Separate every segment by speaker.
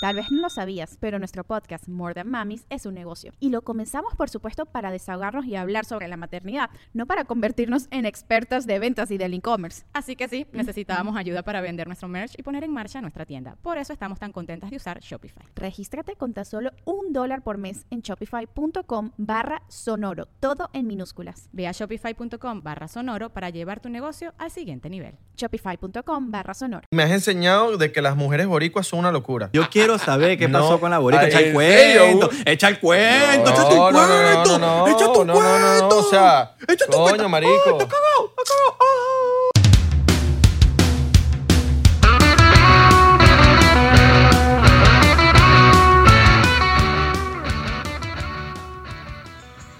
Speaker 1: Tal vez no lo sabías, pero nuestro podcast More Than Mamis es un negocio. Y lo comenzamos, por supuesto, para desahogarnos y hablar sobre la maternidad, no para convertirnos en expertas de ventas y del e-commerce.
Speaker 2: Así que sí, necesitábamos ayuda para vender nuestro merch y poner en marcha nuestra tienda. Por eso estamos tan contentas de usar Shopify.
Speaker 1: Regístrate con tan solo un dólar por mes en shopify.com barra sonoro, todo en minúsculas.
Speaker 2: Ve a shopify.com barra sonoro para llevar tu negocio al siguiente nivel.
Speaker 1: Shopify.com barra sonoro.
Speaker 3: Me has enseñado de que las mujeres boricuas son una locura.
Speaker 4: Yo quiero saber qué
Speaker 3: No.
Speaker 4: pasó con la boricua.
Speaker 3: Ay,
Speaker 4: Echa el
Speaker 3: ¿en serio?
Speaker 4: cuento. Echa el cuento.
Speaker 3: No,
Speaker 4: echa tu
Speaker 3: no, no, no,
Speaker 4: cuento.
Speaker 3: no,
Speaker 4: echa tu
Speaker 3: no, no,
Speaker 4: cuento.
Speaker 3: no, no, o sea,
Speaker 4: echa tu
Speaker 3: coño,
Speaker 4: cuento.
Speaker 3: marico.
Speaker 4: Ay, te cagó, te cagó. Ah.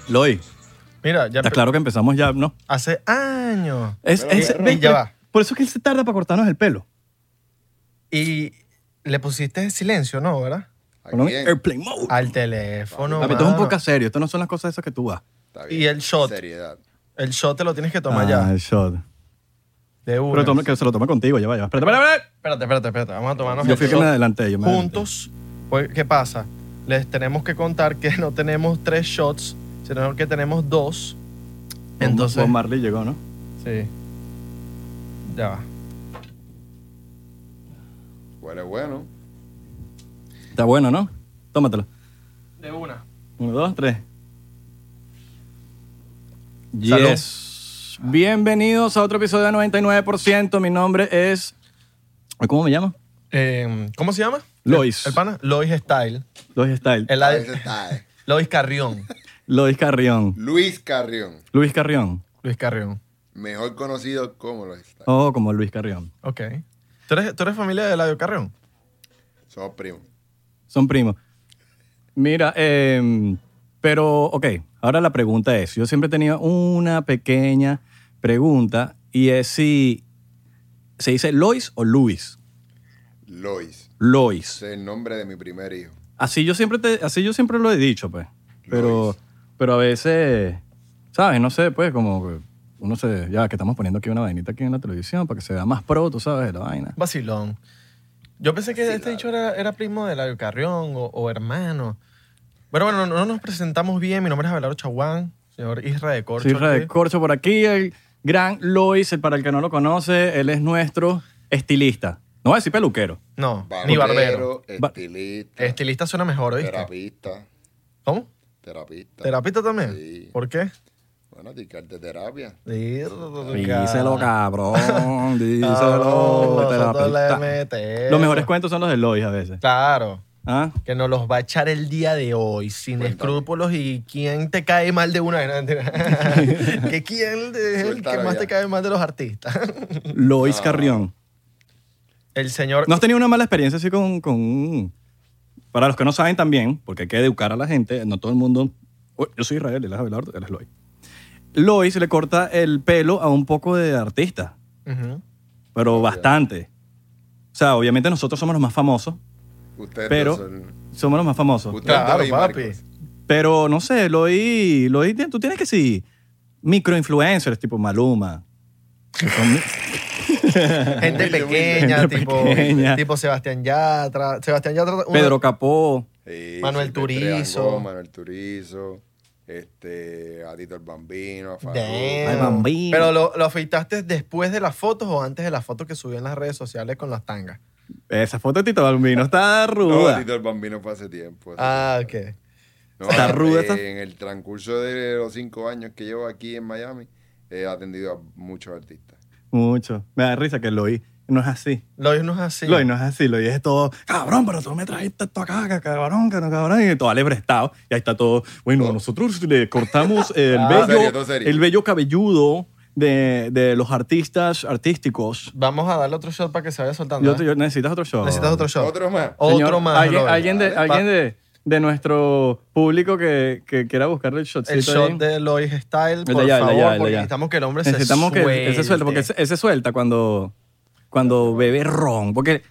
Speaker 4: Loy,
Speaker 3: Mira, ya
Speaker 4: está
Speaker 3: empe-
Speaker 4: claro que empezamos ya, ¿no?
Speaker 3: hace años.
Speaker 4: Es,
Speaker 3: Pero,
Speaker 4: es-
Speaker 3: pero,
Speaker 4: ve-
Speaker 3: ya va.
Speaker 4: Por eso es que él se tarda para cortarnos el pelo.
Speaker 3: Y le pusiste silencio, ¿no? ¿Verdad?
Speaker 4: Ponlo en
Speaker 5: Aquí en-
Speaker 4: Airplane mode.
Speaker 3: Al teléfono.
Speaker 4: Papi, esto es un
Speaker 3: Ah, mano.
Speaker 4: poco serio. Esto no son las cosas esas que tú vas.
Speaker 5: Está
Speaker 3: Y el shot.
Speaker 5: Seriedad.
Speaker 3: El shot te lo tienes que tomar
Speaker 4: Ah,
Speaker 3: ya.
Speaker 4: el shot.
Speaker 3: De una.
Speaker 4: Pero toma- que se lo toma contigo, ya va, ya va. Espérate, espérate, espérate.
Speaker 3: Espérate, espérate, espérate. Vamos a tomarnos
Speaker 4: Yo
Speaker 3: el
Speaker 4: fui que
Speaker 3: shot.
Speaker 4: me adelanté. Yo me adelanté.
Speaker 3: Juntos, pues, ¿qué pasa? Les tenemos que contar que no tenemos tres shots, sino que tenemos dos.
Speaker 4: Bob-
Speaker 3: Entonces.
Speaker 4: Bob Marley llegó, ¿no?
Speaker 3: Sí. Ya va.
Speaker 5: Huele bueno.
Speaker 4: Está bueno, ¿no? Tómatelo.
Speaker 3: De una.
Speaker 4: Uno, dos, tres.
Speaker 3: Salud.
Speaker 4: Yes. Bienvenidos a otro episodio de 99%. Mi nombre es... ¿Cómo me llamo?
Speaker 3: Em, ¿Cómo se llama?
Speaker 4: Lois.
Speaker 3: El pana. Lois Style.
Speaker 4: Lois Style.
Speaker 3: El
Speaker 5: A
Speaker 3: ad-
Speaker 5: veces está, eh.
Speaker 3: Lois Carrión.
Speaker 4: Lois Carrión.
Speaker 5: Luis Carrión,
Speaker 4: Luis Carrión.
Speaker 3: Luis Carrión.
Speaker 5: mejor conocido como Luis está.
Speaker 4: Oh, como Luis Carrión.
Speaker 3: Ok. ¿Tú eres, tú eres familia de Eladio Carrión?
Speaker 5: Somos primos.
Speaker 4: Son primos. Mira, eh, pero, ok, ahora la pregunta es, yo siempre he tenido una pequeña pregunta y es si se dice Lois o Luis.
Speaker 5: Lois.
Speaker 4: Lois.
Speaker 5: Ese es el nombre de mi primer hijo.
Speaker 4: Así yo siempre, te- así yo siempre lo he dicho, pues. Pero,
Speaker 5: Lois.
Speaker 4: pero a veces, ¿sabes? No sé, pues, como que uno se... Ya, que estamos poniendo aquí una vainita aquí en la televisión para que se vea más pro, tú sabes, la vaina.
Speaker 3: Vacilón. Yo pensé que este dicho era, era primo de Eladio Carrión o, o hermano. Bueno, bueno, no, no nos presentamos bien. Mi nombre es Abelardo Chaguán, señor Isra de Corcho.
Speaker 4: Sí, Red
Speaker 3: aquí.
Speaker 4: Corcho por aquí, el gran Lois, el para el que no lo conoce, él es nuestro estilista. No voy a decir peluquero.
Speaker 3: No, ni barbero.
Speaker 4: Ba-
Speaker 5: Estilista.
Speaker 3: Estilista suena mejor, ¿viste?
Speaker 5: Terapista.
Speaker 3: ¿Cómo?
Speaker 5: Terapista.
Speaker 3: ¿Terapista también?
Speaker 5: Sí.
Speaker 3: ¿Por qué?
Speaker 5: Bueno, dedicarte a terapia.
Speaker 4: Díselo, cabrón. Díselo.
Speaker 3: Cabrón, nosotros
Speaker 4: terapeuta.
Speaker 3: le metemos.
Speaker 4: Los mejores cuentos son los de Lois a veces.
Speaker 3: Claro.
Speaker 4: ¿Ah?
Speaker 3: Que nos los va a echar el día de hoy, sin escrúpulos y quién te cae mal de una vez. que quién de- es el que
Speaker 5: Suéltalo
Speaker 3: más
Speaker 5: ya.
Speaker 3: te cae mal de los artistas.
Speaker 4: Lois Carrión.
Speaker 3: el señor.
Speaker 4: ¿No has tenido una mala experiencia así con, con un- Para los que no saben también, porque hay que educar a la gente, no todo el mundo... Uy, Yo soy Israel, él es Abelardo, él es Lois. Lois le corta el pelo a un poco de artista.
Speaker 3: Ujú.
Speaker 4: pero bastante. O sea, obviamente nosotros somos los más famosos,
Speaker 5: Ustedes
Speaker 4: pero
Speaker 5: dos son-
Speaker 4: somos los más famosos.
Speaker 5: Ustedes
Speaker 3: Claro,
Speaker 5: dos y
Speaker 3: papi.
Speaker 5: Marcos.
Speaker 4: Pero no sé, lo oí, lo oí, tú tienes que sí, microinfluencers tipo Maluma. que son-
Speaker 3: Gente
Speaker 5: Humilde, humilde.
Speaker 3: pequeña,
Speaker 4: Gente
Speaker 3: tipo,
Speaker 4: pequeña.
Speaker 3: tipo Sebastián Yatra. Sebastián Yatra. uno-
Speaker 4: Pedro Capó,
Speaker 5: Sí,
Speaker 3: Manuel
Speaker 5: Silvestre
Speaker 3: Turizo.
Speaker 5: Dangond, Manuel Turizo. Este, a Tito el Bambino, a Farruko.
Speaker 3: Damn.
Speaker 4: Ay, bambino.
Speaker 3: Pero lo, lo afeitaste después de las fotos o antes de las fotos que subió en las redes sociales con las tangas.
Speaker 4: esa foto de Tito Balbino está
Speaker 5: No,
Speaker 4: ruda.
Speaker 5: Tito el Bambino fue hace tiempo. hace
Speaker 3: Ah,
Speaker 5: tiempo.
Speaker 3: ok.
Speaker 5: No,
Speaker 4: Está
Speaker 5: eh,
Speaker 4: ruda esta-
Speaker 5: En el transcurso de los cinco años que llevo aquí en Miami, he atendido a muchos artistas.
Speaker 4: Mucho. Me da risa que lo oí. No es así.
Speaker 3: Lois no es así.
Speaker 4: Lo oí no es así. Lo oí es todo, cabrón, pero tú me trajiste esto acá, que cabrón, que no, cabrón. Y todo vale prestado. Y ahí está todo. Bueno, nosotros le cortamos el
Speaker 3: Oh. Ah,
Speaker 4: vello,
Speaker 5: todo serio, todo serio.
Speaker 4: el vello cabelludo de, de los artistas artísticos.
Speaker 3: Vamos a darle otro shot para que se vaya soltando.
Speaker 4: Yo,
Speaker 3: ¿eh?
Speaker 4: te- yo- necesitas otro show.
Speaker 3: Necesitas otro shot.
Speaker 5: Otro más.
Speaker 4: Señor,
Speaker 3: Otro más.
Speaker 4: Alguien,
Speaker 3: brother.
Speaker 4: alguien, de,
Speaker 3: Pa-
Speaker 4: alguien de, de nuestro público que, que quiera buscarle el shotcito.
Speaker 3: El shot
Speaker 4: ahí.
Speaker 3: de Lois Style,
Speaker 4: El
Speaker 3: por
Speaker 4: de allá, el de
Speaker 3: favor,
Speaker 4: allá, el de
Speaker 3: porque
Speaker 4: allá.
Speaker 3: necesitamos que el hombre
Speaker 4: Necesitamos
Speaker 3: se suelte.
Speaker 4: que ese suelte, porque ese, ese suelta cuando, cuando bebe ron. Porque,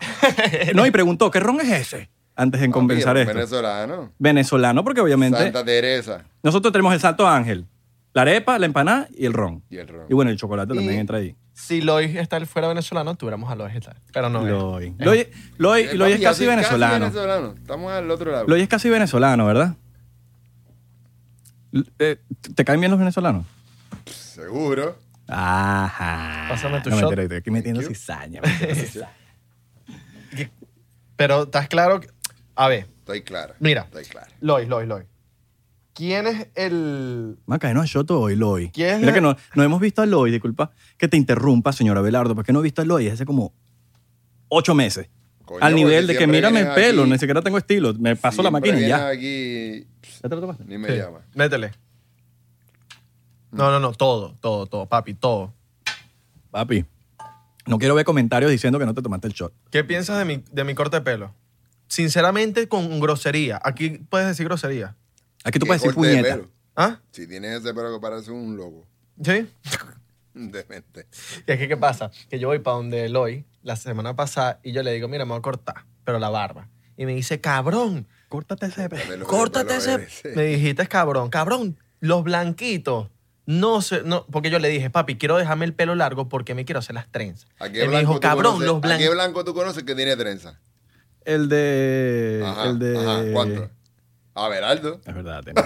Speaker 4: no, y preguntó, ¿qué ron es ese? Antes de
Speaker 5: Papi,
Speaker 4: compensar
Speaker 5: era
Speaker 4: esto.
Speaker 5: Venezolano.
Speaker 4: Venezolano, porque obviamente
Speaker 5: Santa Teresa
Speaker 4: nosotros tenemos el Santo Ángel, la arepa, la empanada y el ron.
Speaker 5: y el ron.
Speaker 4: Y bueno, el chocolate
Speaker 5: Y-
Speaker 4: también entra ahí.
Speaker 3: si Lois está el fuera venezolano, tuviéramos a Lois está. Pero no. es.
Speaker 4: Loy. Loy, Loy-
Speaker 5: Eh,
Speaker 4: Loy es
Speaker 5: papi, ya
Speaker 4: casi
Speaker 5: soy
Speaker 4: venezolano.
Speaker 5: venezolano. Estamos al otro lado.
Speaker 4: Loy es casi venezolano, ¿verdad? L- eh, ¿Te caen bien los venezolanos?
Speaker 5: Seguro.
Speaker 4: Ajá.
Speaker 3: Pásame tu
Speaker 4: No,
Speaker 3: shot.
Speaker 4: mentira, estoy aquí metiendo
Speaker 5: Thank you.
Speaker 4: cizaña. metiendo cizaña.
Speaker 3: Pero estás claro. que- A ver,
Speaker 5: Estoy clara.
Speaker 3: Mira.
Speaker 5: Estoy clara.
Speaker 3: Lois, Lois, Lois. ¿Quién es el.
Speaker 4: Vamos a caernos a Shoto hoy, Loy.
Speaker 3: ¿Quién es
Speaker 4: Mira
Speaker 3: la-
Speaker 4: que no, no hemos visto a Loy, disculpa que te interrumpa, señora Velardo, porque no he visto a Loy hace como ocho meses.
Speaker 5: Coño,
Speaker 4: Al nivel de
Speaker 5: porque
Speaker 4: que
Speaker 5: siempre
Speaker 4: mírame el
Speaker 5: vienes
Speaker 4: pelo,
Speaker 5: aquí.
Speaker 4: ni siquiera tengo estilo, me paso la
Speaker 5: Siempre
Speaker 4: máquina y ya.
Speaker 5: vienes aquí,
Speaker 4: ¿Ya te lo tomaste?
Speaker 5: ni me
Speaker 3: Sí,
Speaker 5: llama.
Speaker 3: Métele. No, no, no, todo, todo, todo, papi, todo.
Speaker 4: Papi, no quiero ver comentarios diciendo que no te tomaste el shot.
Speaker 3: ¿Qué piensas de mi, de mi corte de pelo? Sinceramente, con grosería. Aquí puedes decir grosería.
Speaker 4: Aquí tú
Speaker 5: Qué
Speaker 4: puedes decir
Speaker 5: corte de
Speaker 4: puñeta.
Speaker 5: pelo.
Speaker 3: ¿Ah?
Speaker 5: Si tienes ese pelo que parece un lobo.
Speaker 3: ¿Sí?
Speaker 5: Demente.
Speaker 3: Y es que, ¿qué pasa? Que yo voy para donde Eloy la semana pasada y yo le digo, mira, me voy a cortar, pero la barba. Y me dice, cabrón, córtate ese
Speaker 5: Córtate
Speaker 3: pelo.
Speaker 5: los
Speaker 3: Córtate
Speaker 5: pelos,
Speaker 3: ese
Speaker 5: ese.
Speaker 3: Me dijiste, cabrón, cabrón, los blanquitos. No sé, no, porque yo le dije, papi, quiero dejarme el pelo largo porque me quiero hacer las trenzas.
Speaker 5: ¿A
Speaker 3: Él me dijo,
Speaker 5: tú
Speaker 3: cabrón,
Speaker 5: conoces-
Speaker 3: los
Speaker 5: ¿A qué
Speaker 3: blanquitos.
Speaker 5: blanco tú conoces que tiene trenza?
Speaker 4: El de.
Speaker 5: Ajá,
Speaker 4: el de.
Speaker 5: ajá. ¿Cuánto? A ver, Aldo.
Speaker 4: Es verdad, tiene,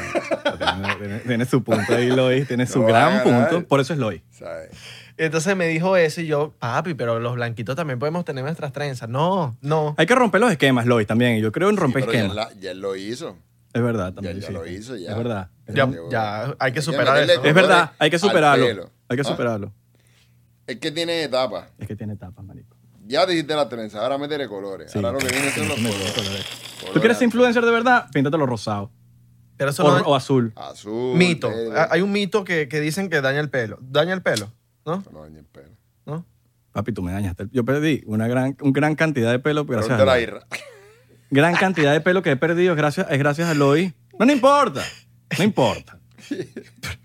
Speaker 4: tiene- tiene- tiene su punto ahí, Loy. Tiene su
Speaker 5: No va
Speaker 4: gran
Speaker 5: a ganar.
Speaker 4: punto. Por eso es Loy.
Speaker 5: ¿Sabes?
Speaker 3: Entonces me dijo eso y yo, papi, pero los blanquitos también podemos tener nuestras trenzas. No, no.
Speaker 4: Hay que romper los esquemas, Loy, también. y Yo creo en romper
Speaker 5: Pero ya,
Speaker 4: esquemas.
Speaker 5: la- ya él lo hizo.
Speaker 4: Es verdad, también.
Speaker 5: ya
Speaker 4: sí.
Speaker 5: lo hizo, ya.
Speaker 4: Es verdad.
Speaker 5: Ya-
Speaker 3: Ya,
Speaker 5: Dios.
Speaker 3: ya, hay que
Speaker 5: que
Speaker 3: superar
Speaker 5: meterle
Speaker 3: eso.
Speaker 5: con-
Speaker 4: Es verdad, hay que
Speaker 5: Al
Speaker 4: superarlo.
Speaker 5: pelo.
Speaker 4: Hay que
Speaker 5: ¿Ah?
Speaker 4: superarlo.
Speaker 5: Es que tiene etapas.
Speaker 4: Es que tiene tapas, marico.
Speaker 5: Ya te hiciste la trenza, ahora métele colores.
Speaker 4: Sí.
Speaker 5: Ahora lo que viene son los
Speaker 4: Me gusta
Speaker 5: colores.
Speaker 4: colores. ¿Tú
Speaker 5: Colores
Speaker 4: quieres ser
Speaker 5: azul.
Speaker 4: influencer de verdad? Píntatelo rosado.
Speaker 3: Pero eso
Speaker 4: O,
Speaker 3: no es-
Speaker 4: o azul.
Speaker 5: Azul.
Speaker 3: mito.
Speaker 5: verde.
Speaker 4: Ah,
Speaker 3: Hay un mito que, que dicen que daña el pelo. Daña el pelo, ¿no?
Speaker 5: No, daña el pelo.
Speaker 3: ¿No?
Speaker 4: Papi, tú me dañaste. el- Yo perdí una gran, un gran cantidad de pelo gracias
Speaker 5: Pregúntale
Speaker 4: a
Speaker 5: a
Speaker 4: Loy.
Speaker 5: Irra.
Speaker 4: Gran cantidad de pelo que he perdido es gracias, es gracias a Loy. No, no importa. No importa.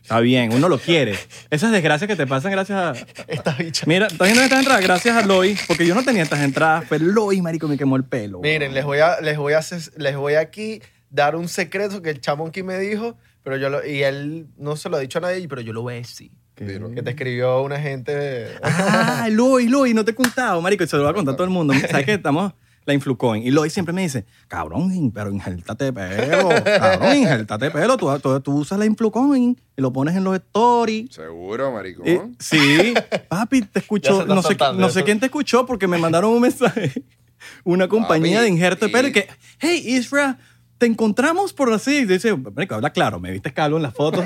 Speaker 4: Está bien, uno lo quiere. Esas desgracias que te pasan gracias a...
Speaker 3: Esta bicha.
Speaker 4: Mira, ¿estás viendo estas entradas? Gracias a Loy, porque yo no tenía estas entradas, pero Loy, marico, me quemó el pelo. weón.
Speaker 3: Miren, les voy a, les voy a, hacer- les voy aquí dar un secreto que el chamo aquí me dijo, pero yo lo- y él no se lo ha dicho a nadie, pero yo lo voy a decir.
Speaker 4: Que-
Speaker 3: Que te escribió una gente.
Speaker 4: Ah, Loy, Loy, no te he contado, marico, y se lo va a contar a todo el mundo. ¿Sabes que estamos la Influcoin? Y Loy siempre me dice, cabrón, pero injértate de pelo, cabrón, injértate de pelo. Tú, tú- tú usas la Influcoin y lo pones en los stories.
Speaker 5: Seguro, maricón.
Speaker 4: Eh, sí, papi, te
Speaker 3: Ya se
Speaker 4: escuchó.
Speaker 3: está
Speaker 4: No sé,
Speaker 3: soltando,
Speaker 4: no
Speaker 3: ya
Speaker 4: sé
Speaker 3: se-
Speaker 4: quién te escuchó porque me mandaron un mensaje. Una compañía
Speaker 5: Papi,
Speaker 4: de injerto de pelo y
Speaker 5: y-
Speaker 4: que, hey, Isra, te encontramos por así. Y dice, marico, habla claro, me viste calvo en la foto.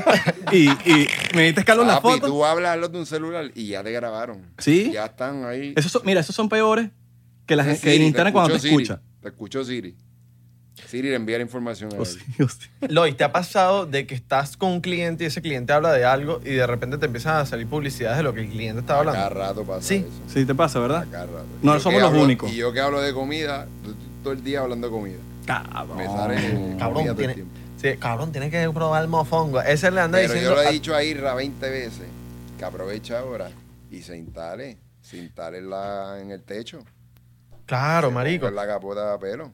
Speaker 4: y, y me viste calvo en la
Speaker 5: Papi,
Speaker 4: foto.
Speaker 5: tú hablas a los de un celular y ya te grabaron.
Speaker 4: Sí.
Speaker 5: Ya están ahí.
Speaker 4: Esos son- mira, esos son peores que las
Speaker 5: Ese
Speaker 4: que
Speaker 5: Siri,
Speaker 4: en internet cuando te
Speaker 5: escucho, Siri.
Speaker 4: escucha. Oh,
Speaker 5: Te escuchó Siri. Siri le envía la información a él.
Speaker 4: Hostia, hostia.
Speaker 3: Lois, ¿te ha pasado de que estás con un cliente y ese cliente habla de algo y de repente te empiezan a salir publicidades de lo que el cliente estaba hablando?
Speaker 5: Cada rato pasa
Speaker 3: Sí.
Speaker 5: eso.
Speaker 4: Sí, te pasa, ¿verdad?
Speaker 5: Cada rato.
Speaker 4: No,
Speaker 5: pues. Y yo
Speaker 4: somos
Speaker 5: que
Speaker 4: los
Speaker 5: hablo-
Speaker 4: únicos.
Speaker 5: Y yo que hablo de comida, t- t- todo el día hablando de comida. Me sale
Speaker 3: Cabrón,
Speaker 5: comida todo el
Speaker 3: tiene,
Speaker 5: tiempo.
Speaker 3: sí, cabrón, tienes que probar el mofongo. Ese le anda
Speaker 5: Pero yo
Speaker 3: diciendo.
Speaker 5: lo he
Speaker 3: a-
Speaker 5: dicho a Irra 20 veces que aprovecha ahora y se instale. Se instale en, la- en el techo.
Speaker 3: Claro,
Speaker 5: Se
Speaker 3: marico.
Speaker 5: ponga la capota de pelo.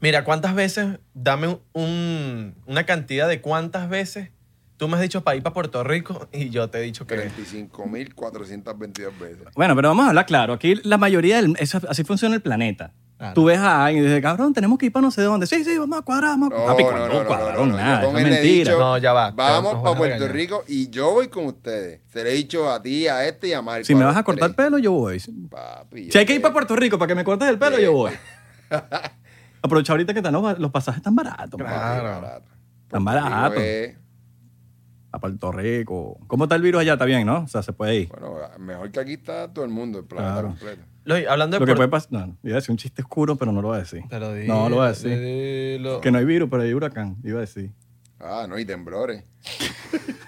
Speaker 3: Mira, ¿cuántas veces? Dame un- un- una cantidad de cuántas veces tú me has dicho para ir para Puerto Rico y yo te he dicho que.
Speaker 5: 35.422 veces.
Speaker 4: Bueno, pero vamos a hablar claro. Aquí la mayoría, del, eso- así funciona el planeta.
Speaker 5: Ah,
Speaker 3: Claro.
Speaker 4: Tú ves a alguien y dices, cabrón, tenemos que ir para no sé dónde. Sí, sí, vamos a cuadrar, vamos a
Speaker 5: No,
Speaker 4: Papi,
Speaker 5: no,
Speaker 4: ¿cuándo
Speaker 5: no, no,
Speaker 4: cuadraron
Speaker 5: no, no,
Speaker 4: nada,
Speaker 5: yo
Speaker 4: eso
Speaker 5: con
Speaker 4: es
Speaker 5: él le he
Speaker 4: mentira.
Speaker 5: dicho-
Speaker 3: No, ya va. te-
Speaker 5: Vamos
Speaker 3: nos van
Speaker 5: para
Speaker 3: a
Speaker 5: Puerto
Speaker 3: regañar.
Speaker 5: Rico y yo voy con ustedes. Se le he dicho a ti, a este y a Marco.
Speaker 4: si me vas
Speaker 5: los
Speaker 4: a cortar
Speaker 5: tres.
Speaker 4: pelo, yo voy.
Speaker 5: Papi, este
Speaker 4: Si hay que
Speaker 5: yo
Speaker 4: ir para Puerto Rico para que me cortes el pelo,
Speaker 5: Sí.
Speaker 4: yo voy. Aprovecha ahorita que están los, los pasajes tan baratos.
Speaker 5: Papi,
Speaker 4: man.
Speaker 3: Claro.
Speaker 5: barato. Pues, eh,
Speaker 4: Tan
Speaker 5: Puerto Rico
Speaker 4: barato.
Speaker 5: es-
Speaker 4: A Puerto Rico. ¿Cómo está el virus allá? Está bien, ¿no? O sea, se puede ir.
Speaker 5: Bueno, mejor que aquí está todo el mundo, el planeta
Speaker 4: Claro.
Speaker 5: completo.
Speaker 3: Lois, hablando de
Speaker 4: Lo que
Speaker 3: Puerto-
Speaker 4: puede pasar. No, no, iba a decir un chiste oscuro, pero no lo voy a decir.
Speaker 3: Pero di-
Speaker 4: no, lo voy a decir.
Speaker 3: dilo.
Speaker 4: Que no hay virus, pero hay huracán. Iba a decir.
Speaker 5: Ah, no, y temblores.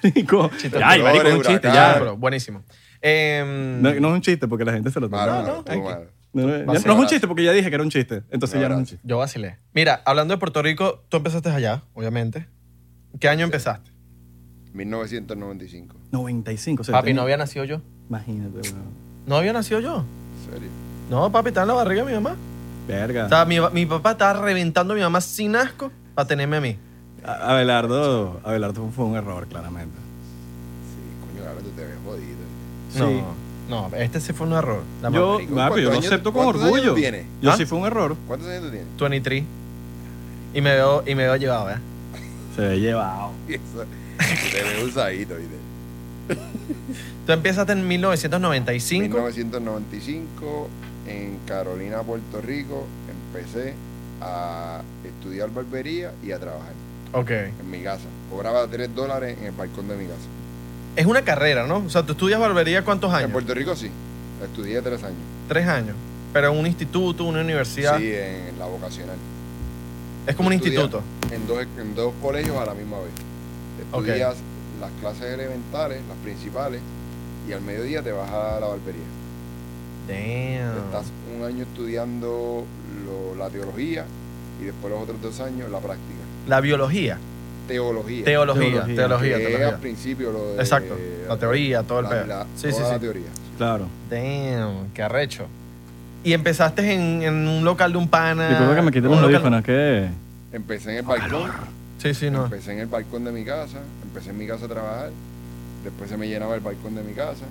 Speaker 4: Rico. Ya, ay, marico, es un chiste,
Speaker 5: huracán.
Speaker 3: Ah, Ya,
Speaker 4: ya.
Speaker 3: bro, buenísimo. Em,
Speaker 4: No, no es un chiste porque la gente se lo toma.
Speaker 5: Claro,
Speaker 4: No,
Speaker 5: no,
Speaker 4: no,
Speaker 5: tú
Speaker 4: hay que-
Speaker 5: mal.
Speaker 4: no, no, ya-
Speaker 5: Vas a
Speaker 4: no es un
Speaker 5: llorar.
Speaker 4: chiste porque ya dije que era un chiste. Entonces ya no es un
Speaker 5: Llorar.
Speaker 4: chiste.
Speaker 3: Yo vacilé. Mira, hablando de Puerto Rico, tú empezaste allá, obviamente. ¿Qué año empezaste?
Speaker 5: 1995.
Speaker 4: 95. o sea,
Speaker 3: Papi,
Speaker 4: tenía-
Speaker 3: no había nacido yo.
Speaker 4: Imagínate, weón.
Speaker 3: ¿No había nacido yo?
Speaker 5: En serio.
Speaker 3: No, papi, estaba en la barriga de mi mamá.
Speaker 4: Verga.
Speaker 3: O sea, mi, mi papá estaba reventando a mi mamá sin asco para tenerme a mí.
Speaker 4: A- Abelardo, Abelardo fue un error, claramente.
Speaker 5: Sí, coño, ahora tú te ves jodido.
Speaker 3: No.
Speaker 4: Sí.
Speaker 3: No, este sí fue un error. La
Speaker 4: Yo,
Speaker 3: Maverick.
Speaker 4: ah, pero yo lo
Speaker 5: ¿Cuántos
Speaker 4: acepto
Speaker 5: años-
Speaker 4: con
Speaker 5: cuántos años
Speaker 4: orgullo.
Speaker 5: tiene?
Speaker 4: Yo
Speaker 3: ¿Ah?
Speaker 4: sí fue un error.
Speaker 5: ¿Cuántos años tú tienes?
Speaker 3: 23. Y me veo, y me veo llevado, ¿eh?
Speaker 4: Se ve llevado.
Speaker 5: Eso, te veo usadito, ¿viste?
Speaker 3: Tú empiezas en 1995.
Speaker 5: 1995, en Carolina, Puerto Rico, empecé a estudiar barbería y a trabajar
Speaker 3: Ok.
Speaker 5: en mi casa. Cobraba 3 dólares en el balcón de mi casa.
Speaker 3: Es una carrera, ¿no? O sea, tú estudias barbería cuántos
Speaker 5: En
Speaker 3: años?
Speaker 5: Puerto Rico sí, estudié 3 años.
Speaker 3: Tres años. Pero en un instituto, una universidad.
Speaker 5: Sí, en la vocacional.
Speaker 3: es como un
Speaker 5: estudiar.
Speaker 3: instituto.
Speaker 5: En dos, en dos colegios a la misma vez.
Speaker 3: Ok.
Speaker 5: Estudias las clases elementales, las principales, y al mediodía te vas a la barbería. Estás
Speaker 3: Damn.
Speaker 5: un año estudiando lo- la teología y después los otros dos años la práctica.
Speaker 3: La biología.
Speaker 5: Teología.
Speaker 3: Teología,
Speaker 4: Teología.
Speaker 3: teología,
Speaker 5: que es al
Speaker 3: teología.
Speaker 5: principio lo de...
Speaker 3: Exacto. La teoría, todo el
Speaker 5: eh, la-
Speaker 3: pedo.
Speaker 5: la-
Speaker 3: Sí, sí,
Speaker 5: toda la
Speaker 3: sí.
Speaker 5: teoría.
Speaker 4: Claro.
Speaker 3: Damn, qué arrecho. Y empezaste en, en un local de un pana.
Speaker 4: Disculpa que me quiten
Speaker 3: un
Speaker 4: los
Speaker 3: local-
Speaker 4: audífonos, que
Speaker 5: Empecé en el balcón,
Speaker 3: Sí, sí, no.
Speaker 5: empecé en el balcón de mi casa, empecé en mi casa a trabajar, después se me llenaba el balcón de mi casa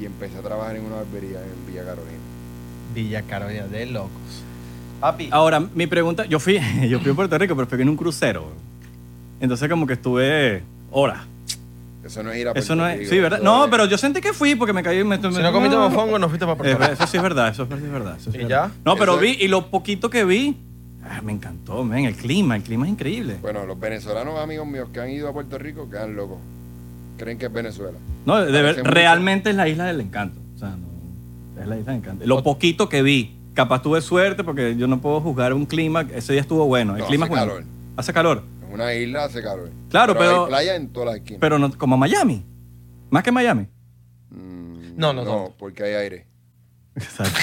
Speaker 5: y empecé a trabajar en una barbería en Villa Carolina.
Speaker 3: Villa Carolina de locos. Papi.
Speaker 4: Ahora, mi pregunta, yo fui, yo fui a Puerto Rico, pero fui en un crucero. Entonces como que estuve horas.
Speaker 5: Eso no es ir a
Speaker 4: Eso
Speaker 5: Puerto
Speaker 4: no es,
Speaker 5: Rico,
Speaker 4: sí, ¿verdad?
Speaker 5: pues eso
Speaker 4: No,
Speaker 5: es-
Speaker 4: pero yo sentí que fui porque me caí. Me,
Speaker 3: si no comiste mofongo, no fuiste para Puerto
Speaker 4: Eh,
Speaker 3: Rico.
Speaker 4: Eso sí es verdad, eso sí es verdad. eso sí es
Speaker 3: ¿Y
Speaker 4: verdad.
Speaker 3: ya?
Speaker 4: No, pero
Speaker 5: Eso-
Speaker 4: vi, y lo poquito que vi, ah, me encantó, men, el clima, el clima es increíble.
Speaker 5: Bueno, los venezolanos amigos míos que han ido a Puerto Rico quedan locos. Creen que es Venezuela.
Speaker 4: No, de ver-
Speaker 5: parece mucho.
Speaker 4: realmente es la isla del encanto. O sea, no, es la isla del encanto. Lo poquito que vi, capaz tuve suerte porque yo no puedo juzgar un clima, ese día estuvo bueno, el
Speaker 5: No,
Speaker 4: clima
Speaker 5: hace
Speaker 4: es bueno.
Speaker 5: calor.
Speaker 4: Hace calor,
Speaker 5: En una isla hace calor.
Speaker 4: Claro, pero-
Speaker 5: Hay playa en todas las esquinas.
Speaker 4: pero no como Miami, más que Miami.
Speaker 5: Mm,
Speaker 3: No, no,
Speaker 5: No,
Speaker 3: tanto.
Speaker 5: porque hay aire.
Speaker 4: Exacto.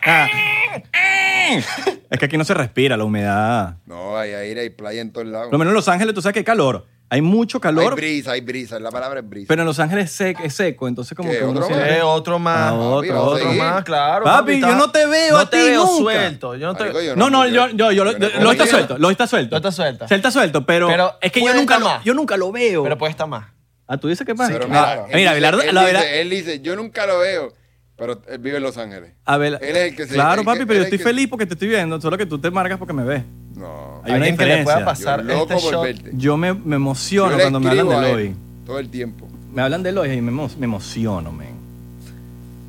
Speaker 4: es que aquí no se respira la humedad.
Speaker 5: No, hay aire, hay playa en todos lados.
Speaker 4: Por lo menos en Los Ángeles tú sabes que hay calor, hay mucho
Speaker 5: Hay
Speaker 4: calor,
Speaker 5: brisa, hay brisa. La palabra es brisa.
Speaker 4: pero en Los Ángeles es sec- es seco, entonces como
Speaker 5: ¿Qué,
Speaker 4: que uno
Speaker 5: otro
Speaker 4: siempre-
Speaker 5: mes?
Speaker 3: Eh, otro más.
Speaker 4: Ah,
Speaker 5: Papi,
Speaker 4: otro,
Speaker 5: vamos a
Speaker 4: otro
Speaker 5: seguir.
Speaker 4: más.
Speaker 3: más, claro.
Speaker 4: Papi,
Speaker 3: está-
Speaker 4: yo no te veo
Speaker 3: no
Speaker 4: a
Speaker 3: te
Speaker 4: ti
Speaker 3: veo
Speaker 4: nunca.
Speaker 3: suelto. Yo no te
Speaker 5: Marico, yo
Speaker 4: No, no, yo, yo, yo,
Speaker 5: yo
Speaker 4: lo,
Speaker 5: no
Speaker 4: lo está
Speaker 5: podría.
Speaker 4: suelto, lo está suelto.
Speaker 3: Lo está suelto.
Speaker 4: Se está suelto, pero,
Speaker 3: Pero
Speaker 4: es que yo
Speaker 3: puede
Speaker 4: nunca
Speaker 3: estar
Speaker 4: lo,
Speaker 3: más.
Speaker 4: yo nunca lo veo.
Speaker 3: Pero puede estar más.
Speaker 4: ah, tú dices que pasa.
Speaker 5: Pero
Speaker 4: Ah,
Speaker 5: mira, él
Speaker 4: mira,
Speaker 5: dice-
Speaker 4: Abelardo,
Speaker 5: él
Speaker 4: la
Speaker 5: dice-
Speaker 4: verdad.
Speaker 5: Él dice, yo nunca lo veo, pero él vive en Los Ángeles.
Speaker 4: Abel-
Speaker 5: él es el que se-
Speaker 4: claro,
Speaker 5: el
Speaker 4: papi,
Speaker 5: que-
Speaker 4: pero yo
Speaker 5: él es el
Speaker 4: estoy
Speaker 5: que-
Speaker 4: feliz porque te estoy viendo, solo que tú te marcas porque me ves.
Speaker 5: No.
Speaker 4: Hay una
Speaker 3: Alguien que le pueda
Speaker 4: diferencia.
Speaker 5: Yo
Speaker 3: pasar
Speaker 5: loco
Speaker 3: este
Speaker 5: por
Speaker 3: shot.
Speaker 5: verte.
Speaker 4: Yo me, me
Speaker 5: Yo
Speaker 4: emociono
Speaker 5: le
Speaker 4: cuando me hablan
Speaker 5: escribo
Speaker 4: de
Speaker 5: a él
Speaker 4: Eloy.
Speaker 5: Todo el tiempo.
Speaker 4: Me hablan de Eloy y me, emo- me emociono, men.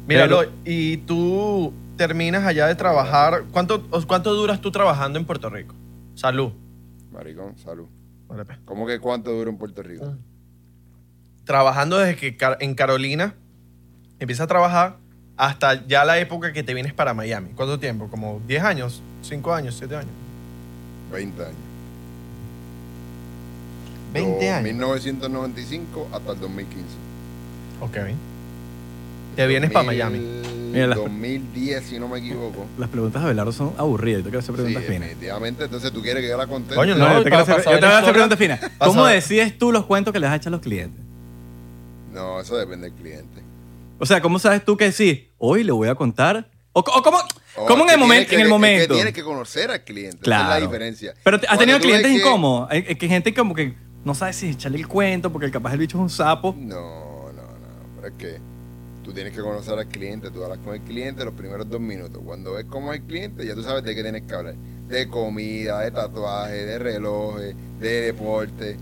Speaker 3: Míralo,
Speaker 4: Pero-
Speaker 3: y tú terminas allá de trabajar. ¿Cuánto, os- ¿Cuánto duras tú trabajando en Puerto Rico? Salud.
Speaker 5: Maricón, salud.
Speaker 3: Vale, pues.
Speaker 5: ¿Cómo que cuánto dura en Puerto
Speaker 3: Ah.
Speaker 5: Rico?
Speaker 3: Trabajando desde que Car- en Carolina empiezas a trabajar hasta ya la época que te vienes para Miami. ¿Cuánto tiempo? ¿Como 10 años? ¿5 años? ¿7 años?
Speaker 5: 20 años.
Speaker 3: 20
Speaker 5: Yo,
Speaker 3: años.
Speaker 5: 1995 hasta el 2015.
Speaker 3: Ok. Te vienes para Miami.
Speaker 5: 2000,
Speaker 4: Mira las-
Speaker 5: 2010, si no me equivoco.
Speaker 4: Las preguntas de Abelardo son aburridas. Yo te quiero hacer
Speaker 5: Sí,
Speaker 4: preguntas finas.
Speaker 5: definitivamente. Entonces tú quieres que yo la conteste.
Speaker 3: Coño,
Speaker 4: No,
Speaker 3: No,
Speaker 4: yo te quiero
Speaker 3: para-
Speaker 4: hacer,
Speaker 3: para
Speaker 4: yo te voy a
Speaker 3: saber
Speaker 4: hacer
Speaker 3: la
Speaker 4: preguntas finas.
Speaker 3: historia. Para
Speaker 4: ¿Cómo
Speaker 3: saber-
Speaker 4: decides tú los cuentos que les echas a los clientes?
Speaker 5: No, eso depende del cliente.
Speaker 4: O sea, ¿cómo sabes tú que sí? Hoy le voy a contar. O, co- o cómo,
Speaker 5: Oh,
Speaker 4: ¿cómo en
Speaker 5: es
Speaker 4: el,
Speaker 5: que
Speaker 4: momento,
Speaker 5: tienes que-
Speaker 4: en el
Speaker 5: Es que
Speaker 4: momento.
Speaker 5: tienes que conocer al cliente.
Speaker 4: Claro.
Speaker 5: Esa es la diferencia.
Speaker 4: Pero te- has
Speaker 5: Cuando
Speaker 4: tenido
Speaker 5: tú ves
Speaker 4: clientes
Speaker 5: que-
Speaker 4: incómodos. Hay, hay que gente como que no sabe si echarle el cuento porque capaz el bicho es un sapo.
Speaker 5: No, no, no. Pero es que tú tienes que conocer al cliente. Tú hablas con el cliente los primeros dos minutos. Cuando ves cómo es el cliente, ya tú sabes de qué tienes que hablar. De comida, de tatuaje, de relojes, de deporte.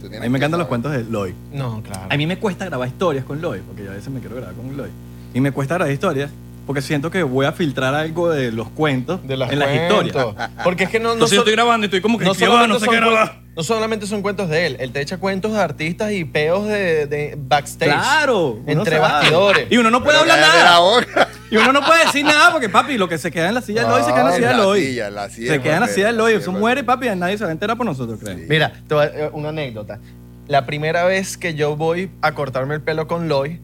Speaker 5: Tú tienes
Speaker 4: A mí me
Speaker 5: que
Speaker 4: encantan los
Speaker 5: saber.
Speaker 4: cuentos de Lloyd.
Speaker 3: No, claro.
Speaker 4: A mí me cuesta grabar historias con Lloyd, porque yo a veces me quiero grabar con Lloyd. Y me cuesta grabar historias porque siento que voy a filtrar algo de los cuentos
Speaker 3: De
Speaker 4: en las
Speaker 3: cuentos.
Speaker 4: historias.
Speaker 3: Porque es que no, no
Speaker 4: Entonces yo
Speaker 3: so-
Speaker 4: estoy grabando y estoy como que
Speaker 3: no
Speaker 4: "Ya va,
Speaker 3: solamente,
Speaker 4: no sé
Speaker 3: son
Speaker 4: qué grabar.
Speaker 3: cuen- no solamente son cuentos de él, él te echa cuentos de artistas y peos de, de backstage.
Speaker 4: Claro, uno
Speaker 3: Entre
Speaker 4: sabe.
Speaker 3: bastidores.
Speaker 4: Y uno no puede
Speaker 5: Pero
Speaker 4: hablar
Speaker 5: cállate la
Speaker 4: nada.
Speaker 5: boca.
Speaker 4: Y uno no puede decir nada porque, papi, lo que se queda en la silla de Lloyd se queda en la
Speaker 5: No,
Speaker 4: silla de
Speaker 5: en Ah, la
Speaker 4: Lloyd.
Speaker 5: silla, en la silla,
Speaker 4: Se queda en la
Speaker 5: papi,
Speaker 4: silla de
Speaker 5: en la
Speaker 4: Lloyd.
Speaker 5: silla,
Speaker 4: Eso
Speaker 5: papi.
Speaker 4: muere, papi, y nadie se va a enterar por nosotros, ¿crees?
Speaker 3: Mira, te voy a- eh, una anécdota. La primera vez que yo voy a cortarme el pelo con Loy,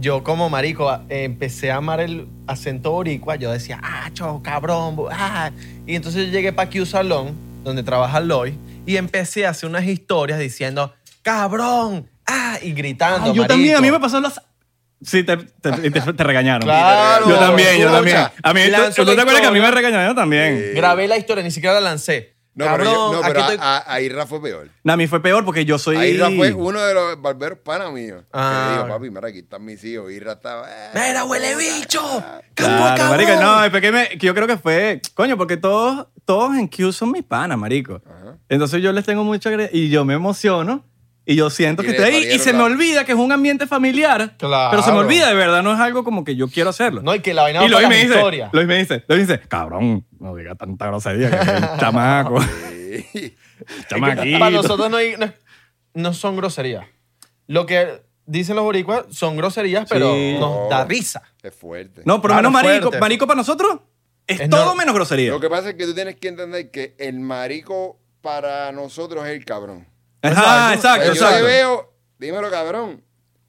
Speaker 3: yo como marico a- eh, empecé a amar el acento boricua. Yo decía, ah, cho, cabrón, bu- ah. Y entonces yo llegué para Q Salón, donde trabaja Loy, y empecé a hacer unas historias diciendo, cabrón, ah, y
Speaker 4: Ah,
Speaker 3: gritando.
Speaker 4: yo también,
Speaker 3: marico.
Speaker 4: a mí me pasó las... Sí, te, te- te- te regañaron.
Speaker 3: Claro.
Speaker 4: Yo también, yo
Speaker 5: Escucha,
Speaker 4: también. A mí, tú,
Speaker 3: lanzo
Speaker 4: tú te
Speaker 3: la
Speaker 4: acuerdas que a mí me
Speaker 3: historia.
Speaker 4: regañaron también.
Speaker 5: Sí.
Speaker 3: Grabé la historia, ni siquiera la lancé.
Speaker 5: No,
Speaker 3: Cabrón,
Speaker 5: pero, yo- no,
Speaker 3: aquí
Speaker 5: pero a-
Speaker 3: estoy-
Speaker 5: a- ahí Rafa fue peor.
Speaker 4: No, a mí fue peor porque yo soy.
Speaker 5: Ahí Ra fue uno de los barberos pana mío.
Speaker 3: Ah.
Speaker 5: Que le dijo, papi, mira, aquí están mis hijos. Y Ra estaba. eh,
Speaker 3: ¡Mira, huele bicho! ¡Campo
Speaker 4: Claro,
Speaker 3: cabrón!
Speaker 4: marico, no, es porque me- que yo creo que fue, coño, porque todos, todos en Q son mis panas, marico. Entonces yo les tengo mucha agre- y yo me emociono y yo siento
Speaker 5: Y
Speaker 4: que
Speaker 5: le
Speaker 4: estoy ahí y
Speaker 5: parieron
Speaker 4: se me
Speaker 5: la-
Speaker 4: olvida que es un ambiente familiar,
Speaker 3: Claro.
Speaker 4: pero se me olvida de verdad, no es algo como que yo quiero hacerlo.
Speaker 3: No, y que la vaina va
Speaker 4: y Lois
Speaker 3: para
Speaker 4: me,
Speaker 3: las
Speaker 4: dice,
Speaker 3: historias.
Speaker 4: Lois me dice, Lois dice, cabrón, no diga tanta grosería, que el chamaco,
Speaker 5: sí.
Speaker 4: chamaquito.
Speaker 3: Para nosotros no, hay- no, no son groserías. Lo que dicen los boricuas son groserías, pero
Speaker 4: Sí.
Speaker 3: nos
Speaker 5: No.
Speaker 3: da risa.
Speaker 5: Es fuerte.
Speaker 4: No, por lo
Speaker 3: Claro,
Speaker 4: menos marico,
Speaker 3: fuerte.
Speaker 4: marico para nosotros es,
Speaker 3: Es
Speaker 4: todo
Speaker 3: no-
Speaker 4: menos grosería.
Speaker 5: Lo que pasa es que tú tienes que entender que el marico para nosotros es el cabrón. Pues
Speaker 4: Ajá, exacto,
Speaker 5: Yo
Speaker 4: exacto.
Speaker 5: te veo, dímelo, cabrón.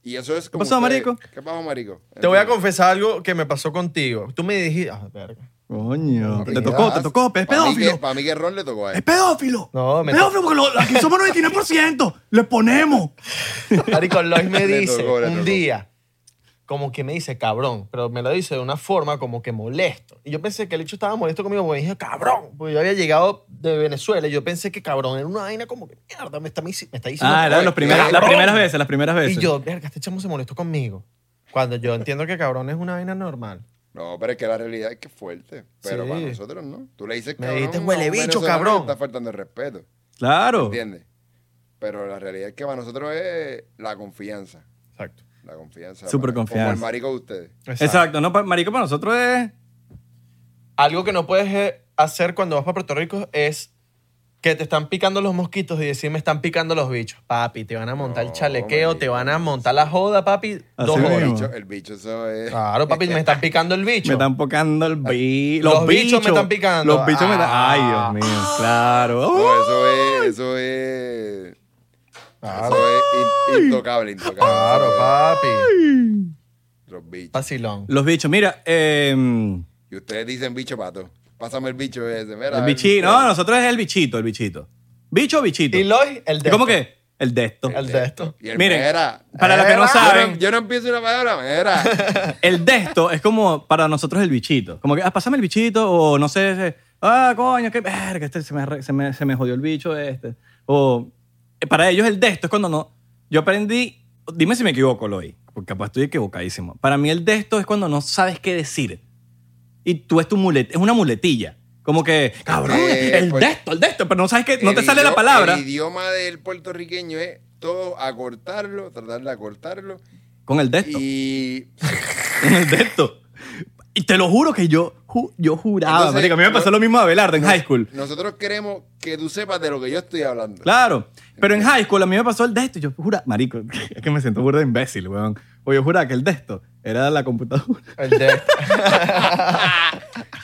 Speaker 5: Y eso es como.
Speaker 4: pasó,
Speaker 5: ustedes-
Speaker 4: marico?
Speaker 5: ¿Qué pasó, marico?
Speaker 3: Te voy a confesar algo que me pasó contigo. Tú me dijiste... ah, verga.
Speaker 4: Coño,
Speaker 5: Papi,
Speaker 4: te
Speaker 5: ¿qué
Speaker 4: tocó,
Speaker 5: das?
Speaker 4: te tocó, es
Speaker 5: Pa' mí que-
Speaker 4: pedófilo.
Speaker 5: Para mí que Ron le tocó a
Speaker 4: ¡Es
Speaker 5: él.
Speaker 4: pedófilo!
Speaker 3: No, me-
Speaker 4: pedófilo, porque lo- aquí somos 99%. ¡Le ponemos!
Speaker 3: Marico, Lois me
Speaker 5: Le
Speaker 3: dice
Speaker 5: tocó, le
Speaker 3: un
Speaker 5: tocó.
Speaker 3: día, como que me dice cabrón, pero me lo dice de una forma como que molesto. Y yo pensé que el hecho estaba molesto conmigo, porque me dije cabrón, porque yo había llegado de Venezuela y yo pensé que cabrón era una vaina como que mierda, me está, me está diciendo.
Speaker 4: Ah, eran los primeros- las
Speaker 3: cabrón".
Speaker 4: primeras veces, las primeras veces.
Speaker 3: Y yo, verga, este chamo se molestó conmigo. Cuando yo entiendo que cabrón es una vaina normal.
Speaker 5: No, pero es que la realidad es que es fuerte. Pero
Speaker 3: Sí.
Speaker 5: para nosotros no. Tú le dices
Speaker 3: Me
Speaker 5: cabrón.
Speaker 3: dijiste,
Speaker 5: a un
Speaker 3: "Huele bicho,
Speaker 5: venezolano
Speaker 3: cabrón".
Speaker 5: que Está faltando el respeto.
Speaker 4: Claro.
Speaker 5: ¿Entiendes? Pero la realidad es que para nosotros es la confianza.
Speaker 3: Exacto.
Speaker 5: La confianza.
Speaker 4: Súper
Speaker 5: para-
Speaker 4: confianza.
Speaker 5: Como el marico de ustedes.
Speaker 4: Exacto. No, pa- marico, para nosotros es...
Speaker 3: Algo que no puedes eh, hacer cuando vas para Puerto Rico es que te están picando los mosquitos y decir me están picando los bichos. Papi, te van a montar el
Speaker 5: No,
Speaker 3: chalequeo, te
Speaker 5: marico.
Speaker 3: van a montar la joda, papi.
Speaker 4: Así
Speaker 3: dos
Speaker 5: El
Speaker 4: mismo.
Speaker 3: horas.
Speaker 5: bicho, el bicho, eso es.
Speaker 3: Claro, papi, me están picando el bicho.
Speaker 4: Me están pocando el bi...
Speaker 3: Los bichos me están picando.
Speaker 4: Los bichos me están... Ay,
Speaker 3: Ah.
Speaker 4: Dios mío. Claro. Uh,
Speaker 5: No, eso es. Eso es.
Speaker 3: Claro,
Speaker 5: Eso es in- intocable, intocable.
Speaker 3: claro,
Speaker 5: Eso es
Speaker 3: papi.
Speaker 5: Los bichos.
Speaker 3: Vacilón.
Speaker 4: Los bichos, mira, eh,
Speaker 5: Y ustedes dicen bicho pato. Pásame el bicho ese. Mira,
Speaker 4: el bichito, no, nosotros es el bichito, el bichito. Bicho o bichito.
Speaker 3: Y Lois, el de
Speaker 4: ¿Cómo
Speaker 3: esto.
Speaker 4: que? El de esto.
Speaker 3: El de esto.
Speaker 5: Y el
Speaker 4: Miren,
Speaker 5: mera.
Speaker 4: para los que no
Speaker 5: Mera. Yo
Speaker 4: saben,
Speaker 5: no, yo no empiezo una palabra, mera.
Speaker 4: el de esto es como para nosotros el bichito. Como que, ah, pásame el bichito, o no sé, ese, ah, coño, qué verga, este se me, re- se me- se me jodió el bicho este. O eh, para ellos el de esto es cuando no. Yo aprendí, dime si me equivoco, Loy, porque capaz estoy equivocadísimo. Para mí el de esto es cuando no sabes qué decir. Y tú es tu mulet, es una muletilla. Como que, cabrón,
Speaker 5: Eh,
Speaker 4: el
Speaker 5: pues,
Speaker 4: de esto, el de esto, pero no sabes que, no
Speaker 5: El
Speaker 4: te sale
Speaker 5: idio-
Speaker 4: la palabra
Speaker 5: El idioma del puertorriqueño es todo acortarlo, tratar de acortarlo.
Speaker 4: con el de esto.
Speaker 5: Y
Speaker 4: en el desto. Y te lo juro que yo, ju- yo juraba,
Speaker 5: Entonces,
Speaker 4: marico, a mí me
Speaker 5: no-
Speaker 4: pasó lo mismo a Abelardo en high school.
Speaker 5: nosotros queremos que tú sepas de lo que yo estoy hablando.
Speaker 4: Claro, pero en high school a mí me pasó el desto. Yo jura, marico, es que me siento burda de imbécil, weón. O yo juraba que el desto era la computadora.
Speaker 3: El de esto.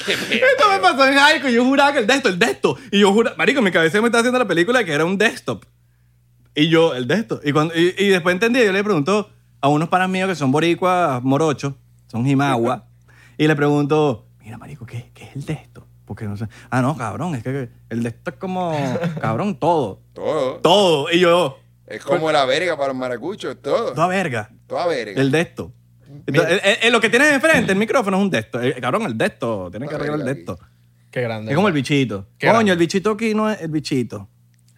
Speaker 4: Esto me pasó en high school. Yo juraba que el desto, el desto. Y yo juraba, marico, en mi cabeza me estaba haciendo la película de que era un desktop. Y yo, el desktop. Y, cuando, y, y después entendí, yo le pregunto a unos panas míos que son boricuas, morochos, son jimagua. y le pregunto, mira, marico, ¿qué, qué es el desktop? Porque no sé. Ah, no, cabrón, es que el desktop es como, cabrón, todo.
Speaker 5: Todo.
Speaker 4: Todo. Y yo,
Speaker 5: Es como la verga para los maracuchos, todo.
Speaker 4: toda verga.
Speaker 5: Toda verga.
Speaker 4: El desktop. Entonces, eh, eh, lo que tienes enfrente, el micrófono es un desktop. Eh, cabrón, el desktop. Tienes que arreglar el desktop.
Speaker 3: Qué grande.
Speaker 4: Es como el bichito.
Speaker 3: Qué
Speaker 4: Coño,
Speaker 3: grande.
Speaker 4: el bichito aquí no es el bichito.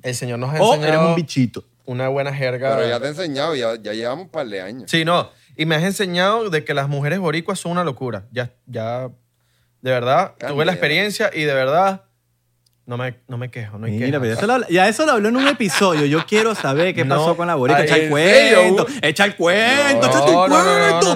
Speaker 3: El señor nos ha
Speaker 4: O Oh, eres
Speaker 3: enseñado
Speaker 4: un bichito.
Speaker 3: una buena jerga.
Speaker 5: Pero ya te he enseñado, ya, ya llevamos un par de años.
Speaker 3: Sí, no. Y me has enseñado de que las mujeres boricuas son una locura. Ya, ya, de verdad,
Speaker 5: Cambia.
Speaker 3: tuve la experiencia y de verdad, no me, no me quejo, no hay
Speaker 4: Mira,
Speaker 3: quejas.
Speaker 4: pero eso lo habla- ya eso lo habló en un episodio. Yo quiero saber qué
Speaker 3: No,
Speaker 4: pasó con la boricua.
Speaker 3: ay,
Speaker 4: Echa el
Speaker 3: ¿en serio?
Speaker 4: cuento. Echa el cuento.
Speaker 3: No,
Speaker 4: echa tu
Speaker 3: no, no,
Speaker 4: cuento.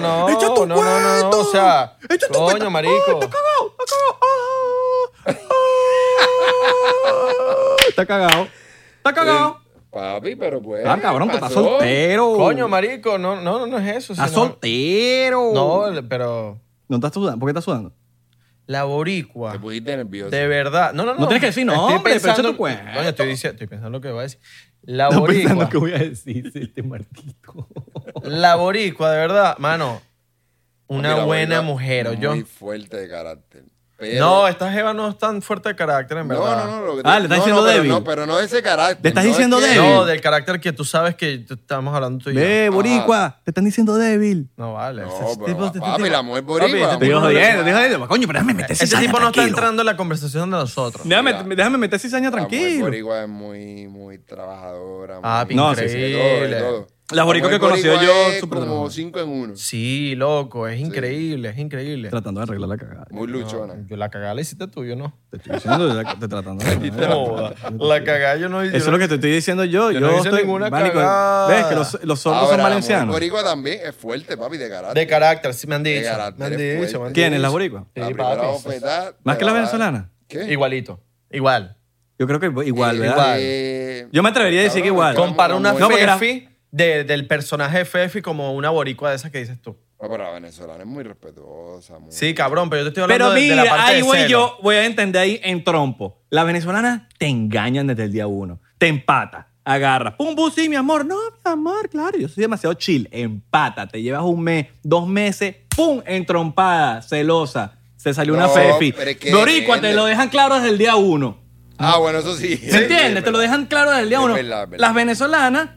Speaker 3: no, no,
Speaker 4: echa
Speaker 3: no,
Speaker 4: tu
Speaker 3: no, no,
Speaker 4: cuento.
Speaker 3: no, o sea,
Speaker 4: echa tu
Speaker 3: coño,
Speaker 4: cuento. Oh,
Speaker 3: marico.
Speaker 4: Ay, está cagado. Está cagado. Ah, ah, está cagado. ah. Está cagado.
Speaker 5: Eh, Papi, pero pues.
Speaker 4: Ah, cabrón, que está soltero.
Speaker 3: Coño, marico, no, no, no, no es eso.
Speaker 4: Está
Speaker 3: sino-
Speaker 4: soltero.
Speaker 3: No, pero
Speaker 4: No estás sudando. ¿Por qué estás sudando?
Speaker 3: la boricua,
Speaker 5: Te pusiste nervioso.
Speaker 3: de verdad. No, no, no.
Speaker 4: No tienes que decir
Speaker 3: Estoy
Speaker 4: nombre, pero echa
Speaker 3: pensando-
Speaker 4: tu cuento.
Speaker 3: Coño, estoy, diciendo, estoy pensando lo que voy a decir. La
Speaker 4: Estás
Speaker 3: boricua,
Speaker 4: pensando qué voy a decir, este martito.
Speaker 3: la boricua, de verdad, mano, una
Speaker 5: Mira,
Speaker 3: buena
Speaker 5: Boricua,
Speaker 3: mujer, yo.
Speaker 5: Muy fuerte de carácter. Pero-
Speaker 3: No, esta jeva no es tan fuerte de carácter, en
Speaker 5: no,
Speaker 3: verdad.
Speaker 5: no, no, lo que
Speaker 4: Ah, le estás diciendo
Speaker 5: pero
Speaker 4: débil.
Speaker 5: No, pero no de ese carácter.
Speaker 4: Le estás
Speaker 5: no
Speaker 4: diciendo
Speaker 5: es que-
Speaker 4: débil.
Speaker 3: No, del carácter que tú sabes que t- estamos hablando tú y yo.
Speaker 4: Ve,
Speaker 3: Ah.
Speaker 4: boricua, te están diciendo débil.
Speaker 3: No vale.
Speaker 5: No,
Speaker 3: ese
Speaker 5: pero,
Speaker 3: este
Speaker 5: papi, la mujer boricua,
Speaker 3: Papi, este
Speaker 5: la
Speaker 3: tipo, no le-
Speaker 4: Te digo
Speaker 5: mujer boricua.
Speaker 4: jodiendo, te digo jodiendo. Coño, pero déjame meter
Speaker 3: Este
Speaker 4: cizaña
Speaker 3: tipo no está
Speaker 4: tranquilo.
Speaker 3: entrando en la conversación de nosotros.
Speaker 4: Déjame, déjame meter cizaña
Speaker 5: La mujer
Speaker 4: tranquilo.
Speaker 5: boricua es muy, muy trabajadora.
Speaker 3: Ah,
Speaker 5: muy-
Speaker 4: No, sí, sí.
Speaker 5: de
Speaker 3: increíble.
Speaker 5: todo, de todo.
Speaker 4: La boricua
Speaker 5: mujer
Speaker 4: que conocí
Speaker 5: boricua
Speaker 4: yo,
Speaker 5: es
Speaker 4: súper
Speaker 5: como
Speaker 4: trabajadora.
Speaker 5: cinco en uno.
Speaker 3: Sí, loco, es increíble, es increíble.
Speaker 4: Tratando de arreglar la cagada.
Speaker 5: Muy luchona.
Speaker 3: Yo la cagada la hiciste tú, yo no.
Speaker 4: Te estoy diciendo, la- te tratando de arreglar la
Speaker 3: No, la cagada yo no hice.
Speaker 4: Eso es lo que te estoy diciendo yo.
Speaker 3: Yo
Speaker 4: Yo,
Speaker 3: no hice
Speaker 4: estoy,
Speaker 3: ninguna
Speaker 4: marico,
Speaker 3: cagada.
Speaker 4: ¿Ves que los, los sordos son
Speaker 5: Ahora, La mujer
Speaker 4: valencianos?
Speaker 5: boricua también es fuerte, papi, de carácter.
Speaker 3: De carácter, sí me han dicho.
Speaker 5: De carácter
Speaker 3: me han
Speaker 5: es
Speaker 3: dicho,
Speaker 5: fuerte.
Speaker 3: me han
Speaker 4: ¿Quién es la
Speaker 3: dicho.
Speaker 4: boricua?
Speaker 5: La
Speaker 3: Sí,
Speaker 5: primera
Speaker 3: papi.
Speaker 5: bofetada
Speaker 4: ¿Más
Speaker 5: te
Speaker 4: que la
Speaker 5: va a dar-
Speaker 4: venezolana?
Speaker 5: ¿Qué?
Speaker 3: Igualito, igual.
Speaker 4: Yo creo que igual, ¿verdad?
Speaker 3: igual.
Speaker 5: Eh,
Speaker 4: Yo me atrevería a decir que igual.
Speaker 5: cabrón,
Speaker 3: Compara una
Speaker 5: muy-
Speaker 4: No, porque era-
Speaker 3: Fefi de- del personaje de Fefi como una boricua de esas que dices tú.
Speaker 5: No, pero la venezolana es muy respetuosa. muy-
Speaker 3: Sí, cabrón, pero yo te estoy hablando
Speaker 4: Pero
Speaker 3: de, de la
Speaker 4: mira,
Speaker 3: parte
Speaker 4: ahí
Speaker 3: de
Speaker 4: voy
Speaker 3: celo.
Speaker 4: yo, voy a entender ahí en trompo. Las venezolanas te engañan desde el día uno. Te empata, agarras. Pum, pum, sí, mi amor. No, mi amor, claro, yo soy demasiado chill. Empata, te llevas un mes, dos meses, pum, entrompada, celosa. Se salió una
Speaker 5: No,
Speaker 4: fefi.
Speaker 5: pero es que
Speaker 4: Boricua,
Speaker 5: depende.
Speaker 4: te lo dejan claro desde el día uno.
Speaker 5: Ah, bueno, eso sí.
Speaker 4: ¿Se entiende? Te lo dejan claro desde el día
Speaker 5: Es
Speaker 4: uno.
Speaker 5: verdad, es verdad.
Speaker 4: Las venezolanas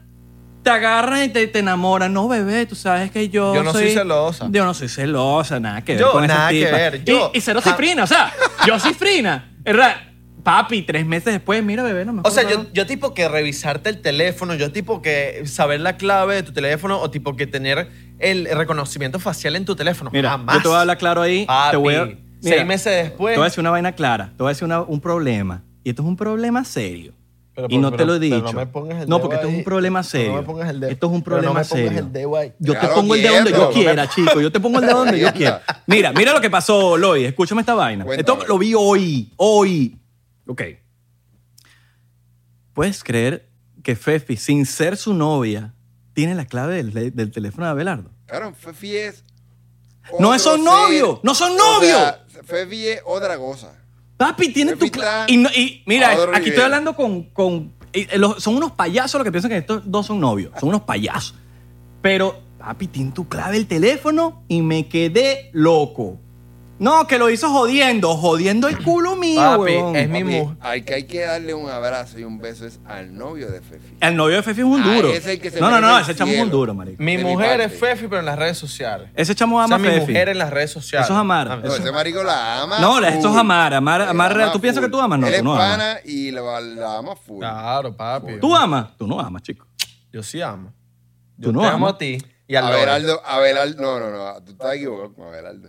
Speaker 4: te agarran y te, te enamoran. No, bebé, tú sabes que yo.
Speaker 3: Yo no soy celosa.
Speaker 4: Yo no soy celosa, nada que ver.
Speaker 3: Yo,
Speaker 4: con esas
Speaker 3: nada que
Speaker 4: tipas.
Speaker 3: ver,
Speaker 4: Y-
Speaker 3: yo-
Speaker 4: y, cero
Speaker 3: ja-
Speaker 4: cifrina, o sea, yo cifrina. Es ra- Papi, tres meses después, mira, bebé, no me
Speaker 3: O sea,
Speaker 4: acuerdo
Speaker 3: yo, yo tipo que revisarte el teléfono, yo tipo que saber la clave de tu teléfono o tipo que tener el reconocimiento facial en tu teléfono.
Speaker 4: Mira,
Speaker 3: Jamás.
Speaker 4: yo te voy a hablar claro ahí.
Speaker 3: Papi,
Speaker 4: te voy a- mira,
Speaker 3: seis meses
Speaker 4: Te
Speaker 3: después.
Speaker 4: voy a decir una vaina clara. Te voy a decir una- un problema. Y esto es un problema serio.
Speaker 3: Pero,
Speaker 4: y no
Speaker 3: pero,
Speaker 4: te lo he
Speaker 3: pero
Speaker 4: dicho.
Speaker 3: no me pongas el
Speaker 4: No,
Speaker 3: dedo
Speaker 4: porque esto es
Speaker 3: ahí.
Speaker 4: un problema
Speaker 3: No
Speaker 4: serio.
Speaker 3: me pongas el dedo.
Speaker 4: Esto es un
Speaker 3: Pero no
Speaker 4: problema
Speaker 3: me pongas
Speaker 4: serio.
Speaker 3: el dedo ahí.
Speaker 4: Yo te
Speaker 5: Claro,
Speaker 4: pongo el dedo donde
Speaker 5: quieto,
Speaker 4: yo
Speaker 5: no me
Speaker 4: quiera, chico. Yo te pongo el dedo donde yo quiera. Mira, mira lo que pasó, Loy. Escúchame esta vaina.
Speaker 5: Cuéntame.
Speaker 4: Esto lo vi hoy. Hoy. Ok. ¿Puedes creer que Fefi, sin ser su novia, tiene la clave del, del teléfono de Abelardo?
Speaker 5: Claro, Fefi es.
Speaker 4: No
Speaker 5: otro
Speaker 4: son
Speaker 5: ser.
Speaker 4: novios, no son
Speaker 5: O sea, Fefi es otra cosa.
Speaker 4: Papi, tiene tu
Speaker 5: Fefi
Speaker 4: cla-
Speaker 5: está
Speaker 4: y, no- y mira,
Speaker 5: a otro
Speaker 4: aquí
Speaker 5: nivel.
Speaker 4: estoy hablando con. con- y- eh, los- son unos payasos los que piensan que estos dos son novios. Son unos payasos. Pero, papi, tiene tu clave el teléfono y me quedé loco. No, que lo hizo jodiendo, jodiendo el culo mío,
Speaker 3: Papi,
Speaker 4: huevón.
Speaker 3: es mi
Speaker 5: Papi,
Speaker 3: mujer.
Speaker 5: Al que hay que darle un abrazo y un beso es al novio de Fefi.
Speaker 4: El novio de Fefi es un
Speaker 5: Ah,
Speaker 4: duro.
Speaker 5: ese es el que se
Speaker 4: no, no,
Speaker 5: merece
Speaker 4: no,
Speaker 5: el
Speaker 4: ese chamo es un
Speaker 5: cielo.
Speaker 4: duro, marico.
Speaker 3: Mi
Speaker 5: de mi
Speaker 3: mujer
Speaker 5: parte.
Speaker 3: es Fefi, pero en las redes sociales.
Speaker 4: Ese chamo
Speaker 3: Mm. o
Speaker 4: ama
Speaker 3: sea,
Speaker 4: a
Speaker 3: mi
Speaker 4: Fefi.
Speaker 3: mujer en las redes sociales.
Speaker 4: Eso es amar.
Speaker 3: Ah, no,
Speaker 5: No,
Speaker 4: Eso-
Speaker 5: ese marico la ama.
Speaker 4: No, la-
Speaker 5: full.
Speaker 4: esto es amar, amar-
Speaker 5: La
Speaker 4: amar real. ¿Tú
Speaker 5: full.
Speaker 4: piensas que tú amas? No,
Speaker 5: Él
Speaker 4: tú no
Speaker 5: es
Speaker 4: amas.
Speaker 5: pana y la, la ama full.
Speaker 3: Claro, papi.
Speaker 4: ¿Tú amas? Tú no amas, chico.
Speaker 3: Yo sí amo.
Speaker 4: Tú
Speaker 3: Yo
Speaker 4: no
Speaker 3: te amo
Speaker 4: amas.
Speaker 3: a ti y al Lore.
Speaker 5: Abelardo, Abelardo, no, no, no, tú estás equivocado con Abelardo.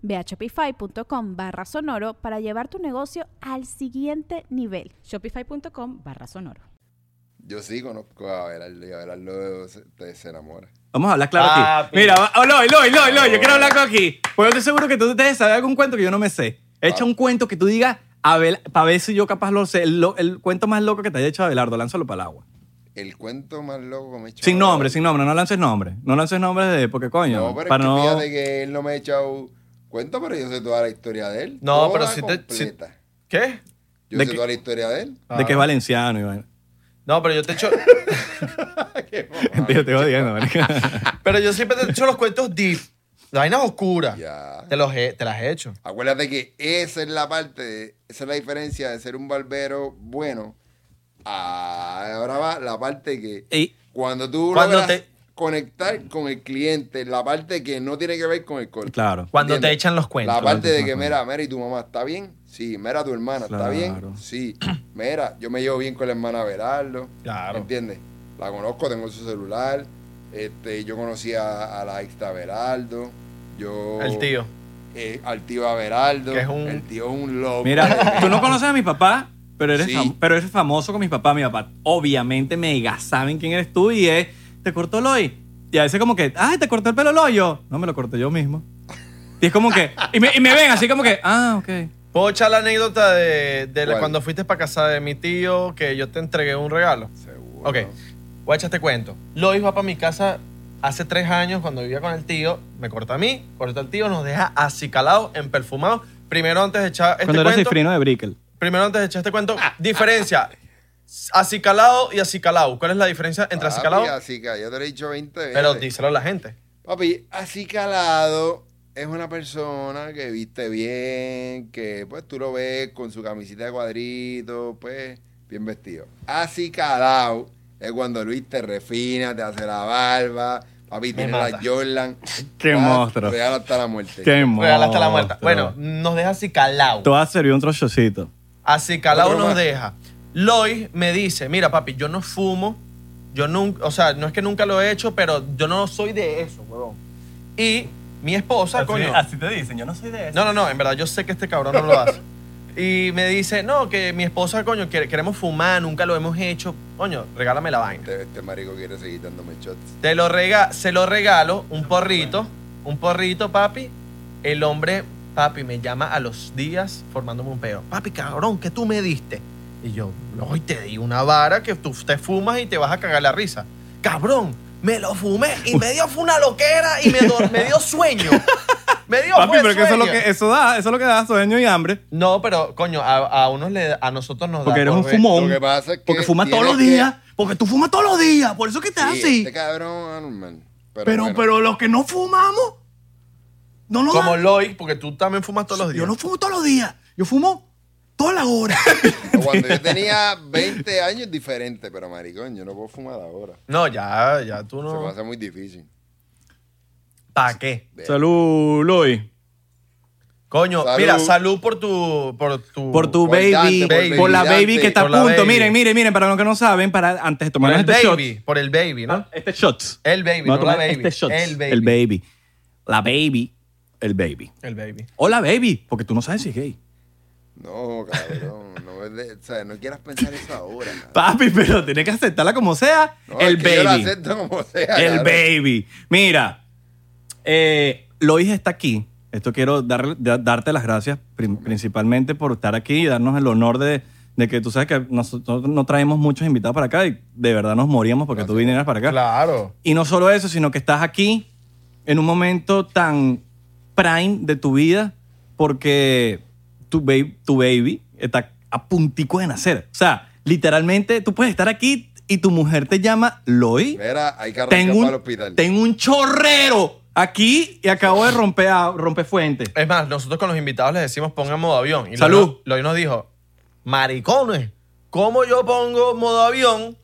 Speaker 1: Ve a shopify.com barra sonoro para llevar tu negocio al siguiente nivel.
Speaker 2: Shopify.com barra sonoro.
Speaker 5: Yo sí conozco a Abelardo y Abelardo se, te- se enamora.
Speaker 4: Vamos a hablar claro aquí.
Speaker 3: Papi.
Speaker 4: Mira, va- oh, Loy, Loy, Loy, Loy, yo quiero hablar claro aquí. Pues yo estoy seguro que tú te sabes algún cuento que yo no me sé. Echa un cuento que tú digas, Abel, para ver si yo capaz lo sé. El, lo- el cuento más loco que te haya hecho Abelardo, lánzalo para el agua.
Speaker 5: El cuento más loco que me he echado.
Speaker 4: Sin nombre, sin nombre, no lances nombre. No lances nombre de, porque coño,
Speaker 5: No, pero
Speaker 4: para
Speaker 5: es que
Speaker 4: no...
Speaker 5: fíjate que él no me ha echado cuento, pero yo sé toda la historia de él.
Speaker 3: No,
Speaker 5: toda
Speaker 3: pero si te- si-
Speaker 5: completa.
Speaker 3: ¿Qué?
Speaker 5: Yo
Speaker 4: de
Speaker 5: sé
Speaker 4: que-
Speaker 5: toda la historia de él.
Speaker 4: De que es valenciano, Iván.
Speaker 3: No, pero yo te echo.
Speaker 4: Yo te jodiendo, marica.
Speaker 3: pero yo siempre te he hecho los cuentos deep. La vaina oscura.
Speaker 5: Ya.
Speaker 3: Te, los he- te las he hecho.
Speaker 5: Acuérdate que esa es la parte, de- esa es la diferencia de ser un barbero bueno. a- ahora va la parte que
Speaker 4: Y-
Speaker 5: cuando tú
Speaker 3: Cuando
Speaker 5: logras
Speaker 3: te-
Speaker 5: conectar con el cliente, la parte que no tiene que ver con el corte.
Speaker 4: Claro.
Speaker 3: Cuando
Speaker 5: ¿Entiendes?
Speaker 3: te echan los cuentos.
Speaker 5: La parte de
Speaker 4: Ah,
Speaker 5: que,
Speaker 4: coño.
Speaker 5: mira, mira, ¿y tu mamá está bien? Sí, mira, ¿tu hermana está
Speaker 4: Claro.
Speaker 5: bien? Sí, mira, yo me llevo bien con la hermana Veraldo.
Speaker 3: Claro.
Speaker 5: ¿Entiendes? la conozco, tengo su celular. Este, yo conocí a, a la ex Beraldo. Yo,
Speaker 3: El tío.
Speaker 5: eh, al tío Averaldo.
Speaker 3: Que es un-
Speaker 5: El tío es un loco.
Speaker 4: Mira, tú no conoces a mi papá, pero eres,
Speaker 5: Sí.
Speaker 4: fam- pero eres famoso con mi papá. Mi papá, obviamente, mega saben quién eres tú y es, te cortó el hoy. Y a veces como que, ay, te cortó el pelo el hoyo. No, me lo corté yo mismo. Y es como que, y me, y me ven así como que, ah, ok.
Speaker 3: ¿Puedo echar la anécdota de, de la-
Speaker 5: ¿Cuál?
Speaker 3: cuando fuiste para casa de mi tío que yo te entregué un regalo?
Speaker 5: Seguro.
Speaker 3: Ok, voy a echar este cuento. Lois va para mi casa hace tres años cuando vivía con el tío. Me corta a mí, corta al tío, nos deja acicalados, emperfumados. Primero antes de echar este
Speaker 4: Cuando eres
Speaker 3: cuento.
Speaker 4: cifrino de Brickell.
Speaker 3: Primero antes de echar este cuento. diferencia. Acicalado y acicalado. ¿Cuál es la diferencia entre
Speaker 5: Papi,
Speaker 3: acicalado?
Speaker 5: Así que yo te lo he dicho 20 veces.
Speaker 3: Pero díselo a la gente.
Speaker 5: Papi, así calado es una persona que viste bien, que pues tú lo ves con su camisita de cuadrito, pues bien vestido. Así calado es cuando Luis te refina, te hace la barba, papi tiene la
Speaker 3: mata.
Speaker 5: Jordan.
Speaker 4: Qué
Speaker 5: Ah,
Speaker 4: monstruo.
Speaker 5: Real hasta la muerte.
Speaker 4: Qué
Speaker 3: Real hasta la muerte.
Speaker 4: monstruo.
Speaker 3: Bueno, nos deja acicalado.
Speaker 4: Tú has servido un trochocito.
Speaker 3: Así Calao
Speaker 5: Otro
Speaker 3: nos
Speaker 5: más.
Speaker 3: deja. Lois me dice, mira papi, yo no fumo, yo nunca, o sea, no es que nunca lo he hecho, pero yo no soy de eso, huevón. Y mi esposa, coño.
Speaker 4: Ah, te dicen, yo no soy de
Speaker 3: No, no, no, en verdad yo sé que este cabrón no lo hace. Y me dice, no, que mi esposa, coño, que- queremos fumar, nunca lo hemos hecho. Coño, regálame la vaina.
Speaker 5: Este, este marico quiere seguir dándome shots.
Speaker 3: Te lo rega se lo regalo, un porrito, un porrito, papi. El hombre, papi, me llama a los días formándome un peo. Papi, cabrón, ¿qué tú me diste? Y yo, no, y te di una vara que tú te fumas y te vas a cagar la risa. Cabrón, me lo fumé y me dio fue una loquera y me, do- me dio sueño. Me dio
Speaker 4: Papi,
Speaker 3: fue
Speaker 4: pero que eso es lo
Speaker 3: sueño.
Speaker 4: que, eso da, eso es lo que da sueño y hambre.
Speaker 3: No, pero coño, a, a unos le, a nosotros nos
Speaker 4: Porque
Speaker 3: da
Speaker 4: eres
Speaker 3: por
Speaker 4: un
Speaker 3: ver-
Speaker 4: fumón.
Speaker 5: Lo que pasa es que
Speaker 4: porque fumas todos
Speaker 5: tienes
Speaker 4: los
Speaker 5: que-
Speaker 4: días. Porque tú fumas todos los días. Por eso es que estás
Speaker 5: Sí,
Speaker 4: así.
Speaker 5: Este cabrón, man. Pero,
Speaker 4: pero,
Speaker 5: bueno,
Speaker 4: pero los que no fumamos, no nos
Speaker 3: Como
Speaker 4: da-
Speaker 3: Lois, porque tú también fumas todos los días.
Speaker 4: Yo no fumo todos los días. Yo fumo todas las horas.
Speaker 5: Cuando yo tenía 20 años diferente, pero maricón, yo no puedo fumar ahora.
Speaker 3: No, ya, ya tú
Speaker 5: Se me
Speaker 3: no.
Speaker 5: hace muy difícil.
Speaker 3: ¿Para qué?
Speaker 4: Salud, Lois.
Speaker 3: Coño,
Speaker 5: Salud.
Speaker 3: mira, salud por tu. Por tu.
Speaker 4: Por tu
Speaker 5: Por
Speaker 4: baby,
Speaker 5: Dante,
Speaker 4: por,
Speaker 5: por baby
Speaker 4: la
Speaker 5: Dante.
Speaker 4: baby que está a
Speaker 3: Por la
Speaker 4: punto.
Speaker 3: baby.
Speaker 4: Miren, miren, miren, para los que no saben, para antes de
Speaker 3: Por
Speaker 4: tomarnos
Speaker 3: el
Speaker 4: este
Speaker 3: baby.
Speaker 4: shot.
Speaker 3: Por el baby, ¿no?
Speaker 4: Este shot.
Speaker 3: El baby,
Speaker 4: Vamos a
Speaker 3: no la
Speaker 4: tomar
Speaker 3: baby.
Speaker 4: Este shot.
Speaker 3: El baby.
Speaker 4: el baby. La baby. El baby.
Speaker 3: El baby.
Speaker 4: Hola, baby. Porque tú no sabes si es gay.
Speaker 5: No, cabrón. No, es de- o sea, no quieras pensar eso ahora.
Speaker 4: Papi, pero tienes que aceptarla como sea.
Speaker 5: No,
Speaker 4: el
Speaker 5: es que
Speaker 4: baby.
Speaker 5: Yo lo acepto como sea.
Speaker 4: El
Speaker 5: cabrón.
Speaker 4: baby. Mira, eh, Lois está aquí. Esto quiero dar- da- darte las gracias prim- principalmente por estar aquí y darnos el honor de, de que tú sabes que nosotros no traemos muchos invitados para acá y de verdad nos moríamos porque tú vinieras para acá.
Speaker 3: Claro.
Speaker 4: Y no solo eso, sino que estás aquí en un momento tan prime de tu vida porque tu, ba- tu baby está a puntico de nacer. O sea, literalmente tú puedes estar aquí y tu mujer te llama Lois
Speaker 5: Mira, hay que arrancar
Speaker 4: tengo
Speaker 5: para el
Speaker 4: un,
Speaker 5: hospital.
Speaker 4: tengo un chorrero aquí y acabo de romper, a- romper fuente.
Speaker 3: Es más, nosotros con los invitados les decimos pongan modo avión. Y Lois-
Speaker 4: Salud.
Speaker 3: Lois nos dijo, maricones, ¿cómo yo pongo modo avión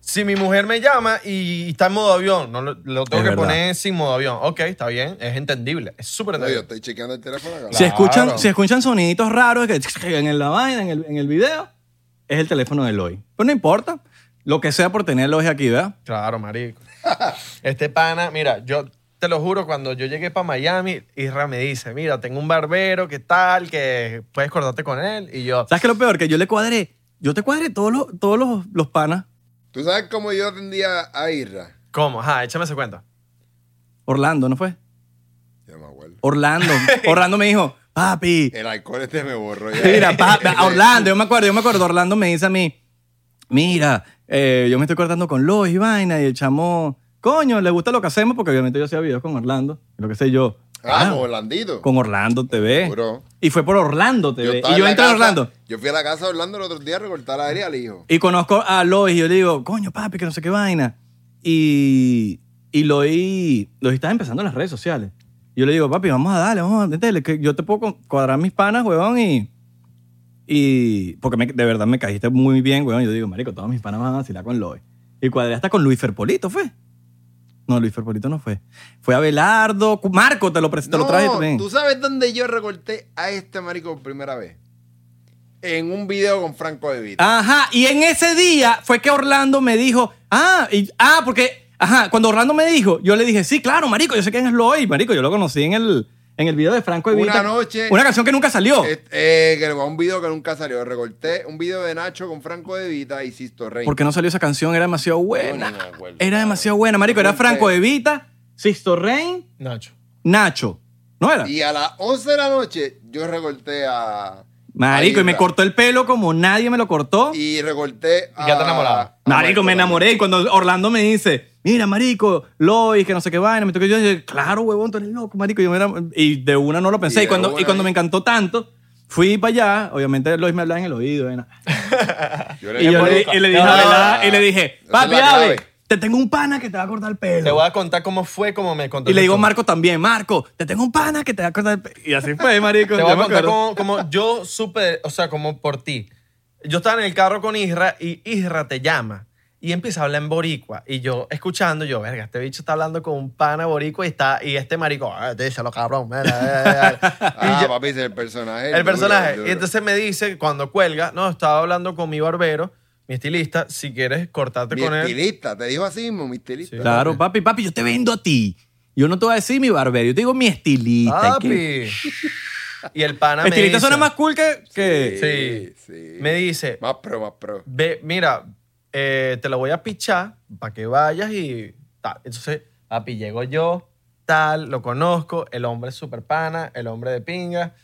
Speaker 3: si mi mujer me llama y está en modo avión? No lo, lo tengo que
Speaker 4: Es verdad.
Speaker 3: poner sin modo avión. Ok, está bien, es entendible, es súper
Speaker 5: No, yo
Speaker 3: entendible.
Speaker 5: estoy chequeando el teléfono. cabrón.
Speaker 4: Si, escuchan,
Speaker 3: Claro.
Speaker 4: si escuchan soniditos raros que en el- la vaina, en el, en el video, es el teléfono de Eloy. Pero no importa. Lo que sea por tener Eloy aquí, ¿verdad?
Speaker 3: Claro, marico. Este pana, mira, yo te lo juro, cuando yo llegué para Miami, Isra me dice, mira, tengo un barbero, ¿qué tal? Que puedes cortarte con él. Y yo,
Speaker 4: ¿Sabes qué es lo peor? Que yo le cuadré. Yo te cuadré todos los, todos los, los panas.
Speaker 5: ¿Tú sabes cómo yo atendía a Irra?
Speaker 3: ¿cómo? Ajá, échame ese cuento.
Speaker 4: Orlando, ¿no fue?
Speaker 5: Yo me acuerdo.
Speaker 4: Orlando. Orlando me dijo, papi,
Speaker 5: El alcohol este me borró. ya.
Speaker 4: Mira, pa- a Orlando, yo me acuerdo, yo me acuerdo, Orlando me dice a mí, mira, eh, yo me estoy cortando con Lois y vaina, y el chamo, coño, le gusta lo que hacemos, porque obviamente yo hacía videos con Orlando, lo que sé yo.
Speaker 5: Vamos,
Speaker 4: Ah,
Speaker 5: Orlandito.
Speaker 4: con Orlando TV.
Speaker 5: Seguro.
Speaker 4: Y fue por Orlando TV.
Speaker 5: estaba
Speaker 4: y yo
Speaker 5: la
Speaker 4: entré a
Speaker 5: casa-
Speaker 4: Orlando.
Speaker 5: Yo fui a la casa de Orlando el otro día a recortar la aire al hijo.
Speaker 4: Y conozco a Lois y yo le digo, coño, papi, que no sé qué vaina. Y, y Lois, Lois estaba empezando en las redes sociales. Yo le digo, papi, vamos a darle, vamos a meterle, que yo te puedo co- cuadrar mis panas, huevón, y... y porque me- de verdad me caíste muy bien, huevón. Yo digo, marico, todos mis panas van a vacilar con Lois. Y cuadré hasta con Luis Ferpolito, ¿fue? No, Luis Ferpolito no fue. Fue Abelardo, Cu- Marco, te lo, pre- te lo traje también.
Speaker 5: ¿Tú sabes dónde yo recorté a este marico por primera vez? en un video con Franco De Vita.
Speaker 4: Ajá, y en ese día fue que Orlando me dijo, ah, y- ah, porque, ajá, cuando Orlando me dijo, yo le dije, sí, claro, marico, yo sé quién es Loy, marico, yo lo conocí en el, en el video de Franco
Speaker 5: Una
Speaker 4: Evita.
Speaker 5: noche-
Speaker 4: Una canción que nunca salió.
Speaker 5: Eh, eh, que le va un video que nunca salió. Recorté un video de Nacho con Franco De Vita y Sisto Rey.
Speaker 4: Porque no salió esa canción, era demasiado buena.
Speaker 5: Coño, me acuerdo.
Speaker 4: Era demasiado buena, marico, era
Speaker 5: Recorté.
Speaker 4: Franco Evita, Sisto Rein,
Speaker 3: Nacho.
Speaker 4: Nacho. ¿No era?
Speaker 5: Y a las 11 de la noche yo recorté a.
Speaker 4: Marico,
Speaker 5: a
Speaker 4: y me
Speaker 5: Ibra.
Speaker 4: cortó el pelo como nadie me lo cortó.
Speaker 5: Y recorté a.
Speaker 3: ya te enamoraba.
Speaker 5: a
Speaker 4: Marico,
Speaker 5: Marco
Speaker 4: me
Speaker 5: también.
Speaker 4: enamoré. Y cuando Orlando me dice, mira, Marico, Lois, que no sé qué vaina, me toqué yo, dije, claro, huevón, tú eres loco, Marico. Yo me enam- y de una no lo pensé.
Speaker 5: Y
Speaker 4: Y,
Speaker 5: de
Speaker 4: cuando, y
Speaker 5: una,
Speaker 4: cuando
Speaker 5: ¿eh?
Speaker 4: me encantó tanto, fui para allá. Obviamente, Lois me hablaba en el oído. vaina.
Speaker 5: Yo
Speaker 4: Y, yo le,
Speaker 3: Marico,
Speaker 4: y le
Speaker 3: te
Speaker 4: dije,
Speaker 3: voy a-
Speaker 4: "Abelá", y le dije,
Speaker 5: Esa es
Speaker 4: papi,
Speaker 5: la clave.
Speaker 4: Abe, te tengo un pana que te va a cortar el
Speaker 3: Te
Speaker 4: pelo.
Speaker 3: voy a contar cómo fue, cómo me contaste.
Speaker 4: y le digo a
Speaker 3: tú.
Speaker 4: Marco también, Marco, te tengo un pana que te va a cortar el pelo. Y así fue, Marico.
Speaker 3: Te voy
Speaker 4: yo
Speaker 3: a
Speaker 4: me
Speaker 3: contar
Speaker 4: acuerdo.
Speaker 3: cómo, cómo yo supe, o sea, como por ti. Yo estaba en el carro con Isra y Isra te llama y empieza a hablar en boricua. Y yo, escuchando, yo, verga, este bicho está hablando con un pana boricua y está, y este marico, ah, díselo, cabrón. mira, eh, eh, eh". Y
Speaker 5: Ah,
Speaker 3: yo-
Speaker 5: papi, ese es el personaje.
Speaker 3: el
Speaker 5: duro,
Speaker 3: personaje.
Speaker 5: duro.
Speaker 3: Y entonces me dice, cuando cuelga, no, estaba hablando con mi barbero, mi estilista, si quieres cortarte
Speaker 5: Mi
Speaker 3: con él.
Speaker 5: estilista, te dijo así mismo, mi estilista.
Speaker 4: Claro, papi, papi, yo te vendo a ti. Yo no te voy a decir mi barbero, yo te digo mi estilista. ¿y qué?
Speaker 3: Papi. Ah, Y el pana me
Speaker 4: Estilista
Speaker 3: dice-
Speaker 4: suena más cool que. que-
Speaker 3: Sí,
Speaker 5: sí.
Speaker 3: Me dice,
Speaker 5: Más pro, más pro.
Speaker 3: ve, mira, eh, te lo voy a pichar para que vayas y tal. Entonces, papi, llego yo, tal, lo conozco, el hombre es super pana, el hombre de pinga,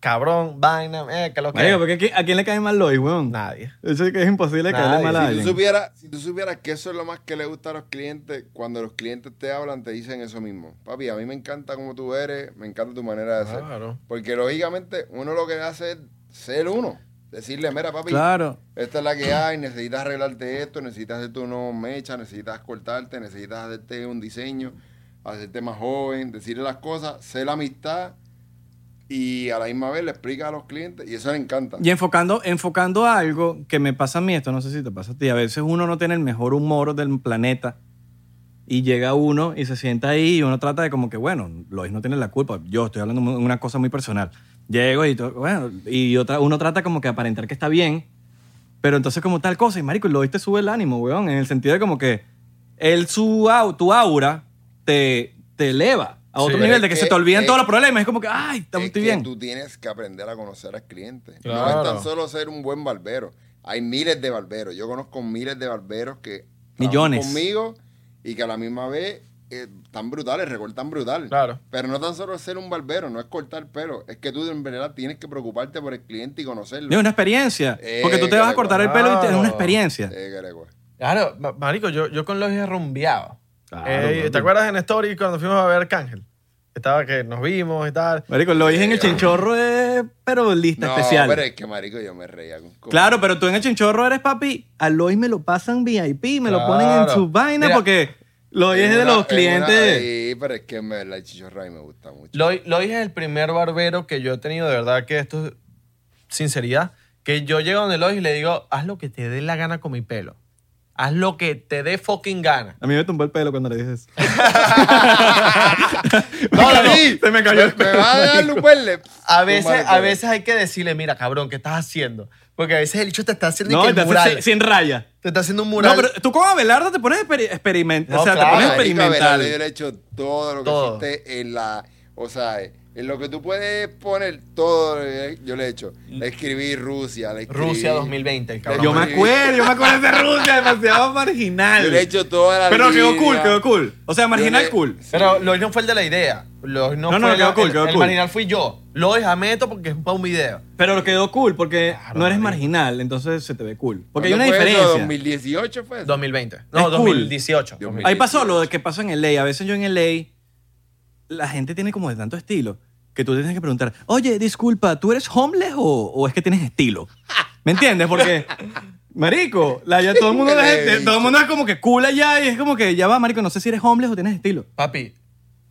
Speaker 3: cabrón, vaina, eh, que lo que
Speaker 4: Marico, porque aquí- ¿a quién le cae mal Lois, weón?
Speaker 3: Nadie.
Speaker 4: Eso es que es imposible
Speaker 3: Nadie.
Speaker 4: caerle mal a
Speaker 5: Si tú,
Speaker 4: alguien.
Speaker 5: supieras, si tú supieras que eso es lo más que le gusta a los clientes, cuando los clientes te hablan, te dicen eso mismo. Papi, a mí me encanta cómo tú eres, me encanta tu manera de ser.
Speaker 3: Claro.
Speaker 5: Porque lógicamente uno lo que hace es ser uno. Decirle, mira, papi,
Speaker 4: Claro.
Speaker 5: esta es la que hay, necesitas arreglarte esto, necesitas hacerte unos mecha, necesitas cortarte, necesitas hacerte un diseño, hacerte más joven, decirle las cosas, ser la amistad y a la misma vez le explica a los clientes y eso le encanta.
Speaker 4: Y enfocando, enfocando algo que me pasa a mí, esto no sé si te pasa a ti, a veces uno no tiene el mejor humor del planeta y llega uno y se sienta ahí y uno trata de como que, bueno, Lois no tiene la culpa, yo estoy hablando de una cosa muy personal. Llego y, to- bueno, y otra, uno trata como que aparentar que está bien, pero entonces como tal cosa, y marico, Lois te sube el ánimo, weón, en el sentido de como que él, su, au- tu aura te, te eleva a otro
Speaker 3: Sí.
Speaker 4: nivel, de que,
Speaker 5: Es
Speaker 4: se te
Speaker 5: que-
Speaker 4: olviden
Speaker 5: es-
Speaker 4: todos los problemas, es como que, ay,
Speaker 5: Es
Speaker 4: estoy
Speaker 5: que
Speaker 4: bien.
Speaker 5: Tú tienes que aprender a conocer al cliente. No
Speaker 3: Claro.
Speaker 5: es tan solo ser un buen barbero. Hay miles de barberos. Yo conozco miles de barberos que trabajan
Speaker 4: Millones.
Speaker 5: conmigo y que a la misma vez eh, están brutales, recortan brutal.
Speaker 3: Claro.
Speaker 5: Pero no tan solo ser un barbero, no es cortar pelo. Es que tú en verdad tienes que preocuparte por el cliente y conocerlo.
Speaker 4: Es una experiencia.
Speaker 5: Eh,
Speaker 4: Porque tú te vas a
Speaker 5: claro.
Speaker 4: cortar el pelo y te- es una experiencia.
Speaker 5: Eh, Gregorio.
Speaker 3: Claro, ma- marico, yo, yo con los he rumbeado.
Speaker 4: Claro,
Speaker 3: Eh,
Speaker 4: papi.
Speaker 3: ¿Te acuerdas en Story cuando fuimos a ver Cángel? Estaba que nos vimos y tal.
Speaker 4: Marico, lo dije en el chinchorro, es, pero lista
Speaker 5: eh, no,
Speaker 4: especial.
Speaker 5: pero es que, marico, yo me reía con con-
Speaker 4: Claro, pero tú en el chinchorro eres papi. A Lois me lo pasan VIP, me lo ponen en
Speaker 3: Claro.
Speaker 4: sus vainas
Speaker 3: Mira,
Speaker 4: porque Lois es
Speaker 5: en
Speaker 4: de
Speaker 5: una-
Speaker 4: los
Speaker 5: en una-
Speaker 4: clientes.
Speaker 5: Sí, pero es que en verdad el chichorra a mí me gusta mucho.
Speaker 3: Lois Lois es el primer barbero que yo he tenido, de verdad que esto es sinceridad, que yo llego donde Lois y le digo, haz lo que te dé la gana con mi pelo. Haz lo que te dé fucking gana.
Speaker 4: A mí me tumbó el pelo cuando le dices.
Speaker 5: ¡No, la vi!
Speaker 4: Se me cayó el
Speaker 5: Me
Speaker 4: pelo,
Speaker 5: va a dar
Speaker 4: marico.
Speaker 5: un perle.
Speaker 3: A veces, a
Speaker 4: eh.
Speaker 5: Tumbar el
Speaker 3: veces hay que decirle, mira, cabrón, ¿qué estás haciendo? Porque a veces el bicho te está haciendo y
Speaker 4: No,
Speaker 3: que
Speaker 4: y te
Speaker 3: el
Speaker 4: hace
Speaker 3: mural.
Speaker 4: sin- sin raya.
Speaker 3: Te está haciendo un mural.
Speaker 4: No, pero tú con Abelardo te pones exper- experiment-
Speaker 3: No,
Speaker 4: o sea,
Speaker 3: claro,
Speaker 4: te pones
Speaker 5: Marico, a
Speaker 4: experimental.
Speaker 5: ver, yo le he hecho todo lo que
Speaker 3: Todo.
Speaker 5: existe en la. O sea, en lo que tú puedes poner todo. eh, Yo le he hecho.
Speaker 4: Mm.
Speaker 5: Le escribí Rusia. Le escribí,
Speaker 3: Rusia 2020, el cabrón.
Speaker 4: Yo me
Speaker 5: Sí.
Speaker 4: acuerdo, yo me acuerdo de Rusia, demasiado marginal.
Speaker 5: Yo le he hecho toda la.
Speaker 4: Pero quedó
Speaker 5: línea.
Speaker 4: cool, quedó cool. O sea, marginal
Speaker 5: Yo le-
Speaker 4: cool.
Speaker 3: Pero Lois no fue el de la idea. Lois no,
Speaker 4: No, no,
Speaker 3: fue
Speaker 4: quedó
Speaker 3: la-
Speaker 4: cool,
Speaker 3: el,
Speaker 4: quedó
Speaker 3: el
Speaker 4: cool.
Speaker 3: marginal fui yo. Lois ameto porque es para un video.
Speaker 4: Pero quedó cool porque
Speaker 3: Claro,
Speaker 4: no eres
Speaker 3: marico.
Speaker 4: marginal, entonces se te ve cool. Porque hay
Speaker 5: ¿Cuándo
Speaker 4: una
Speaker 5: fue eso?
Speaker 4: diferencia.
Speaker 5: 2018 fue. eso?
Speaker 3: 2020. No,
Speaker 4: cool.
Speaker 3: 2018.
Speaker 5: Dios mío.
Speaker 3: 2018.
Speaker 4: Ahí pasó lo de que pasó en LA. A veces yo en LA, la gente tiene como de tanto estilo que tú tienes que preguntar, oye, disculpa, ¿tú eres homeless o, o es que tienes estilo? ¿Me entiendes? Porque, marico, la- ya todo el mundo, la gente- todo el mundo es como que cool allá y es como que ya va, marico, no sé si eres homeless o tienes estilo.
Speaker 3: Papi,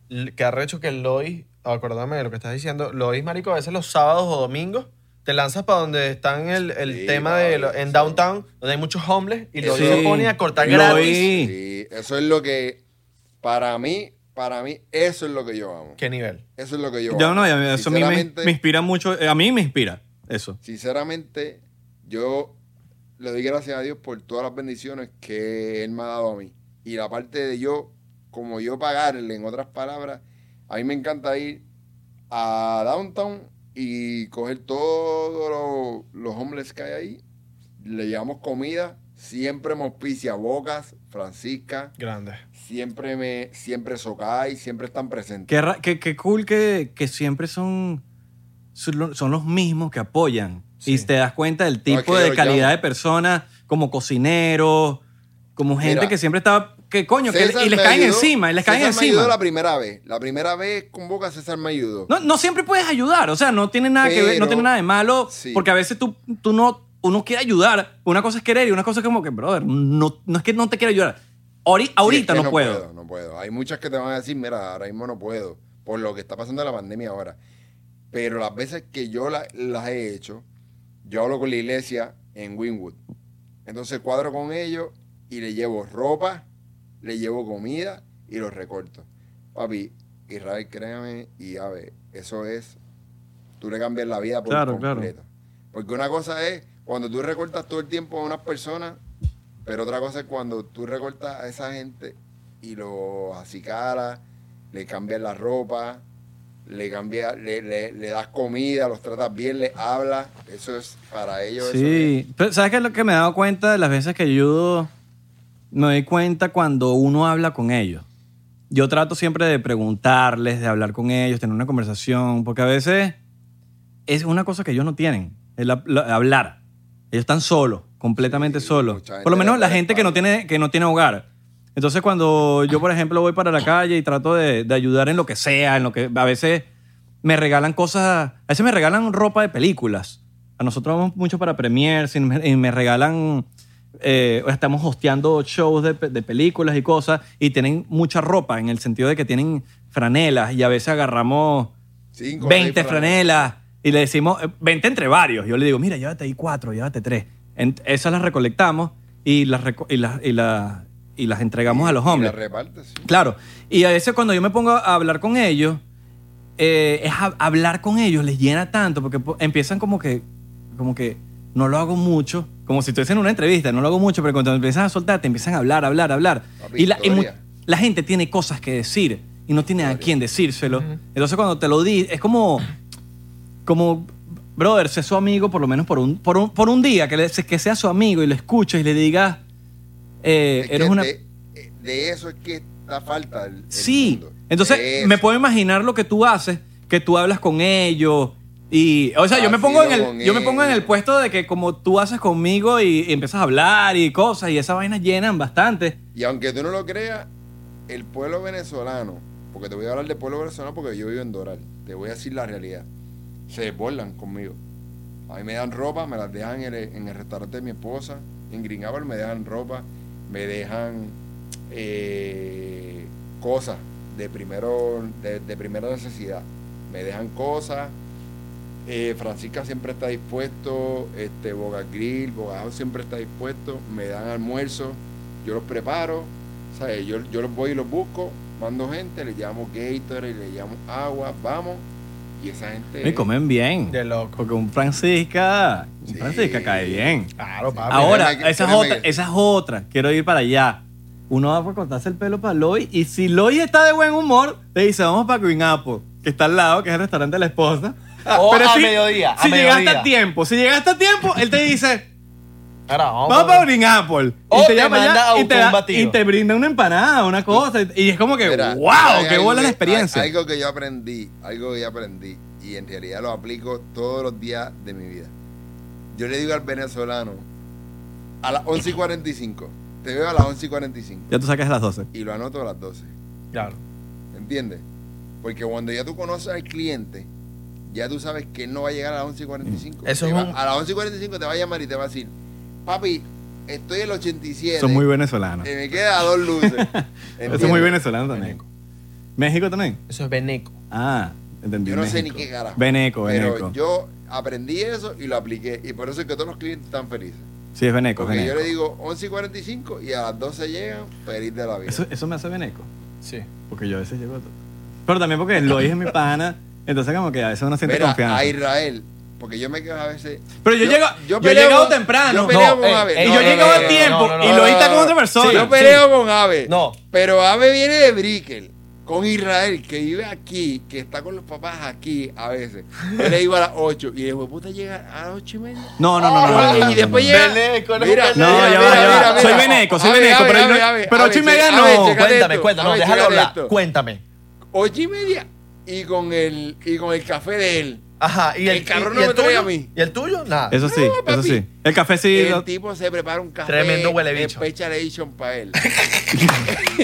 Speaker 3: l- que arrecho que Lois, acuérdame de lo que estás diciendo, Lois, marico, a veces los sábados o domingos te lanzas para donde están el, el
Speaker 5: Sí,
Speaker 3: tema de
Speaker 5: papi,
Speaker 3: lo- en
Speaker 5: sí.
Speaker 3: downtown, donde hay muchos homeless, y Lois
Speaker 4: Sí.
Speaker 3: se pone a cortar
Speaker 4: Lois.
Speaker 3: gratis.
Speaker 5: Sí, eso es lo que. Para mí, para mí, eso es lo que yo amo.
Speaker 3: ¿Qué nivel?
Speaker 5: Eso es lo que yo
Speaker 4: Yo
Speaker 5: amo.
Speaker 4: no, ya- eso a mí me,
Speaker 5: Sinceramente,
Speaker 4: me inspira mucho. eh, A mí me inspira. Eso.
Speaker 5: Sinceramente, yo le doy gracias a Dios por todas las bendiciones que Él me ha dado a mí. Y la parte de yo, como yo pagarle, en otras palabras, a mí me encanta ir a Downtown y coger todos los, los homeless que hay ahí. Le llevamos comida, siempre me auspicia Bocas, Francisca,
Speaker 3: Grande.
Speaker 5: siempre me, siempre Socay, siempre están presentes.
Speaker 4: Qué, ra- qué- qué cool que, que siempre son, son lo- son los mismos que apoyan.
Speaker 3: Sí.
Speaker 4: Y te das cuenta del tipo
Speaker 5: Ok,
Speaker 4: de
Speaker 5: yo-
Speaker 4: calidad de personas, como cocineros, como gente
Speaker 5: Mira.
Speaker 4: que siempre está... Que coño, que-
Speaker 5: César
Speaker 4: y les
Speaker 5: me
Speaker 4: caen
Speaker 5: ayudó-
Speaker 4: encima, y les caen
Speaker 5: César me
Speaker 4: encima.
Speaker 5: ayudó la primera vez. La primera vez con Boca César me ayudó.
Speaker 4: No, no siempre puedes ayudar, o sea, no tiene nada que ver, no
Speaker 5: Pero-
Speaker 4: tiene nada de malo,
Speaker 5: Sí.
Speaker 4: porque a veces tú, tú no, uno quiere ayudar, una cosa es querer y una cosa es como que, brother, no, no es que no te quiera ayudar, Ahori-
Speaker 5: Sí, es
Speaker 4: ahorita
Speaker 5: que
Speaker 4: no, puedo.
Speaker 5: No puedo. Hay muchas que te van a decir, mira, ahora mismo no puedo, por lo que está pasando la pandemia ahora. Pero las veces que yo la- las he hecho, yo hablo con la iglesia en Winwood. Entonces cuadro con ellos y le llevo ropa, le llevo comida y los recorto. Papi, Israel, créame y a ver, eso es, tú le cambias la vida por
Speaker 4: Claro, claro.
Speaker 5: completo. Porque una cosa es cuando tú recortas todo el tiempo a unas personas, pero otra cosa es cuando tú recortas a esa gente y los acicaras, le cambias la ropa, le cambias, le, le- le das comida, los tratas bien, les hablas. Eso es para ellos. eso es-
Speaker 4: Sí, pero ¿sabes qué es lo que me he dado cuenta de las veces que ayudo? Me doy cuenta cuando uno habla con ellos. Yo trato siempre de preguntarles, de hablar con ellos, tener una conversación, porque a veces es una cosa que ellos no tienen, el hab- la- hablar. Ellos están solos, completamente
Speaker 5: Sí,
Speaker 4: solos.
Speaker 5: mucha gente
Speaker 4: Por lo menos
Speaker 5: le
Speaker 4: la
Speaker 5: da la
Speaker 4: gente que no,
Speaker 5: espalda.
Speaker 4: tiene, que no tiene hogar. Entonces cuando yo, por ejemplo, voy para la calle y trato de, de ayudar en lo que sea, en lo que a veces me regalan cosas, a veces me regalan ropa de películas. A nosotros vamos mucho para premiers y me, y me regalan, eh, estamos hosteando shows de, pe- de películas y cosas y tienen mucha ropa en el sentido de que tienen franelas y a veces agarramos
Speaker 5: Cinco, seis
Speaker 4: 20 franelas y le decimos, eh, 20 entre varios. Yo le digo, mira, llévate ahí cuatro, llévate tres. En- esas las recolectamos y las, reco- y las, y las, y las entregamos a los
Speaker 5: Y
Speaker 4: hombres.
Speaker 5: la repartes, sí.
Speaker 4: Claro. Y a veces cuando yo me pongo a hablar con ellos, eh, es hab- hablar con ellos les llena tanto porque po- empiezan como que, como que no lo hago mucho, como si estuviesen en una entrevista, no lo hago mucho, pero cuando empiezan a soltar, te empiezan a hablar, hablar, hablar.
Speaker 5: Papi,
Speaker 4: Y la, y mu-
Speaker 5: historia.
Speaker 4: la gente tiene cosas que decir y no tiene a
Speaker 5: Historia.
Speaker 4: quién decírselo. Entonces cuando te lo di, es como, como, brother, sé su amigo por lo menos por un, por un, por un día, que, le- que sea su amigo y lo escuches y le digas, eh,
Speaker 5: Es que
Speaker 4: eres una...
Speaker 5: de, de eso es que está falta el, el
Speaker 4: Sí.
Speaker 5: mundo. De
Speaker 4: Entonces,
Speaker 5: eso.
Speaker 4: me puedo imaginar lo que tú haces, que tú hablas con ellos. Y, o sea, yo me,
Speaker 5: Vacilo
Speaker 4: pongo en
Speaker 5: con
Speaker 4: el, yo me pongo en el
Speaker 5: ellos.
Speaker 4: puesto de que como tú haces conmigo y, y empiezas a hablar y cosas y esas vainas llenan bastante.
Speaker 5: Y aunque tú no lo creas, el pueblo venezolano, porque te voy a hablar del pueblo venezolano porque yo vivo en Doral, te voy a decir la realidad, se desbordan conmigo. A mí me dan ropa, me las dejan en el, en el restaurante de mi esposa, en Greenaval me dejan ropa, me dejan eh, cosas de, primero, de, de primera necesidad, me dejan cosas. Eh, Francisca siempre está dispuesto, este, Boga Grill, Boga House siempre está dispuesto, me dan almuerzo, yo los preparo, ¿sabes? Yo, yo los voy y los busco, mando gente, le llamo Gatorade, le llamo agua, vamos, y esa gente...
Speaker 4: Y comen bien.
Speaker 3: De loco.
Speaker 4: Porque un Francisca, un
Speaker 5: Sí.
Speaker 4: Francisca cae bien.
Speaker 3: Claro, papi.
Speaker 4: Ahora,
Speaker 5: créeme que-
Speaker 4: esa es
Speaker 5: créeme
Speaker 4: otra,
Speaker 5: que-
Speaker 4: esa es otra. Quiero ir para allá. Uno va a cortarse el pelo para Loy y si Loy está de buen humor, te dice, vamos para Green Apple, que está al lado, que es el restaurante de la esposa.
Speaker 5: Oh,
Speaker 3: O a
Speaker 4: si,
Speaker 3: mediodía, a
Speaker 4: Si llegaste
Speaker 3: mediodía.
Speaker 4: a tiempo, si llegaste a tiempo, él te dice,
Speaker 3: Ahora, vamos,
Speaker 4: vamos para
Speaker 3: papi.
Speaker 4: Green Apple.
Speaker 3: O
Speaker 4: y
Speaker 3: te
Speaker 4: te llama
Speaker 3: manda
Speaker 4: allá
Speaker 3: a
Speaker 4: y te,
Speaker 3: buscar un
Speaker 4: da-
Speaker 3: batido.
Speaker 4: y te brinda una empanada, una cosa. Y y es como que,
Speaker 5: Mira,
Speaker 4: wow,
Speaker 5: hay
Speaker 4: qué
Speaker 5: algo
Speaker 4: bola la
Speaker 5: que-
Speaker 4: experiencia.
Speaker 5: hay- algo que yo aprendí, algo que yo aprendí, y en realidad lo aplico todos los días de mi vida. Yo le digo al venezolano, a las 11 y 45, te veo a las 11 y 45,
Speaker 4: ya tú sacas las 12.
Speaker 5: y lo anoto a las 12,
Speaker 3: Claro.
Speaker 5: ¿entiendes? Porque cuando ya tú conoces al cliente, ya tú sabes que él no va a llegar a las 11 y 45.
Speaker 3: Eso
Speaker 5: Te
Speaker 3: es
Speaker 5: va-
Speaker 3: un-
Speaker 5: A las 11 y 45 te va a llamar y te va a decir, papi, estoy en el 87,
Speaker 4: Son muy venezolanos.
Speaker 5: y me queda a dos luces.
Speaker 4: Eso es muy
Speaker 5: ¿entiendes?
Speaker 4: venezolano también.
Speaker 3: Veneco.
Speaker 4: México también.
Speaker 3: Eso es veneco.
Speaker 4: Ah, entendí.
Speaker 5: Yo no sé ni
Speaker 4: México.
Speaker 5: qué carajo.
Speaker 4: Veneco,
Speaker 5: Pero
Speaker 4: Veneco.
Speaker 5: yo aprendí eso y lo apliqué. Y por eso es que todos los clientes están felices.
Speaker 4: Sí, es Veneco.
Speaker 5: Porque yo
Speaker 4: veneco.
Speaker 5: le digo 11 y 45 y a las 12 llegan feliz de la vida.
Speaker 4: Eso, eso me hace Veneco.
Speaker 3: Sí.
Speaker 4: Porque yo a veces llego. a- Pero también porque Lois es mi pana. Entonces, como que a veces uno siente
Speaker 5: Mira,
Speaker 4: confianza.
Speaker 5: a Israel Porque yo me quedo a veces.
Speaker 6: Pero yo, llego, yo, he
Speaker 5: peleo
Speaker 6: llegado
Speaker 5: con-
Speaker 6: temprano.
Speaker 5: Yo peleo
Speaker 6: No,
Speaker 5: con
Speaker 6: eh,
Speaker 5: Abe.
Speaker 6: y
Speaker 3: no,
Speaker 6: yo
Speaker 3: no,
Speaker 6: llegaba
Speaker 3: no,
Speaker 6: a tiempo
Speaker 3: no, no,
Speaker 6: y
Speaker 3: no,
Speaker 6: lo hice
Speaker 3: no,
Speaker 6: con otra
Speaker 3: no.
Speaker 6: persona.
Speaker 3: Sí,
Speaker 5: yo peleo con Ave.
Speaker 3: No.
Speaker 5: Pero Ave viene de Brickell. Con Israel, que vive aquí, que está con los papás aquí a veces. Yo le digo a las 8 y después puta llega a las 8 y media.
Speaker 4: No, no, no, no, no, no,
Speaker 5: y después
Speaker 4: no,
Speaker 5: llega.
Speaker 3: Beneco, eres un
Speaker 4: No, ya va, ya va. Soy
Speaker 5: Beneco,
Speaker 4: veneco, soy veneco, pero no- pero ocho y media no.
Speaker 3: Cuéntame, cuéntame, no, déjalo hablar. Cuéntame.
Speaker 5: Ocho y media y con el y con el café de él.
Speaker 3: Ajá, y el,
Speaker 5: El
Speaker 3: y-
Speaker 5: cabrón no
Speaker 3: y el
Speaker 5: me trae
Speaker 3: tuyo?
Speaker 5: a mí.
Speaker 3: ¿Y el tuyo? Nada.
Speaker 4: Eso sí,
Speaker 5: No,
Speaker 4: eso
Speaker 5: papi.
Speaker 4: sí. El café sí.
Speaker 5: El
Speaker 4: lo-
Speaker 5: tipo se prepara un café.
Speaker 3: Tremendo huele bicho.
Speaker 5: Special Edition para él.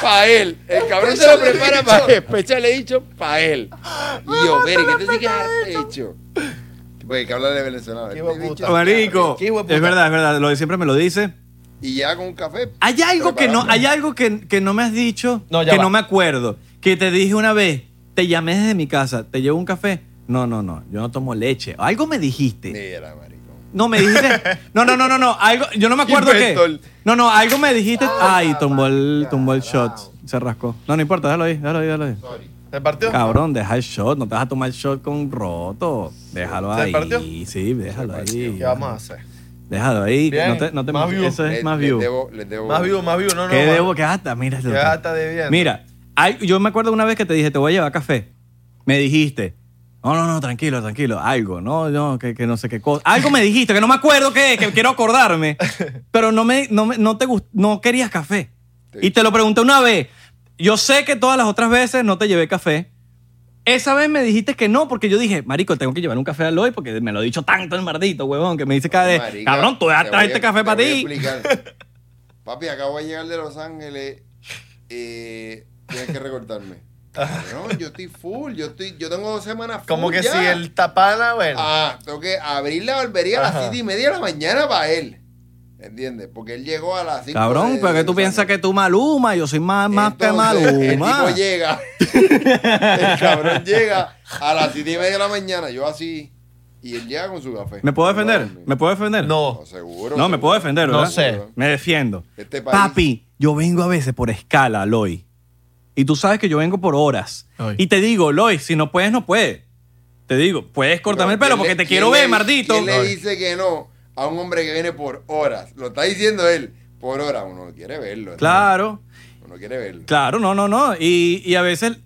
Speaker 5: para él. El cabrón se lo prepara para él. Special Edition para él. Y yo, Beri, ¿qué te sigues hecho? Pues hay que hablar de venezolano.
Speaker 3: Qué
Speaker 5: Este
Speaker 3: hueputa.
Speaker 5: bicho-
Speaker 4: Marico.
Speaker 3: Qué hijo de puta.
Speaker 4: Es verdad, es verdad. Lo de siempre me lo dice.
Speaker 5: Y ya con un café.
Speaker 4: Hay algo que no,
Speaker 5: preparado.
Speaker 4: hay algo que, que no me has dicho,
Speaker 3: No, ya
Speaker 4: que
Speaker 3: va.
Speaker 4: no me acuerdo, que te dije una vez, te llamé desde mi casa, te llevo un café. No, no, no, yo no tomo leche. Algo me dijiste.
Speaker 5: Mira, marico.
Speaker 4: No, me dijiste. No, no, no, no, no. Algo, yo no me acuerdo qué.
Speaker 5: Inventol.
Speaker 4: No, no, algo me dijiste. Ay, tumbó el, tumbó el shot. Se rascó. No, no importa, déjalo ahí, déjalo ahí, déjalo ahí.
Speaker 3: ¿Se partió?
Speaker 4: Cabrón, deja el shot, no te vas a tomar el shot con roto. Déjalo
Speaker 3: ¿Se
Speaker 4: ahí.
Speaker 3: partió?
Speaker 4: Sí, déjalo ahí.
Speaker 3: ¿Qué vamos a hacer?
Speaker 4: Déjalo ahí.
Speaker 3: Bien,
Speaker 4: No te, no te
Speaker 3: más Eh, view.
Speaker 4: Eso es
Speaker 5: Les-
Speaker 4: más
Speaker 5: les
Speaker 4: view.
Speaker 5: debo- les debo-
Speaker 3: Más vivo, más vivo, no, no.
Speaker 4: ¿Qué
Speaker 3: no,
Speaker 4: debo? ¿Qué gata? Mira,
Speaker 3: ¿Qué gata debiendo?
Speaker 4: Mira, hay- yo me acuerdo una vez que te dije, te voy a llevar café. Me dijiste, no, no, no, tranquilo, tranquilo, algo, no, no, que, que no sé qué cosa. Algo me dijiste, que no me acuerdo qué, es, que quiero acordarme, pero no, me, no, me- no te gust- no querías café. Y te lo pregunté una vez. Yo sé que todas las otras veces no te llevé café. Esa vez me dijiste que no, porque yo dije, marico, tengo que llevar un café a Lloyd porque me lo ha dicho tanto el mardito, huevón, que me dice cada vez,
Speaker 5: Marica,
Speaker 4: cabrón, tú
Speaker 5: te
Speaker 4: vas a traer
Speaker 5: voy a-
Speaker 4: este café
Speaker 5: te
Speaker 4: para
Speaker 5: voy a
Speaker 4: ti.
Speaker 5: explicar. Papi, acabo de llegar de Los Ángeles. Eh, tienes que recortarme. No, yo estoy full. Yo estoy, yo tengo dos semanas full.
Speaker 3: Como que
Speaker 5: ya.
Speaker 3: si el tapana, bueno.
Speaker 5: Ah, tengo que abrir la barbería a las
Speaker 3: Ajá.
Speaker 5: 7 y media de la mañana para él. ¿Entiendes? Porque él llegó a las 5
Speaker 4: Cabrón, pero que tú piensas que tú Maluma, yo soy más, más que
Speaker 5: El
Speaker 4: Maluma.
Speaker 5: tipo llega. el cabrón llega a las 7 y media de la mañana. Yo así. Y él llega con su café.
Speaker 4: ¿Me puedo defender?
Speaker 5: Dormir.
Speaker 4: ¿Me puedo defender?
Speaker 3: no.
Speaker 5: No, seguro.
Speaker 4: No, me
Speaker 5: seguro.
Speaker 4: puedo defender,
Speaker 3: No
Speaker 4: ¿verdad?
Speaker 3: sé.
Speaker 4: Me defiendo.
Speaker 5: Este país-
Speaker 4: Papi, yo vengo a veces por escala, Loy. Y tú sabes que yo vengo por horas.
Speaker 3: Ay.
Speaker 4: Y te digo, Loy, si no puedes, no puedes. Te digo, puedes cortarme el
Speaker 5: Pero,
Speaker 4: pelo
Speaker 5: ¿quién
Speaker 4: porque
Speaker 5: le-
Speaker 4: te quiero
Speaker 5: quién
Speaker 4: ver,
Speaker 5: le-
Speaker 4: mardito.
Speaker 5: ¿Quién le dice que no a un hombre que viene por horas? Lo está diciendo él. Por horas. Uno quiere verlo. ¿no?
Speaker 4: Claro.
Speaker 5: Uno quiere verlo.
Speaker 4: Claro, no, no, no. Y, y a veces,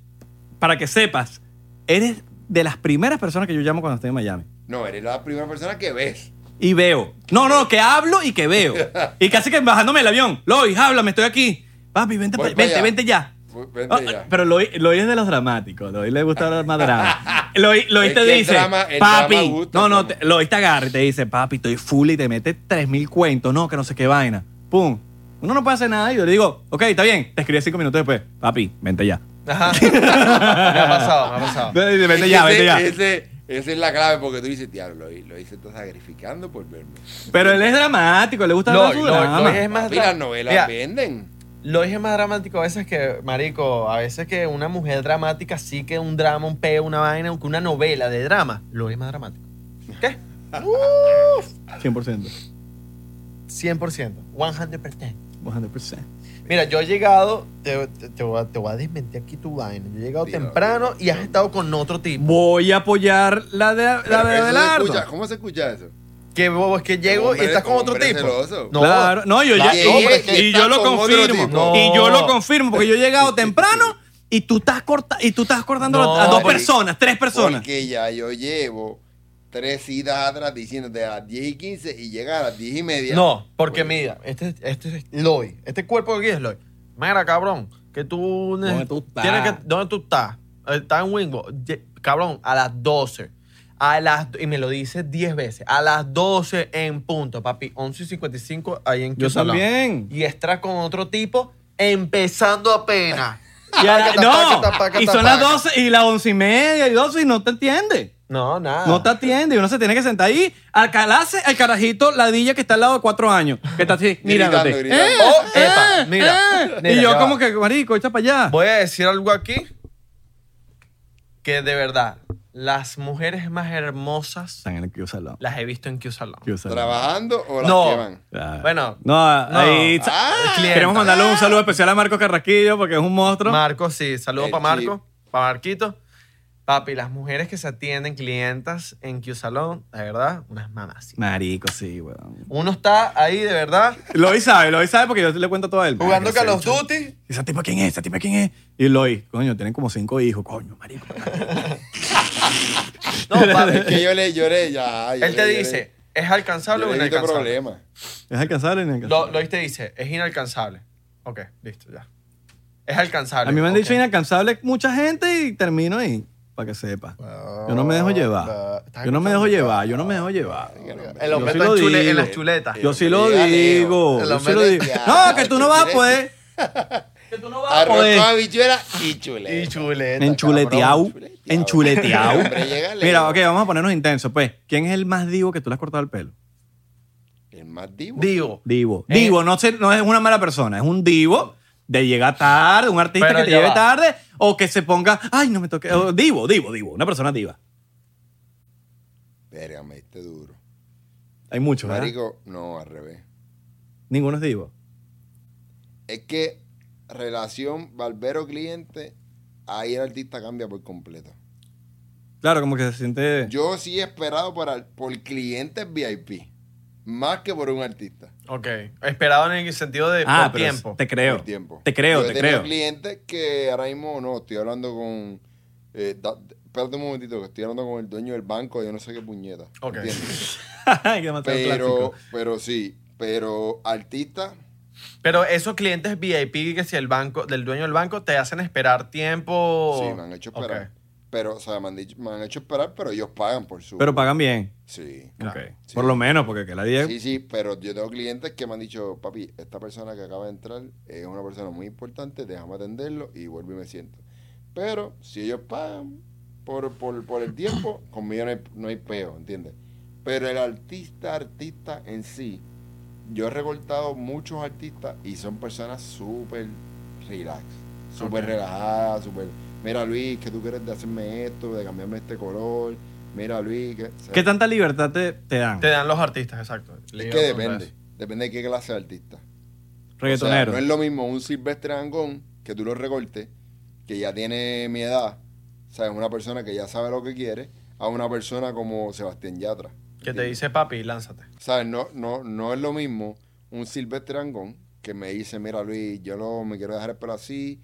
Speaker 4: para que sepas, eres de las primeras personas que yo llamo cuando estoy en Miami.
Speaker 5: No, eres la primera persona que ves.
Speaker 4: y veo. No, no, que hablo y que veo. Y casi que bajándome el avión. Lois, háblame, estoy aquí. Papi, vente,
Speaker 5: Voy
Speaker 4: pa-
Speaker 5: pa' allá.
Speaker 4: vente, vente ya.
Speaker 5: Voy- vente
Speaker 4: Ah,
Speaker 5: ya.
Speaker 4: Pero Lois, Lois es de los dramáticos. Lois le gusta hablar más drama. Lois, Lois
Speaker 5: Es
Speaker 4: te
Speaker 5: que el
Speaker 4: dice,
Speaker 5: drama- el drama
Speaker 4: papi.
Speaker 5: gusta,
Speaker 4: no, no,
Speaker 5: hermano.
Speaker 4: te- Lois te agarra y te dice, papi, estoy full y te mete 3.000 cuentos. No, que no sé qué vaina. Pum. Uno no puede hacer nada. Y yo le digo, ok, está bien. Te escribí cinco minutos después. Papi, vente ya.
Speaker 3: Ajá. me ha pasado, me ha
Speaker 5: Ah.
Speaker 3: pasado.
Speaker 4: Vente vente
Speaker 5: Ese-
Speaker 4: ya, vente ya.
Speaker 5: ese- esa es la clave porque tú dices, diablo, lo, lo hice, está sacrificando por verme.
Speaker 4: Pero él es dramático. Le gusta hablar
Speaker 3: Lois,
Speaker 4: su
Speaker 3: Lois,
Speaker 4: drama.
Speaker 3: Lois es más
Speaker 5: Papi,
Speaker 3: dra-
Speaker 5: las novelas
Speaker 3: Mira,
Speaker 5: venden.
Speaker 3: Lo dije más dramático a veces que, marico, a veces que una mujer dramática sí que un drama, un peo, una vaina, aunque una novela de drama, lo es más dramático. ¿Qué?
Speaker 4: 100%.
Speaker 3: 100%. 100%.
Speaker 4: 100%.
Speaker 3: Mira, yo he llegado, te, te- te voy, a, te voy a desmentir aquí tu vaina. Yo he llegado
Speaker 5: Dilo,
Speaker 3: temprano
Speaker 5: dilo.
Speaker 3: y has estado con otro tipo.
Speaker 4: Voy a apoyar la de, la
Speaker 5: Pero
Speaker 4: de
Speaker 5: eso se
Speaker 4: Abelardo.
Speaker 5: escucha, ¿Cómo se escucha eso?
Speaker 3: Que bobo, es que llego y
Speaker 5: Hombre-
Speaker 3: estás con otro
Speaker 5: hombre
Speaker 3: tipo.
Speaker 5: celoso.
Speaker 3: No,
Speaker 4: claro, no, yo
Speaker 3: Claro,
Speaker 4: ya-
Speaker 5: no, pero es
Speaker 4: y,
Speaker 5: que
Speaker 4: yo
Speaker 5: está
Speaker 4: lo
Speaker 5: con otro
Speaker 4: confirmo.
Speaker 5: tipo.
Speaker 4: Y yo
Speaker 3: No.
Speaker 4: lo confirmo, porque yo he llegado temprano y tú estás corta, y tú estás cortando
Speaker 3: No,
Speaker 4: a dos
Speaker 3: porque-
Speaker 4: personas, tres personas.
Speaker 5: Porque ya yo llevo tres citas atrás diciéndote a las 10 y 15 y llega a las 10 y media.
Speaker 3: No, porque
Speaker 5: Oye,
Speaker 3: mira, este, este es Loy. Este cuerpo que aquí es Loy. Mira, cabrón, que tú... ne-
Speaker 4: ¿Dónde tú estás?
Speaker 3: tienes que- ¿Dónde tú estás? Eh, Estás en Wingo. Ye- Cabrón, a las 12. A las, y me lo dice 10 veces. A las 12 en punto, papi. 11.55 ahí en
Speaker 4: Yo
Speaker 3: Quesalón.
Speaker 4: también.
Speaker 3: Y estás con otro tipo empezando apenas.
Speaker 4: Y a la-
Speaker 3: Paca,
Speaker 4: no,
Speaker 3: paca, paca,
Speaker 4: y son las
Speaker 3: paca.
Speaker 4: 12 y las once y media y 12 y no te entiende.
Speaker 3: No, nada.
Speaker 4: No te atiende y uno se tiene que sentar ahí al calarse al carajito ladilla que está al lado de cuatro años. Que está así,
Speaker 5: Gritando,
Speaker 4: mirándote.
Speaker 5: gritando.
Speaker 3: Oh, epa, mira, mira,
Speaker 4: Eh, y yo
Speaker 3: ya
Speaker 4: como
Speaker 3: va.
Speaker 4: que, marico, echa para allá.
Speaker 3: Voy a decir algo aquí que de verdad, las mujeres más hermosas
Speaker 4: Están en el Q Salón.
Speaker 3: las he visto en Q Salón.
Speaker 4: Q Salón.
Speaker 5: ¿Trabajando o las
Speaker 3: No.
Speaker 5: que van?
Speaker 4: Claro.
Speaker 3: Bueno,
Speaker 4: Ah. no, ahí sa-
Speaker 5: Ah,
Speaker 3: clienta.
Speaker 4: queremos mandarle un saludo especial a Marcos Carrasquillo porque es un monstruo.
Speaker 3: Marco, sí, saludo
Speaker 5: El
Speaker 3: para Marco, para Marquito. Papi, las mujeres que se atienden clientas en Q Salón, de verdad, unas mamás.
Speaker 4: Marico, sí, weón.
Speaker 3: Uno está ahí, de verdad,
Speaker 4: Lois sabe, Lois sabe porque yo le cuento todo a él.
Speaker 3: jugando
Speaker 4: Marico,
Speaker 3: Call of
Speaker 4: ese bicho.
Speaker 3: Duty.
Speaker 4: ¿Esa tipa quién es? ¿Esa tipa quién es? Y Lois, coño, tienen como cinco hijos. Coño, marico.
Speaker 3: No, papi.
Speaker 5: Es que yo le lloré ya.
Speaker 3: Él te dice, ¿es alcanzable o
Speaker 5: no hay
Speaker 3: inalcanzable?
Speaker 5: problema.
Speaker 4: ¿Es alcanzable o
Speaker 3: Lo,
Speaker 4: inalcanzable?
Speaker 3: Lois te dice, es inalcanzable. Ok, listo, ya. Es
Speaker 4: A
Speaker 3: alcanzable.
Speaker 4: mí me han
Speaker 3: ok.
Speaker 4: dicho inalcanzable mucha gente y termino ahí, para que sepa. Yo no me dejo llevar.
Speaker 3: Estás
Speaker 4: Yo no me dejo
Speaker 3: escuchando.
Speaker 4: llevar, yo no me dejo llevar.
Speaker 3: El
Speaker 4: Yo
Speaker 3: hombre
Speaker 4: sí
Speaker 3: está
Speaker 4: lo
Speaker 3: en, chule- en
Speaker 4: digo.
Speaker 3: las chuletas.
Speaker 4: Yo sí lo
Speaker 5: Dígale,
Speaker 4: digo. Yo
Speaker 5: el
Speaker 4: sí
Speaker 5: hombre
Speaker 4: lo
Speaker 5: de
Speaker 4: digo.
Speaker 5: diablo,
Speaker 4: No, que tú no vas pues. a
Speaker 5: ¿quieres?
Speaker 4: poder. Que tú no vas a
Speaker 5: Arroz con
Speaker 4: poder.
Speaker 5: habichuela y chuleta.
Speaker 3: Y chuleta.
Speaker 4: Enchuleteado.
Speaker 5: cabrón, chuleteado.
Speaker 4: Enchuleteado.
Speaker 5: Hombre, llégale.
Speaker 4: Mira, ok, vamos a ponernos intensos, pues. ¿Quién es el más divo que tú le has cortado el pelo?
Speaker 5: El más divo.
Speaker 3: Digo.
Speaker 4: Divo.
Speaker 3: Eh.
Speaker 4: Divo, no, se- no es una mala persona, es un divo de llegar tarde, un artista
Speaker 3: Pero
Speaker 4: que te
Speaker 3: ya
Speaker 4: lleve
Speaker 3: va.
Speaker 4: tarde o que se ponga, ay, no me toque. o divo, divo, divo, una persona diva.
Speaker 5: Verga, me diste duro.
Speaker 4: Hay muchos, ¿verdad?
Speaker 5: Marico, no, al revés.
Speaker 4: Ninguno es divo.
Speaker 5: Es que relación barbero-cliente, ahí el artista cambia por completo.
Speaker 4: Claro, como que se siente.
Speaker 5: Yo sí he esperado por, al- por clientes VIP, más que por un artista.
Speaker 3: Ok. Esperado en el sentido de
Speaker 4: ah,
Speaker 3: por
Speaker 4: pero
Speaker 3: tiempo.
Speaker 4: te creo.
Speaker 5: Por tiempo.
Speaker 4: Te creo,
Speaker 5: Yo he
Speaker 4: te
Speaker 5: tenido
Speaker 4: creo.
Speaker 5: clientes que ahora mismo no, estoy hablando con. eh, da- espérate un momentito, que estoy hablando con el dueño del banco, yo no sé qué puñeta.
Speaker 3: Ok.
Speaker 5: ¿entiendes?
Speaker 4: Ay, qué demasiado
Speaker 5: Pero,
Speaker 4: clásico.
Speaker 5: pero sí, pero artista,
Speaker 3: Pero esos clientes VIP que si el banco, del dueño del banco, te hacen esperar tiempo.
Speaker 4: Oh,
Speaker 5: sí, me han hecho esperar.
Speaker 3: Ok.
Speaker 5: Pero, o sea, me han, dicho- me han hecho esperar, pero ellos pagan por su.
Speaker 4: Pero pagan bien.
Speaker 5: Sí.
Speaker 3: Claro.
Speaker 4: Ok.
Speaker 5: Sí.
Speaker 4: Por lo menos, porque que la 10.
Speaker 5: Sí, sí, pero yo tengo clientes que me han dicho, papi, esta persona que acaba de entrar es una persona muy importante, déjame atenderlo y vuelvo y me siento. Pero si ellos pagan por, por, por el tiempo, conmigo no hay, no hay peo, ¿entiendes? Pero el artista, artista en sí, yo he recortado muchos artistas y son personas súper relax, súper
Speaker 3: Ok.
Speaker 5: relajadas, súper... Mira Luis, que tú quieres de hacerme esto, de cambiarme este color. Mira Luis, que... o sea,
Speaker 4: ¿Qué tanta libertad te, te dan?
Speaker 3: Te dan los artistas, exacto. Le
Speaker 5: es
Speaker 3: iba
Speaker 5: que
Speaker 3: a preguntar
Speaker 5: depende,
Speaker 3: eso.
Speaker 5: depende de qué clase de artista. O sea,
Speaker 4: Reggaetonero.
Speaker 5: no es lo mismo un Silvestre Angón que tú lo recortes, que ya tiene mi edad, o sea, es una persona que ya sabe lo que quiere, a una persona como Sebastián Yatra.
Speaker 3: Que te dice, papi, lánzate.
Speaker 5: ¿Sabes? No, no, no es lo mismo un Silvestre Angón que me dice, mira Luis, yo no me quiero dejar el pelo así,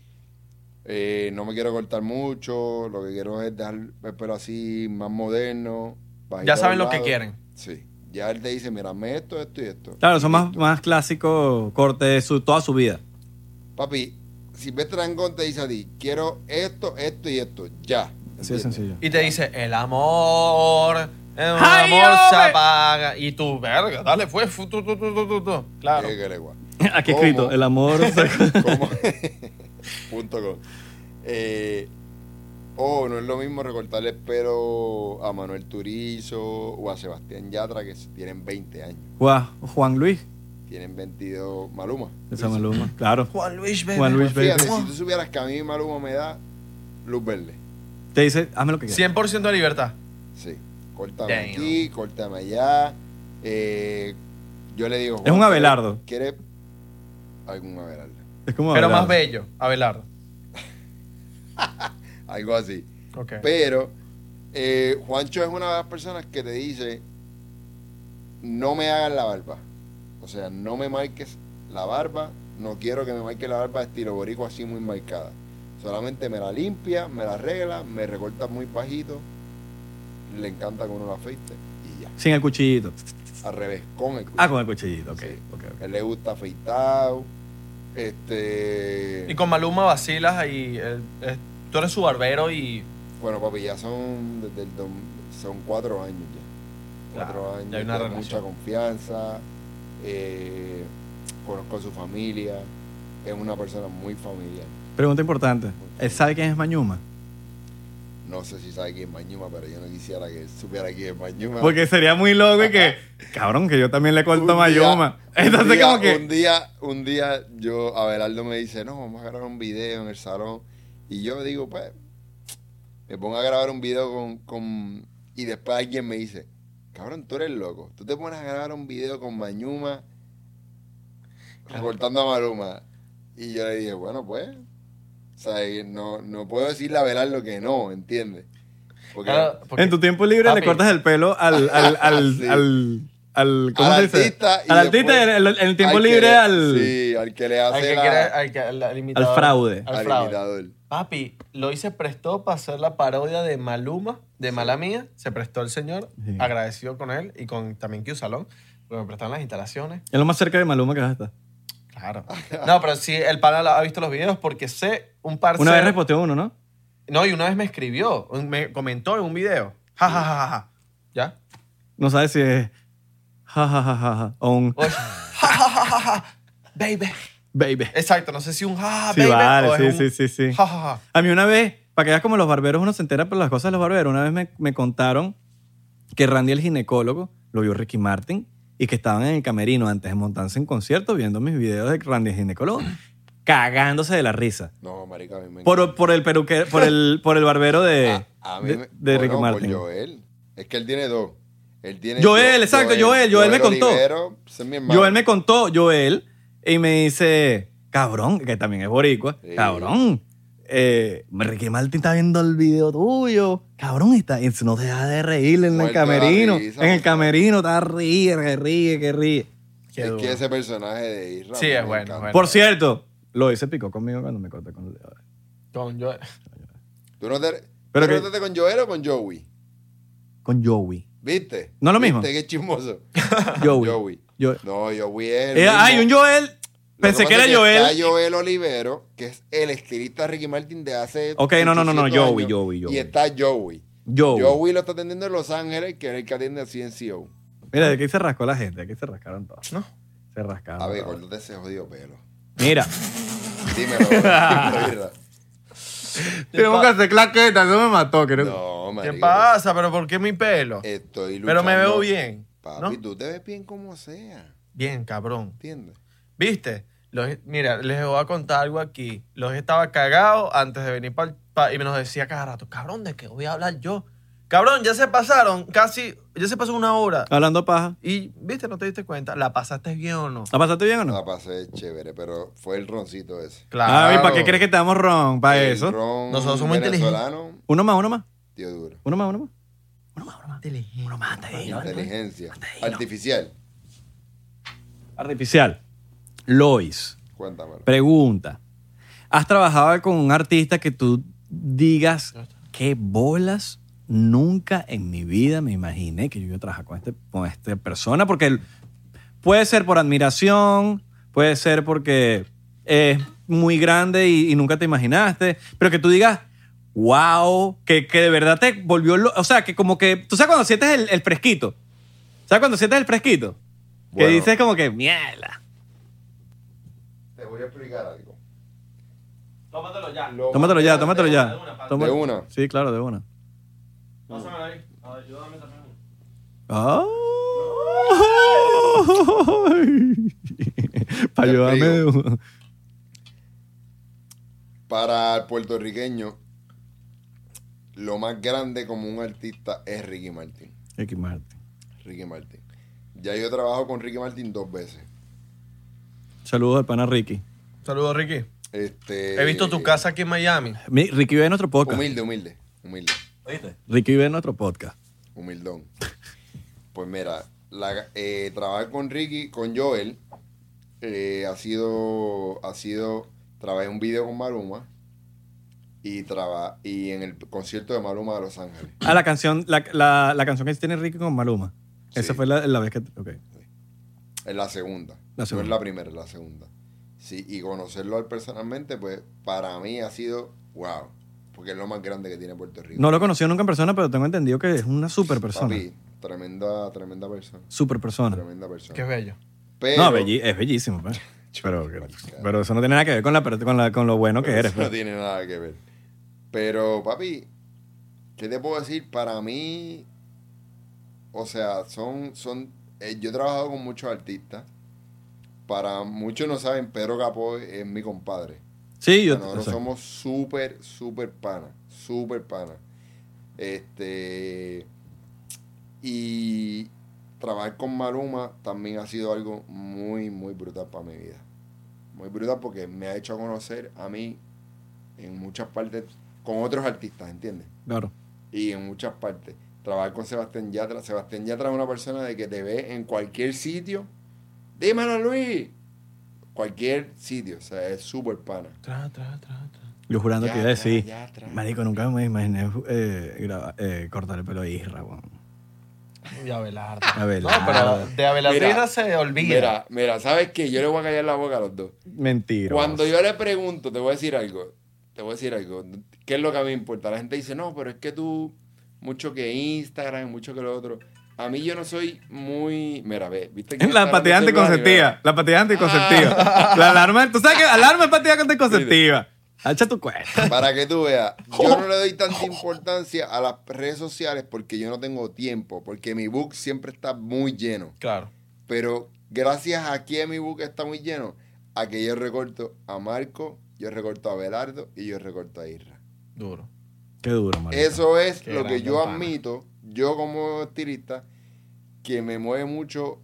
Speaker 5: eh, no me quiero cortar mucho, lo que quiero es dejar el pelo así, más moderno. bajito
Speaker 3: Ya
Speaker 5: a
Speaker 3: saben
Speaker 5: los
Speaker 3: lo que
Speaker 5: lados".
Speaker 3: quieren.
Speaker 5: Sí. Ya él te dice, mira, me esto, esto y esto.
Speaker 4: Claro, son
Speaker 5: Y
Speaker 4: más,
Speaker 5: listo.
Speaker 4: más clásicos cortes de su, toda su vida.
Speaker 5: Papi, si Angón te dice a ti, quiero esto, esto y esto, ya.
Speaker 4: Así de
Speaker 5: ¿Entiendes?
Speaker 4: sencillo.
Speaker 3: Y te dice, el amor, el
Speaker 4: ¡Ay,
Speaker 3: amor se
Speaker 4: hombre!
Speaker 3: apaga. Y tú, verga, dale, fue, fu, tu, tu, tu, tu, tu, tu. Claro.
Speaker 5: Qué gregua.
Speaker 4: Aquí
Speaker 5: ¿Cómo?
Speaker 4: escrito, el amor. se-
Speaker 5: ¿Cómo? Punto com. Eh, oh, no es lo mismo recortarle el pelo a Manuel Turizo o a Sebastián Yatra, que tienen 20 años.
Speaker 4: Gua- Juan Luis
Speaker 5: Tienen 22. Maluma.
Speaker 4: de San Maluma, claro.
Speaker 3: Juan Luis, bebé.
Speaker 4: Juan Luis
Speaker 5: Fíjate,
Speaker 4: Baby.
Speaker 5: si tú supieras que a mí Maluma me da luz verde.
Speaker 4: Te dice, hazme lo que quieras.
Speaker 3: 100% de libertad.
Speaker 5: Sí. Córtame
Speaker 3: Damn.
Speaker 5: aquí, córtame allá. Eh, yo le digo.
Speaker 4: Es un Abelardo.
Speaker 5: ¿Quieres algún Abelardo?
Speaker 4: Es como
Speaker 3: Pero
Speaker 4: Abelardo.
Speaker 3: más bello, Abelardo.
Speaker 5: Algo así.
Speaker 3: Ok.
Speaker 5: Pero eh, Juancho es una de las personas que te dice, no me hagas la barba. O sea, no me marques la barba. No quiero que me marque la barba estilo borico así muy marcada. Solamente me la limpia, me la arregla, me recorta muy bajito. Le encanta que uno la afeite y ya.
Speaker 4: Sin el cuchillito.
Speaker 5: Al revés, con el
Speaker 4: Ah,
Speaker 5: cuchillo.
Speaker 4: con el cuchillito, ok.
Speaker 5: Sí.
Speaker 4: ok, ok.
Speaker 5: Él le gusta afeitado. Este...
Speaker 3: Y con Maluma vacilas ahí. eh, eh, tú eres su barbero y.
Speaker 5: Bueno, papi, ya son desde el dom- son cuatro años ya. Cuatro
Speaker 3: Claro,
Speaker 5: años.
Speaker 3: ya hay una
Speaker 5: de
Speaker 3: relación.
Speaker 5: mucha confianza. eh, conozco a su familia. Es una persona muy familiar.
Speaker 4: Pregunta importante. ¿Él sabe quién es Mañuma?
Speaker 5: No sé si sabe quién es Mañuma, pero yo no quisiera que supiera quién es Mañuma.
Speaker 3: Pues
Speaker 4: Porque sería muy loco y que, cabrón, que yo también le corto a
Speaker 5: Un día-
Speaker 4: Mayuma.
Speaker 5: un
Speaker 4: Entonces,
Speaker 5: día-
Speaker 4: como que.
Speaker 5: Un día, un día, yo, Abelardo me dice, no, vamos a grabar un video en el salón. Y yo digo, pues, me pongo a grabar un video con, con... Y después alguien me dice, cabrón, tú eres loco. Tú te pones a grabar un video con Mañuma recortando a Maluma. Y yo le dije, bueno, pues... O sea, y no, no puedo decirle a Abelardo que no, ¿entiendes? Porque
Speaker 3: Claro, porque-
Speaker 4: En tu tiempo libre le
Speaker 3: Papi,
Speaker 4: cortas el pelo al. al, al,
Speaker 5: Sí.
Speaker 4: al, al- ¿Cómo
Speaker 5: Al
Speaker 4: se dice?
Speaker 5: artista y
Speaker 4: Al artista,
Speaker 5: después-
Speaker 4: en el, en el tiempo
Speaker 5: al que
Speaker 4: libre
Speaker 5: le-
Speaker 4: al.
Speaker 5: Sí, al que le hace
Speaker 3: al que
Speaker 5: la-
Speaker 3: quiera- al que- al- al imitador.
Speaker 4: Al fraude.
Speaker 5: al
Speaker 3: Al fraude.
Speaker 5: imitador.
Speaker 3: Papi, lo hice prestó para hacer la parodia de Maluma, de Mala Mía. Se prestó el señor,
Speaker 4: Sí.
Speaker 3: agradecido con él y con también Q Salón, porque me prestaron las instalaciones.
Speaker 4: Es lo más cerca de Maluma que vas a estar.
Speaker 3: Claro. No, pero sí, el pana la- ha visto los videos porque sé un par
Speaker 4: Una vez reposteó uno, ¿no?
Speaker 3: No, y una vez me escribió, me comentó en un video. Ja, ja, ja, ja, ja. ¿Ya?
Speaker 4: No sabes si es. Ja, ja, ja, ja, ja, O un.
Speaker 3: Oye, ja, ja, ja, ja, ja, baby.
Speaker 4: Baby.
Speaker 3: Exacto, no sé si un ja, ja,
Speaker 4: Sí,
Speaker 3: Ah, baby
Speaker 4: vale,
Speaker 3: o es
Speaker 4: sí,
Speaker 3: un
Speaker 4: sí, sí, sí.
Speaker 3: ja, ja, ja.
Speaker 4: A mí una vez, para que veas como los barberos uno se entera por las cosas de los barberos, una vez me, me contaron que Randy el ginecólogo lo vio Ricky Martin y que estaban en el camerino antes de montarse en concierto viendo mis videos de Randy el ginecólogo cagándose de la risa.
Speaker 5: No, marica, a mí me
Speaker 4: Por, por el peruque, por el, por el barbero de,
Speaker 5: Ah, A- a mí
Speaker 4: de,
Speaker 5: me-
Speaker 4: de Ricky
Speaker 5: bueno, por
Speaker 4: Martin.
Speaker 5: Joel. Es que él tiene dos. Él tiene
Speaker 4: Joel,
Speaker 5: Jo-
Speaker 4: exacto, Joel, Joel me contó.
Speaker 5: Olivero, ese es mi hermano.
Speaker 4: Joel me contó, Joel, y me dice, cabrón, que también es boricua,
Speaker 5: Sí.
Speaker 4: cabrón, eh, Ricky Martin está viendo el video tuyo, cabrón, está, y no te deja de reír en el
Speaker 5: Muerto de la
Speaker 4: camerino,
Speaker 5: risa,
Speaker 4: en el
Speaker 5: muerto.
Speaker 4: camerino, está ríe, que ríe, que ríe.
Speaker 3: Qué
Speaker 5: es
Speaker 3: duro.
Speaker 5: que ese personaje de Israel.
Speaker 3: Sí, es bueno, bueno.
Speaker 4: Por cierto, lo hice picó conmigo cuando me corté con los dedos.
Speaker 3: Con yo-
Speaker 5: ¿Tú no te,
Speaker 4: Pero
Speaker 5: tú
Speaker 4: que-
Speaker 5: no te con Joel o con Joey?
Speaker 4: Con Joey.
Speaker 5: ¿Viste?
Speaker 4: No es lo mismo.
Speaker 5: ¿Viste qué chismoso?
Speaker 4: Joey.
Speaker 5: Joey.
Speaker 4: Joe-
Speaker 5: No, Joey es el
Speaker 4: Eh,
Speaker 5: mismo.
Speaker 4: ay, un Joel.
Speaker 5: Lo
Speaker 4: Pensé que
Speaker 5: pasa
Speaker 4: era
Speaker 5: es
Speaker 4: Joel.
Speaker 5: Está Joel Olivero, que es el estilista Ricky Martin de hace.
Speaker 4: Ok, no, no, no, no,
Speaker 5: 800
Speaker 4: Joey,
Speaker 5: años,
Speaker 4: Joey, Joey.
Speaker 5: Y está Joey.
Speaker 4: Joey.
Speaker 5: Joey lo está atendiendo en Los Ángeles, que es el que atiende a CNCO.
Speaker 4: Mira, aquí se rascó la gente, aquí se rascaron todos.
Speaker 3: No.
Speaker 4: Se rascaron.
Speaker 5: A ver,
Speaker 4: todos.
Speaker 5: córtate ese jodido pelo.
Speaker 4: Mira.
Speaker 5: Dímelo. dímelo,
Speaker 4: Tengo que hacer claqueta, eso me mató, creo.
Speaker 5: No,
Speaker 3: ¿Qué
Speaker 5: marica,
Speaker 3: pasa? ¿Pero por qué mi pelo?
Speaker 5: Estoy luchando.
Speaker 3: Pero me veo bien. ¿no?
Speaker 5: Papi, tú te ves bien como sea.
Speaker 3: Bien, cabrón.
Speaker 5: ¿Entiendes?
Speaker 3: ¿Viste? Los- mira, les voy a contar algo aquí. Los estaba cagado antes de venir para y me nos decía cada rato, cabrón, ¿de qué voy a hablar yo? Cabrón, ya se pasaron casi, ya se pasó una hora.
Speaker 4: Hablando paja.
Speaker 3: Y, ¿viste? No te diste cuenta. ¿La pasaste bien o no?
Speaker 4: ¿La pasaste bien o no?
Speaker 5: La pasé chévere, pero fue el roncito ese.
Speaker 4: Ah, ¿y
Speaker 3: Claro.
Speaker 4: para qué crees que te damos ron? Para
Speaker 5: El
Speaker 4: eso.
Speaker 5: ron
Speaker 3: Nosotros somos inteligentes.
Speaker 5: venezolano,
Speaker 4: Uno más, uno más.
Speaker 5: Tío duro.
Speaker 4: Uno más, uno más.
Speaker 3: Inteligente.
Speaker 5: Inteligencia. Artificial.
Speaker 4: Artificial. Lois,
Speaker 5: Cuéntamelo.
Speaker 4: pregunta. ¿Has trabajado con un artista que tú digas qué bolas? Nunca en mi vida me imaginé que yo iba a trabajar con, este, con esta persona porque el- puede ser por admiración, puede ser porque es muy grande y, y nunca te imaginaste, pero que tú digas, wow, que, que de verdad te volvió, lo- o sea, que como que, tú sabes cuando sientes el, el fresquito, ¿sabes cuando sientes el fresquito?
Speaker 5: Bueno.
Speaker 4: Que dices como que, mierda.
Speaker 5: Te voy a explicar algo.
Speaker 3: Tómatelo ya.
Speaker 5: Lo
Speaker 4: Tómatelo ya, tómatelo ya. Toma-
Speaker 5: De una.
Speaker 4: Sí, claro, de una.
Speaker 3: Pásamela ahí. Ayúdame también.
Speaker 4: Ah. Para
Speaker 5: Te
Speaker 4: ayudarme de
Speaker 5: explico.
Speaker 4: una.
Speaker 5: Para el puertorriqueño, lo más grande como un artista es Ricky Martin.
Speaker 4: Ricky Martin.
Speaker 5: Ricky Martin. Ya yo trabajo con Ricky Martin dos veces.
Speaker 4: Saludos al pana Ricky.
Speaker 3: Saludos, Ricky.
Speaker 5: Este,
Speaker 3: He visto tu casa aquí en Miami.
Speaker 4: Mi- Ricky ve nuestro podcast.
Speaker 5: Humilde, humilde, humilde,
Speaker 4: Ricky ve nuestro podcast.
Speaker 5: humildón. Pues mira, la- eh, trabajar con Ricky, con Joel, eh, ha sido, ha sido, trabajé un video con Maluma y, traba, y en el concierto de Maluma de Los Ángeles.
Speaker 4: Ah, la canción, la, la- la canción que tiene Ricky con Maluma. Esa
Speaker 5: Sí.
Speaker 4: fue la, la vez que. ok.
Speaker 5: Es la segunda.
Speaker 4: La segunda.
Speaker 5: No es la primera, es la segunda. Sí, y conocerlo a él personalmente, pues para mí ha sido wow. Porque es lo más grande que tiene Puerto Rico.
Speaker 4: No lo conocí nunca en persona, pero tengo entendido que es una super persona.
Speaker 5: Papi, tremenda, tremenda persona.
Speaker 4: Super persona.
Speaker 5: Tremenda persona.
Speaker 3: Qué bello.
Speaker 5: Pero,
Speaker 4: No, belli- es bellísimo, pues. pero,
Speaker 5: Marica.
Speaker 4: pero eso no tiene nada que ver con, la, per- con, la- con lo bueno que
Speaker 5: pero
Speaker 4: eres.
Speaker 5: eso no
Speaker 4: pues.
Speaker 5: tiene nada que ver. Pero, papi, ¿qué te puedo decir? Para mí, o sea, son, son, eh, yo he trabajado con muchos artistas. Para muchos no saben, Pedro Capó es mi compadre.
Speaker 4: Sí, yo.
Speaker 5: O sea, nosotros
Speaker 4: o sea,
Speaker 5: somos súper, súper pana. Súper pana. Este. Y trabajar con Maluma también ha sido algo muy, muy brutal para mi vida. Muy brutal porque me ha hecho conocer a mí en muchas partes con otros artistas, ¿entiendes?
Speaker 4: Claro.
Speaker 5: y en muchas partes. Trabajar con Sebastián Yatra. Sebastián Yatra es una persona de que te ve en cualquier sitio. Dímelo, Luis. Cualquier sitio. O sea, es súper pana.
Speaker 3: Tra, tra, tra, tra.
Speaker 4: Yo jurando que iba a
Speaker 5: Yatra,
Speaker 4: decir,
Speaker 5: Yatra.
Speaker 4: marico, nunca me imaginé eh, graba- eh, cortar el pelo de Isra, weón.
Speaker 3: Y Abelardo.
Speaker 4: Abelardo.
Speaker 3: No, pero de Abelardo
Speaker 5: Mira,
Speaker 3: Isra se olvida.
Speaker 5: Mira, mira, ¿sabes qué? Yo le voy a callar la boca a los dos.
Speaker 4: Mentira.
Speaker 5: Cuando yo le pregunto, te voy a decir algo, te voy a decir algo, ¿qué es lo que a mí me importa? La gente dice, no, pero es que tú, mucho que Instagram, mucho que lo otro. A mí yo no soy muy... Mira, ve, ¿viste? que
Speaker 4: La patilla anticonceptiva. La patilla anticonceptiva.
Speaker 5: Ah.
Speaker 4: La alarma. ¿Tú sabes que alarma es patilla anticonceptiva? Hacha tu cuenta.
Speaker 5: Para que tú veas, yo no le doy tanta importancia a las redes sociales porque yo no tengo tiempo, porque mi book siempre está muy lleno.
Speaker 3: Claro.
Speaker 5: Pero gracias a que mi book está muy lleno, a que yo recorto a Marco, yo recorto a Belardo y yo recorto a Irra.
Speaker 3: Duro.
Speaker 4: Qué duro, marico.
Speaker 5: Eso es
Speaker 3: Qué
Speaker 5: lo que
Speaker 3: grande
Speaker 5: yo
Speaker 3: pana.
Speaker 5: admito, yo como estilista, que me mueve mucho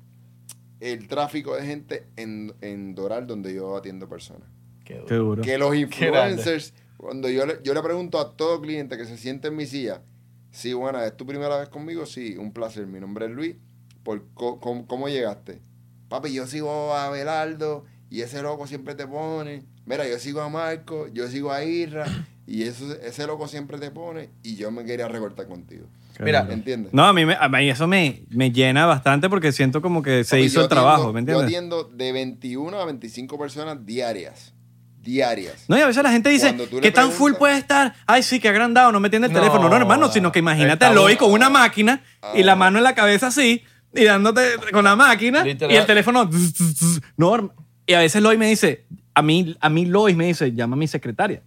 Speaker 5: el tráfico de gente en, en Doral, donde yo atiendo personas.
Speaker 3: Qué
Speaker 4: Qué
Speaker 3: duro.
Speaker 4: duro.
Speaker 5: Que los
Speaker 3: grande.
Speaker 5: influencers, cuando yo le, yo le pregunto a todo cliente que se siente en mi silla, sí, buena, ¿es tu primera vez conmigo? Sí, un placer, mi nombre es Luis, ¿Por co- cómo, cómo llegaste? Papi, yo sigo a Belardo y ese loco siempre te pone, mira, yo sigo a Marco, yo sigo a Irra y eso, ese loco siempre te pone y yo me quería recortar contigo.
Speaker 4: Qué
Speaker 3: mira,
Speaker 4: duro.
Speaker 5: ¿Entiendes?
Speaker 4: No, a mí, me- a mí eso me, me llena bastante porque siento como que se
Speaker 5: Papi,
Speaker 4: hizo
Speaker 5: yo
Speaker 4: el trabajo,
Speaker 5: atiendo-
Speaker 4: ¿me
Speaker 5: Yo
Speaker 4: entiendes?
Speaker 5: atiendo de 21 a 25 personas diarias. Diarias.
Speaker 4: Pues. No, y a veces la gente dice,
Speaker 5: Cuando tú le
Speaker 4: ¿qué tan full
Speaker 5: preguntas-
Speaker 4: puede estar? Ay, sí, que agrandado, no me tiende el
Speaker 3: No,
Speaker 4: teléfono. No, hermano, sino que imagínate a
Speaker 3: está
Speaker 4: Eloy
Speaker 3: bueno.
Speaker 4: con una máquina y la mano en la cabeza así, y dándote con la máquina
Speaker 3: Literal.
Speaker 4: y el teléfono. zzz, zzz, zzz. No, herma- y a veces Lois me dice, a mí, a mí Lois me dice, llama a mi secretaria.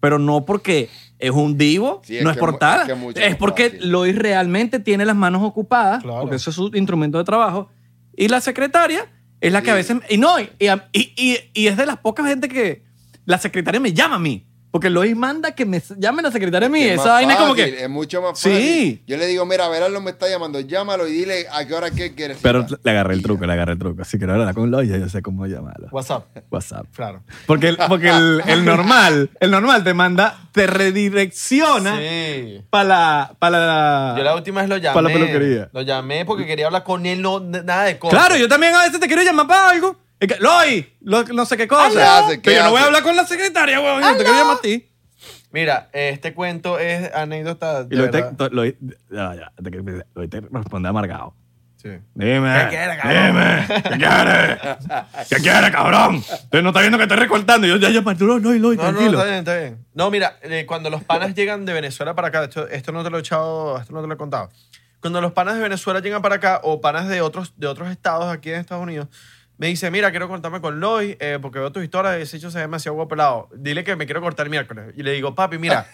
Speaker 4: Pero no porque es un divo,
Speaker 5: Sí, es
Speaker 4: no es
Speaker 5: que
Speaker 4: por
Speaker 5: mu-
Speaker 4: tal.
Speaker 5: es que mucho
Speaker 4: Es
Speaker 5: más
Speaker 4: porque
Speaker 5: fácil.
Speaker 4: Lois realmente tiene las manos ocupadas,
Speaker 3: Claro.
Speaker 4: porque eso es su instrumento de trabajo. Y la secretaria es la que a
Speaker 5: Sí.
Speaker 4: veces... Y no, y, y- y- y es de las pocas gente que la secretaria me llama a mí. Porque Lois manda que me llame la secretaria a mí.
Speaker 5: Es
Speaker 4: Esa
Speaker 5: más
Speaker 4: vaina es como
Speaker 5: fácil, eh.
Speaker 4: que...
Speaker 5: Es mucho más
Speaker 4: Sí.
Speaker 5: fácil. Yo le digo, mira, Verarlo me está llamando, llámalo y dile a qué hora que quieres.
Speaker 4: Pero
Speaker 5: cita".
Speaker 4: le agarré el
Speaker 5: Y-
Speaker 4: truco, le agarré el truco. Si quiero hablar con Lois, ya yo sé cómo llamarla.
Speaker 3: WhatsApp.
Speaker 4: WhatsApp.
Speaker 3: Claro.
Speaker 4: Porque, el, porque el, el normal, el normal te manda, te redirecciona
Speaker 3: Sí.
Speaker 4: para la... pa' la-
Speaker 3: Yo la última vez lo llamé.
Speaker 4: Para la peluquería.
Speaker 3: Lo llamé porque quería hablar con él, no, n- nada de cosas.
Speaker 4: Claro, yo también a veces te quiero llamar para algo. Es que, Lois, lo- no sé qué
Speaker 5: ¿Qué
Speaker 4: cosa.
Speaker 5: hace? ¿Qué
Speaker 4: Pero yo no voy a
Speaker 5: hace?
Speaker 4: hablar con la secretaria, weón. Yo te quiero llamar a ti.
Speaker 3: Mira, este cuento es anécdota. De
Speaker 4: Y lo te,
Speaker 3: verdad.
Speaker 4: to- lo- ya, ya, te, lo te responde amargado.
Speaker 3: Sí.
Speaker 4: Dime.
Speaker 3: ¿Qué quieres,
Speaker 4: Dime.
Speaker 3: cabrón?
Speaker 4: ¿Qué quieres? ¿Qué quieres, cabrón? Tú no estás viendo que estoy recortando. Y yo ya, pues, ya, Arturo, no, no,
Speaker 3: No, no,
Speaker 4: tranquilo.
Speaker 3: está bien, está bien. No, mira, eh, cuando los panas llegan de Venezuela para acá, esto, esto no te lo he echado, esto no te lo he contado. Cuando los panas de Venezuela llegan para acá o panas de otros, de otros estados aquí en Estados Unidos, me dice, mira, quiero cortarme con Lois eh, porque veo tus historias y ese hecho se ve demasiado guapo pelado. Dile que me quiero cortar el miércoles. Y le digo, papi, mira,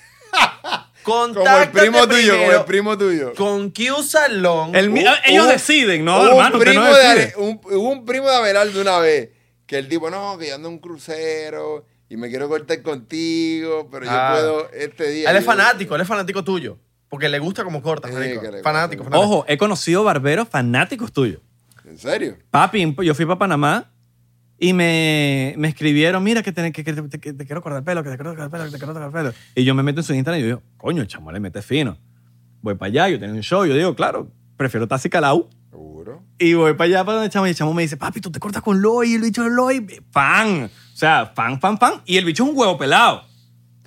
Speaker 5: Como el
Speaker 3: contáctate
Speaker 5: primo tuyo, como
Speaker 3: primero
Speaker 5: el primo tuyo.
Speaker 3: con Q Salón.
Speaker 4: El mi-
Speaker 5: Un-
Speaker 4: ellos
Speaker 5: un-
Speaker 4: deciden, ¿no,
Speaker 5: hubo
Speaker 4: hermano?
Speaker 5: Un
Speaker 4: Usted
Speaker 5: primo,
Speaker 4: no
Speaker 5: de,
Speaker 4: decide.
Speaker 5: Ale- un, hubo un primo de Abelardo una vez que el tipo, no, que yo ando en un crucero y me quiero cortar contigo, pero
Speaker 3: Ah.
Speaker 5: yo puedo este día.
Speaker 3: él es
Speaker 5: Yo-
Speaker 3: fanático, él es fanático tuyo. Porque le gusta como cortas,
Speaker 5: Sí,
Speaker 3: marico.
Speaker 5: que le gusta.
Speaker 3: fanático, fanático.
Speaker 4: Ojo, he conocido barberos fanáticos tuyos.
Speaker 5: ¿En serio?
Speaker 4: Papi, yo fui para Panamá y me, me escribieron, mira, que, te, que- que te- que te quiero cortar el pelo, que te quiero cortar el pelo, que te quiero cortar el pelo. Y yo me meto en su Instagram y yo digo, coño, el chamo, le mete fino. Voy para allá, yo tengo un show, yo digo, claro, prefiero Taxi Calau.
Speaker 5: Seguro.
Speaker 4: Y voy para allá para donde el chamo y el chamo me dice, papi, tú te cortas con Loy, y el bicho de Loy, fan. O sea, fan, fan, fan. Y el bicho es un huevo pelado. O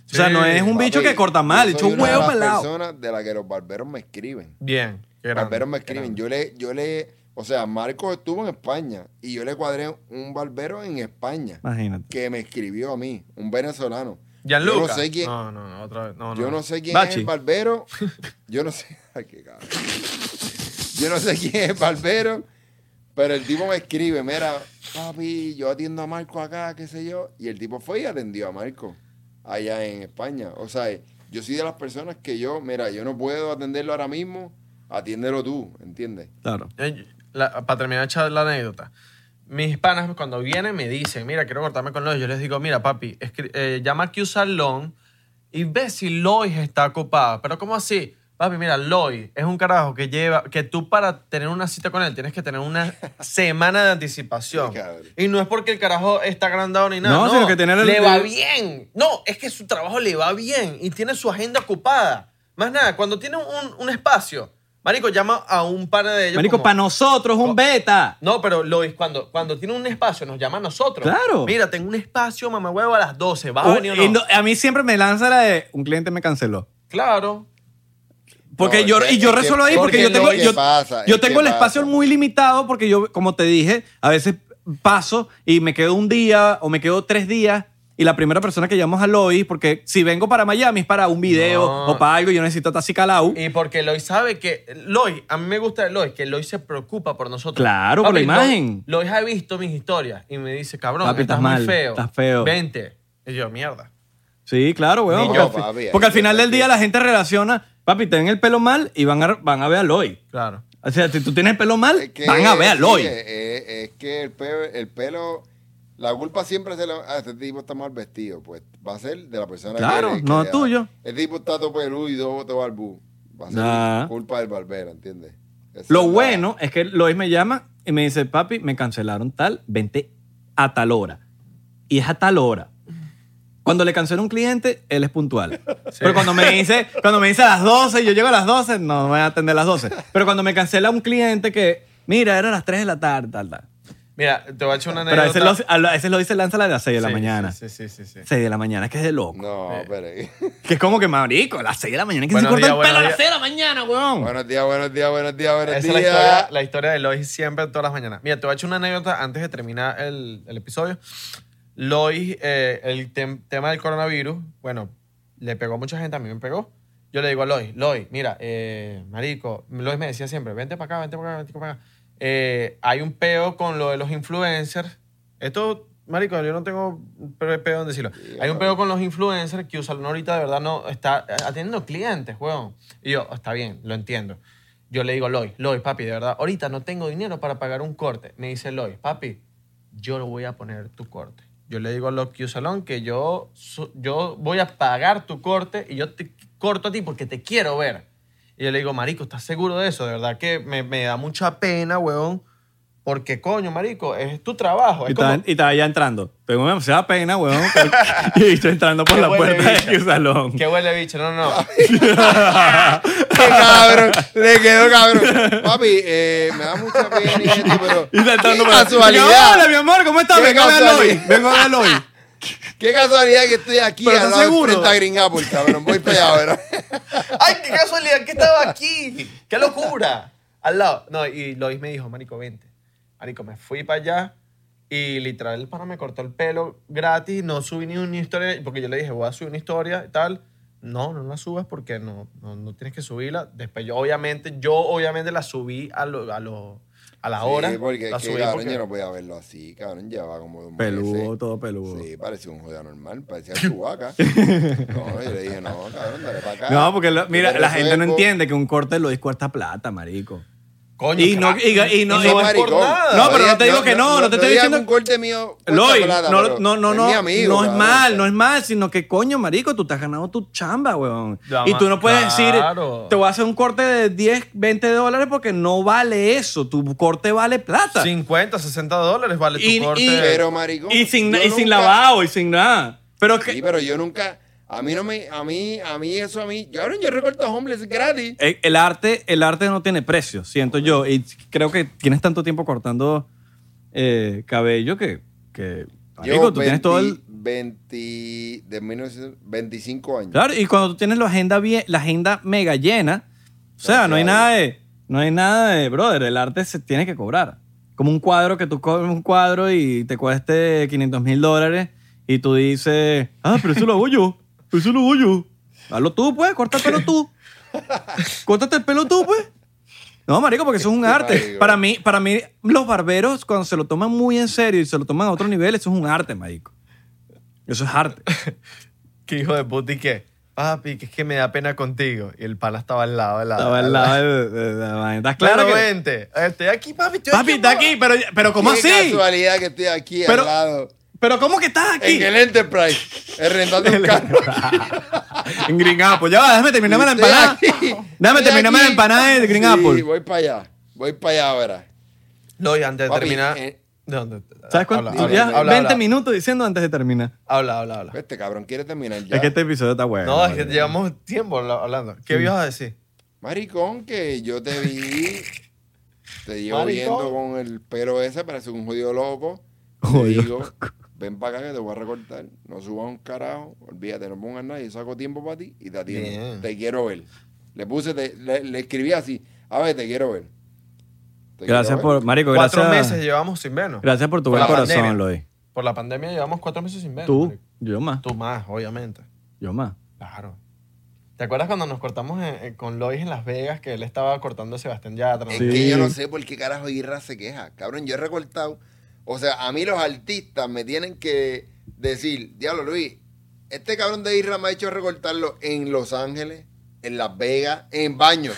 Speaker 4: sea,
Speaker 3: Sí,
Speaker 4: no es un
Speaker 5: Papi,
Speaker 4: bicho que corta mal, el
Speaker 5: yo
Speaker 4: bicho
Speaker 5: soy
Speaker 4: es un
Speaker 5: una de
Speaker 4: huevo
Speaker 5: las
Speaker 4: pelado.
Speaker 5: personas de las que los barberos me escriben.
Speaker 3: Bien. qué grande,
Speaker 5: Barberos me
Speaker 3: qué
Speaker 5: escriben.
Speaker 3: grande.
Speaker 5: Yo le, yo le, o sea, Marco estuvo en España y yo le cuadré un barbero en España
Speaker 4: Imagínate.
Speaker 5: que me escribió a mí, un venezolano.
Speaker 3: Gianluca. Ah.
Speaker 5: Yo no sé quién,
Speaker 3: No, no, no, otra vez. No,
Speaker 5: yo
Speaker 3: no.
Speaker 5: no sé quién es
Speaker 4: Bachi.
Speaker 5: el barbero. Yo no sé. Ay, qué cabrón. Yo no sé quién es el barbero. Pero el tipo me escribe, mira, papi, yo atiendo a Marco acá, qué sé yo. Y el tipo fue y atendió a Marco allá en España. O sea, yo soy de las personas que yo, mira, yo no puedo atenderlo ahora mismo, atiéndelo tú, ¿entiendes?
Speaker 4: Claro.
Speaker 3: Eh, la- para terminar de echar la anécdota. Mis panas cuando vienen me dicen, mira, quiero cortarme con Lois. Yo les digo, mira, papi, escri- eh, llama a Q Salón y ve si Lois está ocupada. Pero ¿cómo así? Papi, mira, Lois es un carajo que lleva, que tú para tener una cita con él tienes que tener una semana de anticipación.
Speaker 5: Sí, cabrón.
Speaker 3: y no es porque el carajo está agrandado ni nada.
Speaker 4: No,
Speaker 3: No,
Speaker 4: sino que tener el-
Speaker 3: le va bien. No, es que su trabajo le va bien y tiene su agenda ocupada. Más nada, cuando tiene un, un espacio, Marico llama a un pana de ellos.
Speaker 4: Marico,
Speaker 3: como-
Speaker 4: para nosotros un
Speaker 3: Co-
Speaker 4: beta.
Speaker 3: No, pero Lois, cuando, cuando tiene un espacio, nos llama a nosotros.
Speaker 4: Claro.
Speaker 3: Mira, tengo un espacio, mamá huevo, a las 12. ¿Vas a
Speaker 4: Un-
Speaker 3: venir o
Speaker 4: y
Speaker 3: no?
Speaker 4: no- a mí siempre me lanza la de un cliente me canceló.
Speaker 3: Claro.
Speaker 4: Porque
Speaker 5: No,
Speaker 4: yo,
Speaker 5: es que-
Speaker 4: y yo
Speaker 5: es que-
Speaker 4: resuelvo ahí porque,
Speaker 5: porque
Speaker 4: yo
Speaker 5: lo
Speaker 4: tengo,
Speaker 5: que
Speaker 4: yo,
Speaker 5: pasa,
Speaker 4: yo
Speaker 5: es
Speaker 4: tengo
Speaker 5: que
Speaker 4: el espacio
Speaker 5: pasa.
Speaker 4: muy limitado porque yo, como te dije, a veces paso y me quedo un día o me quedo tres días y la primera persona que llamamos a Lois, porque si vengo para Miami es para un video
Speaker 3: No.
Speaker 4: o para algo, yo necesito Tassi Calau.
Speaker 3: Y porque Lois sabe que. Lois, a mí me gusta de Lois, que Lois se preocupa por nosotros.
Speaker 4: Claro, por la imagen.
Speaker 3: Lois, Lois ha visto mis historias y me dice, cabrón,
Speaker 4: Papi,
Speaker 3: estás,
Speaker 4: estás
Speaker 3: muy
Speaker 4: mal,
Speaker 3: feo.
Speaker 4: estás feo.
Speaker 3: Vente. Y yo, mierda.
Speaker 4: Sí, claro, weón.
Speaker 5: Ni
Speaker 4: Porque,
Speaker 5: yo,
Speaker 4: al, fi-
Speaker 5: papi, ahí
Speaker 4: porque al
Speaker 5: yo
Speaker 4: final del
Speaker 5: también.
Speaker 4: día la gente relaciona, papi, te ven el pelo mal y van a, van a ver a Lois.
Speaker 3: Claro.
Speaker 4: O sea, si tú tienes el pelo mal,
Speaker 5: Es que-
Speaker 4: van a ver a
Speaker 5: sí,
Speaker 4: Lois.
Speaker 5: Es, es que el pelo, el pelo, la culpa siempre es de la, ah, este tipo está mal vestido, pues va a ser de la persona que
Speaker 4: Claro,
Speaker 5: le- que
Speaker 4: no
Speaker 5: le da.
Speaker 4: tuyo.
Speaker 5: El tipo está todo peludo y todo, todo barbú. Va a ser
Speaker 4: Nah.
Speaker 5: culpa del barbero, ¿entiendes? Esa
Speaker 4: Lo
Speaker 5: es la-
Speaker 4: bueno es que Lois me llama y me dice, papi, me cancelaron tal, vente a tal hora. Y es a tal hora. Cuando le cancela un cliente, él es puntual. Pero cuando me, dice, cuando me dice a las 12 y yo llego a las 12, no, no voy a atender a las 12. Pero cuando me cancela un cliente que, mira, era a las 3 de la tarde, tal, tal.
Speaker 3: Mira, te voy a echar una
Speaker 4: Pero
Speaker 3: anécdota.
Speaker 4: a veces, lo, a lo- a veces lo dice, lanza a las 6 de la
Speaker 3: Sí,
Speaker 4: mañana.
Speaker 3: Sí, sí, sí. sí, sí.
Speaker 4: 6 de la mañana, que es de loco.
Speaker 5: No,
Speaker 3: Eh.
Speaker 5: espere.
Speaker 4: Que es como que, marico, a las 6 de la mañana, que se
Speaker 3: Buenos
Speaker 4: corta el
Speaker 3: días,
Speaker 4: pelo a las
Speaker 3: buenos
Speaker 4: 6 de la mañana, weón.
Speaker 5: buenos días, buenos días, buenos días, buenos
Speaker 3: Esa es
Speaker 5: días.
Speaker 3: la historia, la historia de Lois siempre, todas las mañanas. Mira, te voy a echar una anécdota antes de terminar el, el episodio. Lois, eh, el tem- tema del coronavirus, bueno, le pegó a mucha gente, a mí me pegó. Yo le digo a Lois, Lois, mira, eh, marico, Lois me decía siempre, vente para acá, vente para acá, vente para acá. Eh, hay un peo con lo de los influencers. Esto, marico, yo no tengo pe- peo en decirlo. Hay un peo con los influencers que usan ahorita de verdad no está eh, atendiendo clientes, weón. Y yo, está bien, lo entiendo. Yo le digo, Lois, Lois, papi, de verdad, ahorita no tengo dinero para pagar un corte. Me dice Lois, papi, yo lo voy a poner tu corte. Yo le digo a Loki Salón que yo, so- yo voy a pagar tu corte y yo te corto a ti porque te quiero ver. Y yo le digo, marico, ¿estás seguro de eso? De verdad que me, me da mucha pena, weón. Porque, coño, marico, es tu trabajo. Es
Speaker 4: Y estaba,
Speaker 3: Pues como,
Speaker 4: y estaba ya entrando. Tengo demasiada pena, weón. y estoy entrando por
Speaker 3: Qué
Speaker 4: la
Speaker 3: huele
Speaker 4: puerta
Speaker 3: bicho.
Speaker 4: de mi salón.
Speaker 3: que huele bicho. No, no, no.
Speaker 5: ¡Qué cabrón! ¡Le quedó cabrón! Papi, eh, me da mucha pena y esto, pero...
Speaker 4: Y está entrando por
Speaker 5: ¡Qué
Speaker 4: la- Hola, mi
Speaker 5: casualidad!
Speaker 4: amor, ¿cómo estás?
Speaker 5: Qué
Speaker 4: Vengo a verlo hoy.
Speaker 5: casualidad.
Speaker 4: Vengo a verlo hoy.
Speaker 5: ¡Qué casualidad que estoy aquí!
Speaker 4: Pero
Speaker 5: al
Speaker 4: ¿estás
Speaker 5: lado de
Speaker 4: seguro?
Speaker 5: frente a Green Apple, cabrón. Voy para allá, ¿verdad?
Speaker 3: ¡Ay, qué casualidad que estaba aquí! ¡Qué locura! Al lado. No, y Lois me dijo, marico, vente. Marico, me fui para allá y literal el pana me cortó el pelo gratis, no subí ni una historia, porque yo le dije, voy a subir una historia y tal. No, no la subas porque no, no, no tienes que subirla. Después yo obviamente, yo obviamente la subí a lo, a lo- a la hora.
Speaker 5: Sí, porque
Speaker 3: la
Speaker 5: es que,
Speaker 3: subí
Speaker 5: cabrón,
Speaker 3: porque-
Speaker 5: yo no podía verlo así, cabrón. Llevaba como dos
Speaker 4: Peludo,
Speaker 5: meses.
Speaker 4: todo peludo.
Speaker 5: Sí, parecía un joya normal, parecía chubaca. no, yo le dije, no, cabrón, dale para acá.
Speaker 4: No, porque lo- mira,
Speaker 5: Yo
Speaker 4: la gente no
Speaker 5: resuelvo.
Speaker 4: entiende que un corte de Lois cuesta plata, marico.
Speaker 3: Coño,
Speaker 4: Y no-
Speaker 3: crack.
Speaker 4: y- y no-
Speaker 3: Y
Speaker 4: y-
Speaker 3: no es por
Speaker 5: maricón.
Speaker 3: nada.
Speaker 4: No, pero no te digo que no, no te estoy
Speaker 5: digas
Speaker 4: diciendo-
Speaker 5: que un corte mío. cuesta
Speaker 4: Lois,
Speaker 5: plata,
Speaker 4: no,
Speaker 5: pero
Speaker 4: no, no,
Speaker 5: es
Speaker 4: no,
Speaker 5: mi amigo,
Speaker 4: no es
Speaker 5: cabrón.
Speaker 4: mal, no es mal, sino que coño, marico, tú te has ganado tu chamba, weón.
Speaker 3: Ya,
Speaker 4: y tú no puedes
Speaker 3: claro.
Speaker 4: decir, te voy a hacer un corte de 10, 20 dólares porque no vale eso, tu corte vale plata.
Speaker 3: 50, 60 dólares vale tu
Speaker 4: Y- y-
Speaker 3: corte.
Speaker 5: Pero, maricón.
Speaker 4: y sin,
Speaker 5: yo
Speaker 4: y sin
Speaker 5: nunca-
Speaker 4: lavado, y sin nada. Pero que,
Speaker 5: Sí, pero yo nunca. A mí no me. A mí, a mí, eso a mí. Yo, cabrón, yo recorto hombres gratis.
Speaker 4: El, Eh, el arte, el arte no tiene precio, siento yo. Y creo que tienes tanto tiempo cortando eh, cabello que, que marico,
Speaker 5: Llevo
Speaker 4: tú tienes todo el.
Speaker 5: 20, de 1925 años.
Speaker 4: Claro, y cuando tú tienes la agenda bien, la agenda mega llena, o sea, no hay
Speaker 5: Claro.
Speaker 4: nada de, no hay nada de, brother, el arte se tiene que cobrar. Como un cuadro que tú cobras un cuadro y te cueste 500 mil dólares y tú dices, ah, pero eso lo hago yo, eso lo hago yo. Hazlo tú, pues, corta el pelo tú. Córtate el pelo tú, pues. No, marico, porque eso es un arte.
Speaker 5: Este Marico.
Speaker 4: Para mí, para mí, los barberos, cuando se lo toman muy en serio y se lo toman a otro nivel, eso es un arte, marico. Eso es arte.
Speaker 3: que hijo de puta y que, papi, que es que me da pena contigo. Y el pana estaba al lado, al lado.
Speaker 4: Estaba al lado de- de- de la vaina. ¿Estás claro que-
Speaker 3: vente. Eh, Estoy aquí, papi, estoy
Speaker 4: Papi, está aquí, pero, pero ¿cómo
Speaker 5: Qué
Speaker 4: así?
Speaker 5: casualidad que estoy aquí
Speaker 4: Pero-
Speaker 5: al lado.
Speaker 4: ¿Pero cómo que estás aquí?
Speaker 5: En el Enterprise. eh, Rentando un carro.
Speaker 4: En Green Apple. Ya va, déjame terminarme la
Speaker 5: Estoy
Speaker 4: empanada.
Speaker 5: aquí.
Speaker 4: Déjame
Speaker 5: Estoy
Speaker 4: terminarme la
Speaker 5: aquí.
Speaker 4: empanada de Green
Speaker 5: Sí,
Speaker 4: Apple.
Speaker 5: voy para allá. Voy para allá, verás.
Speaker 3: No, y antes de
Speaker 5: Papi,
Speaker 3: terminar,
Speaker 5: eh,
Speaker 3: No, no,
Speaker 4: ¿Sabes cuánto?
Speaker 3: habla,
Speaker 4: Y
Speaker 3: habla,
Speaker 4: ya
Speaker 3: habla,
Speaker 4: 20
Speaker 3: habla.
Speaker 4: minutos diciendo antes de terminar.
Speaker 3: Habla, habla, habla.
Speaker 5: Este cabrón quiere terminar ya.
Speaker 4: Es que este episodio está bueno.
Speaker 3: No, es que
Speaker 4: vale.
Speaker 3: llevamos tiempo habla- hablando. ¿Qué ibas a decir?
Speaker 5: Maricón, que yo te vi. Te llevo
Speaker 3: Maricón.
Speaker 5: viendo con el pelo ese, parece un jodido loco. Te
Speaker 4: Jodido
Speaker 5: digo, ven para acá que te voy a recortar. No subas un carajo. Olvídate, no pongas nada. Yo saco tiempo para ti y te atiendo.
Speaker 3: Bien.
Speaker 5: Te quiero ver. Le puse, te- le, le escribí así. A ver, te quiero ver. Te
Speaker 4: Gracias
Speaker 5: quiero ver.
Speaker 4: por, Marico,
Speaker 3: Cuatro
Speaker 4: gracias.
Speaker 3: meses llevamos sin vernos.
Speaker 4: Gracias por tu
Speaker 3: Por
Speaker 4: buen
Speaker 3: la
Speaker 4: corazón,
Speaker 3: pandemia.
Speaker 4: Lloyd.
Speaker 3: Por la pandemia llevamos cuatro meses sin vernos.
Speaker 4: Tú,
Speaker 3: marico.
Speaker 4: yo más,
Speaker 3: Tú más, obviamente.
Speaker 4: yo más.
Speaker 3: Claro. ¿Te acuerdas cuando nos cortamos en- en- con Lois en Las Vegas que él estaba cortando a Sebastián Yatra?
Speaker 5: Es
Speaker 4: Sí.
Speaker 5: que yo no sé por qué carajo Irra se queja. Cabrón, yo he recortado. O sea, a mí los artistas me tienen que decir, diablo Luis, este cabrón de Irra me ha hecho recortarlo en Los Ángeles, en Las Vegas, en baños.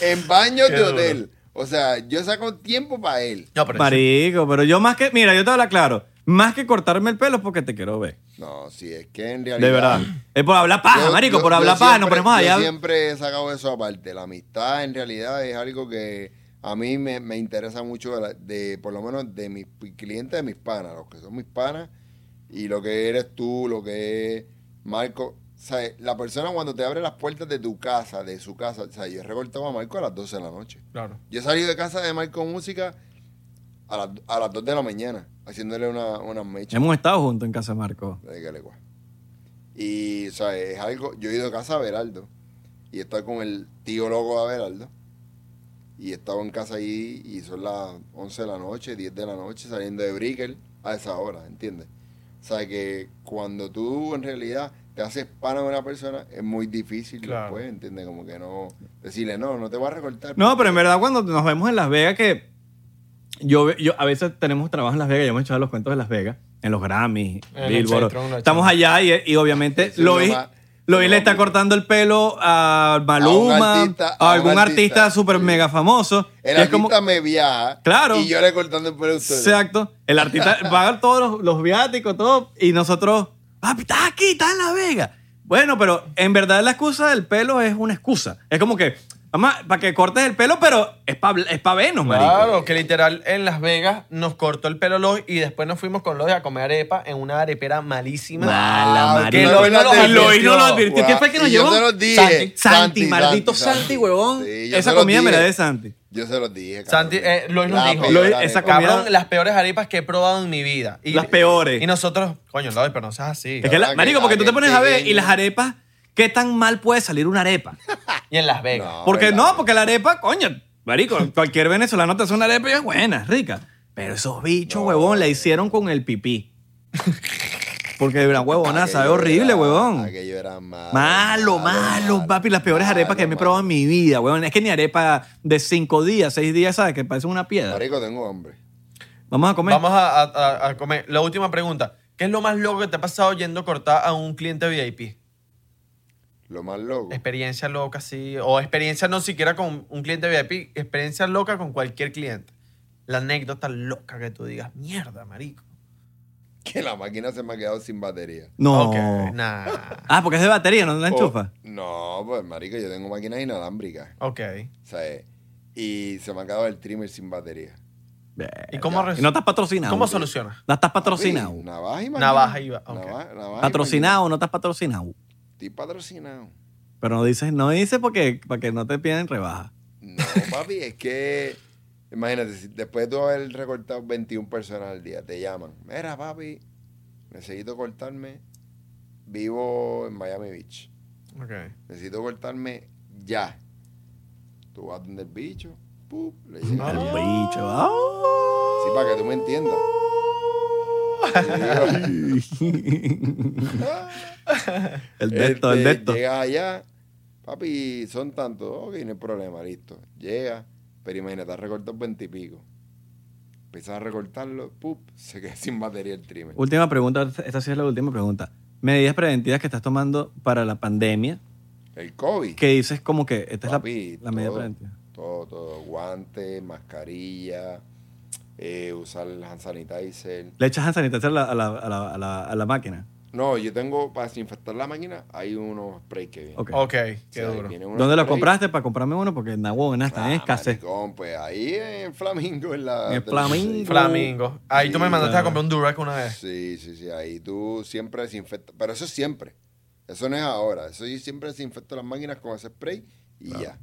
Speaker 5: en baños
Speaker 3: Qué
Speaker 5: de
Speaker 3: duro.
Speaker 5: hotel. O sea, yo saco tiempo para él.
Speaker 3: No, pero
Speaker 4: Marico, pero yo más que, mira, yo te hablo claro, más que cortarme el pelo es porque te quiero ver.
Speaker 5: No, sí, es que en realidad.
Speaker 4: De verdad. Es por hablar paja,
Speaker 5: Yo-
Speaker 4: marico,
Speaker 5: yo-
Speaker 4: por
Speaker 5: yo
Speaker 4: hablar paja,
Speaker 5: siempre-
Speaker 4: nos ponemos allá.
Speaker 5: Yo siempre he sacado eso aparte. La amistad en realidad es algo que a mí me, me interesa mucho, de, la- de- por lo menos de mis pi- clientes, de mis panas, los que son mis panas, y lo que eres tú, lo que es Marco. ¿Sabes? La persona cuando te abre las puertas de tu casa, de su casa, o sea, yo he recortado a Marco a las 12 de la noche.
Speaker 3: Claro.
Speaker 5: Yo he salido de casa de Marco Música a, las- a las 2 de la mañana, haciéndole una- unas mechas.
Speaker 4: Hemos estado juntos en casa, Marco.
Speaker 5: De Gualeguay. Y, o sea, es algo. Yo he ido a casa a Beraldo. Y he estado con el tío loco de Beraldo. Y he estado en casa ahí. Y son las 11 de la noche, 10 de la noche, saliendo de Brickell a esa hora, ¿entiendes? O sea, que cuando tú en realidad te haces pana de una persona, es muy difícil
Speaker 3: Claro.
Speaker 5: después, ¿entiendes? Como que no. Decirle, no, no te voy a recortar.
Speaker 4: No, pero
Speaker 5: porque
Speaker 4: en verdad cuando nos vemos en Las Vegas que yo, ve- yo a veces tenemos trabajo en Las Vegas, yo me he echado los cuentos de Las Vegas, en los Grammys,
Speaker 3: En el
Speaker 4: Billboard.
Speaker 3: Chaitron, la
Speaker 4: Estamos allá y, y obviamente
Speaker 5: Sí, sí,
Speaker 4: Lois,
Speaker 5: lo más-
Speaker 4: Lois
Speaker 5: lo
Speaker 4: le
Speaker 5: más
Speaker 4: está
Speaker 5: bonito.
Speaker 4: cortando el pelo a Maluma, a,
Speaker 5: A un artista- a un
Speaker 4: algún artista
Speaker 5: artista,
Speaker 4: súper
Speaker 5: sí.
Speaker 4: mega famoso. Y
Speaker 5: El
Speaker 4: es
Speaker 5: artista
Speaker 4: como-
Speaker 5: me viaja.
Speaker 4: Claro.
Speaker 5: Y yo le cortando el pelo a ustedes.
Speaker 4: Exacto. El artista paga todos los, los viáticos, todo. Y nosotros, papi, estás aquí, estás en Las Vegas. Bueno, pero en verdad la excusa del pelo es una excusa. Es como que, mamá, para que cortes el pelo, pero es para es pa vernos, marico.
Speaker 3: Claro, que literal en Las Vegas nos cortó el pelo Lois y después nos fuimos con Lois a comer arepa en una arepera malísima.
Speaker 4: Mala,
Speaker 5: Wow,
Speaker 4: marico.
Speaker 3: que Lois no lo
Speaker 4: Y Lois no lo
Speaker 3: advirtió.
Speaker 4: advirtió. ¿Qué fue que nos
Speaker 5: Y yo
Speaker 4: llevó?
Speaker 5: se los dije.
Speaker 4: Santi, Santi,
Speaker 5: Santi,
Speaker 4: maldito Santi,
Speaker 5: Santi, Santi.
Speaker 4: huevón.
Speaker 5: Sí, yo
Speaker 4: Esa
Speaker 5: se los
Speaker 4: comida me la
Speaker 5: dije.
Speaker 4: de Santi.
Speaker 5: Yo se los dije.
Speaker 3: Santi,
Speaker 5: cabrón.
Speaker 3: eh, Lois nos
Speaker 5: La
Speaker 3: dijo.
Speaker 5: peor
Speaker 4: Lois,
Speaker 5: arepa.
Speaker 4: esa comida-
Speaker 3: Cabrón, las peores arepas que he probado en mi vida. Y-
Speaker 4: Las peores.
Speaker 3: Y nosotros, coño, Lois, pero no seas así.
Speaker 4: Es que, la-
Speaker 5: verdad que
Speaker 4: marico, porque tú te
Speaker 5: alguien
Speaker 4: pones a ver
Speaker 5: pequeño-
Speaker 4: y las arepas, ¿qué tan mal puede salir una arepa?
Speaker 3: Y en Las Vegas.
Speaker 5: No,
Speaker 4: Porque
Speaker 5: ¿verdad?
Speaker 4: no, porque la arepa, coño, marico, cualquier venezolano te hace una arepa y es buena, es rica. Pero esos bichos,
Speaker 5: No.
Speaker 4: huevón, la hicieron con el pipí. Porque la
Speaker 3: Ah,
Speaker 4: huevona
Speaker 5: Aquello
Speaker 4: sabe horrible,
Speaker 5: era-
Speaker 4: huevón.
Speaker 5: Aquello era malo.
Speaker 4: Malo, malo, papi. Las
Speaker 3: Ah,
Speaker 4: peores
Speaker 5: malo,
Speaker 4: arepas que me he
Speaker 5: malo.
Speaker 4: probado en mi vida, huevón. Es que ni arepa de cinco días, seis días, ¿sabes? Que parece una piedra.
Speaker 5: Marico, tengo hambre.
Speaker 4: Vamos a comer.
Speaker 3: Vamos a, a- a- a comer. La última pregunta. ¿Qué es lo más loco que te ha pasado yendo cortar a un cliente VIP?
Speaker 5: Lo más loco.
Speaker 3: Experiencia loca, sí. O experiencia no siquiera con un cliente VIP. Experiencia loca con cualquier cliente. La anécdota loca que tú digas. Mierda, marico.
Speaker 5: Que la máquina se me ha quedado sin batería.
Speaker 4: No.
Speaker 3: Ok, Oh, Nah.
Speaker 4: Ah, porque es de batería, no la
Speaker 5: O-
Speaker 4: enchufa.
Speaker 5: no, pues, marico, yo tengo máquinas inalámbricas.
Speaker 3: Ok.
Speaker 5: ¿Sabes? Y se me ha quedado el trimmer sin batería.
Speaker 3: ¿Y cómo, res-
Speaker 4: Y no estás patrocinado.
Speaker 3: ¿cómo solucionas?
Speaker 4: No estás
Speaker 5: Papi,
Speaker 4: patrocinado.
Speaker 5: Navaja y máquina.
Speaker 3: Navaja y va- ok.
Speaker 5: Navaja- navaja y
Speaker 4: Patrocinado, no estás patrocinado.
Speaker 5: máquina. Estoy patrocinado.
Speaker 4: Pero no dices, no dices porque para que no te piden rebaja.
Speaker 5: No, papi, es que. Imagínate, si después de tú haber recortado 21 personas al día, te llaman. Mira, papi, necesito cortarme. Vivo en Miami Beach.
Speaker 3: Ok.
Speaker 5: Necesito cortarme ya. Tú vas donde el bicho. pup, le llega.
Speaker 4: El
Speaker 5: Sí,
Speaker 4: bicho. ah.
Speaker 5: para que tú me entiendas. Este,
Speaker 4: el de esto, el de
Speaker 5: Este,
Speaker 4: esto.
Speaker 5: Llegas allá, papi, son tantos. Ok, no hay problema, listo. Llega, pero imagínate, has recortado 20 y pico. Empiezas a recortarlo, pup, se queda sin batería el trimmer.
Speaker 4: Última pregunta, esta sí es la última pregunta. Medidas preventivas que estás tomando para la pandemia,
Speaker 5: El COVID.
Speaker 4: que dices como que esta
Speaker 5: Papi,
Speaker 4: es la, la medida
Speaker 5: todo.
Speaker 4: preventiva.
Speaker 5: Todo, todo. Guantes, mascarilla, eh, usar el hand sanitizer.
Speaker 4: Le echas hand sanitizer a la, a la- a la- a la- a la máquina.
Speaker 5: No, yo tengo para desinfectar la máquina, hay unos sprays que vienen.
Speaker 4: Ok.
Speaker 3: Ok,
Speaker 5: O
Speaker 3: qué
Speaker 5: sea,
Speaker 3: duro.
Speaker 5: vienen unos
Speaker 4: ¿Dónde lo
Speaker 5: sprays.
Speaker 4: compraste para comprarme uno? Porque en Nahuatl está en
Speaker 5: Ah,
Speaker 4: escasez.
Speaker 5: maricón, pues ahí en Flamingo. En, la,
Speaker 4: En
Speaker 5: del-
Speaker 4: Flamingo.
Speaker 3: Flamingo. Ahí tú me mandaste a comprar un Durac una vez.
Speaker 5: Sí, sí, sí. Ahí tú siempre desinfectas. Pero eso es siempre. Eso no es ahora. Eso yo siempre desinfecto las máquinas con ese spray y ya.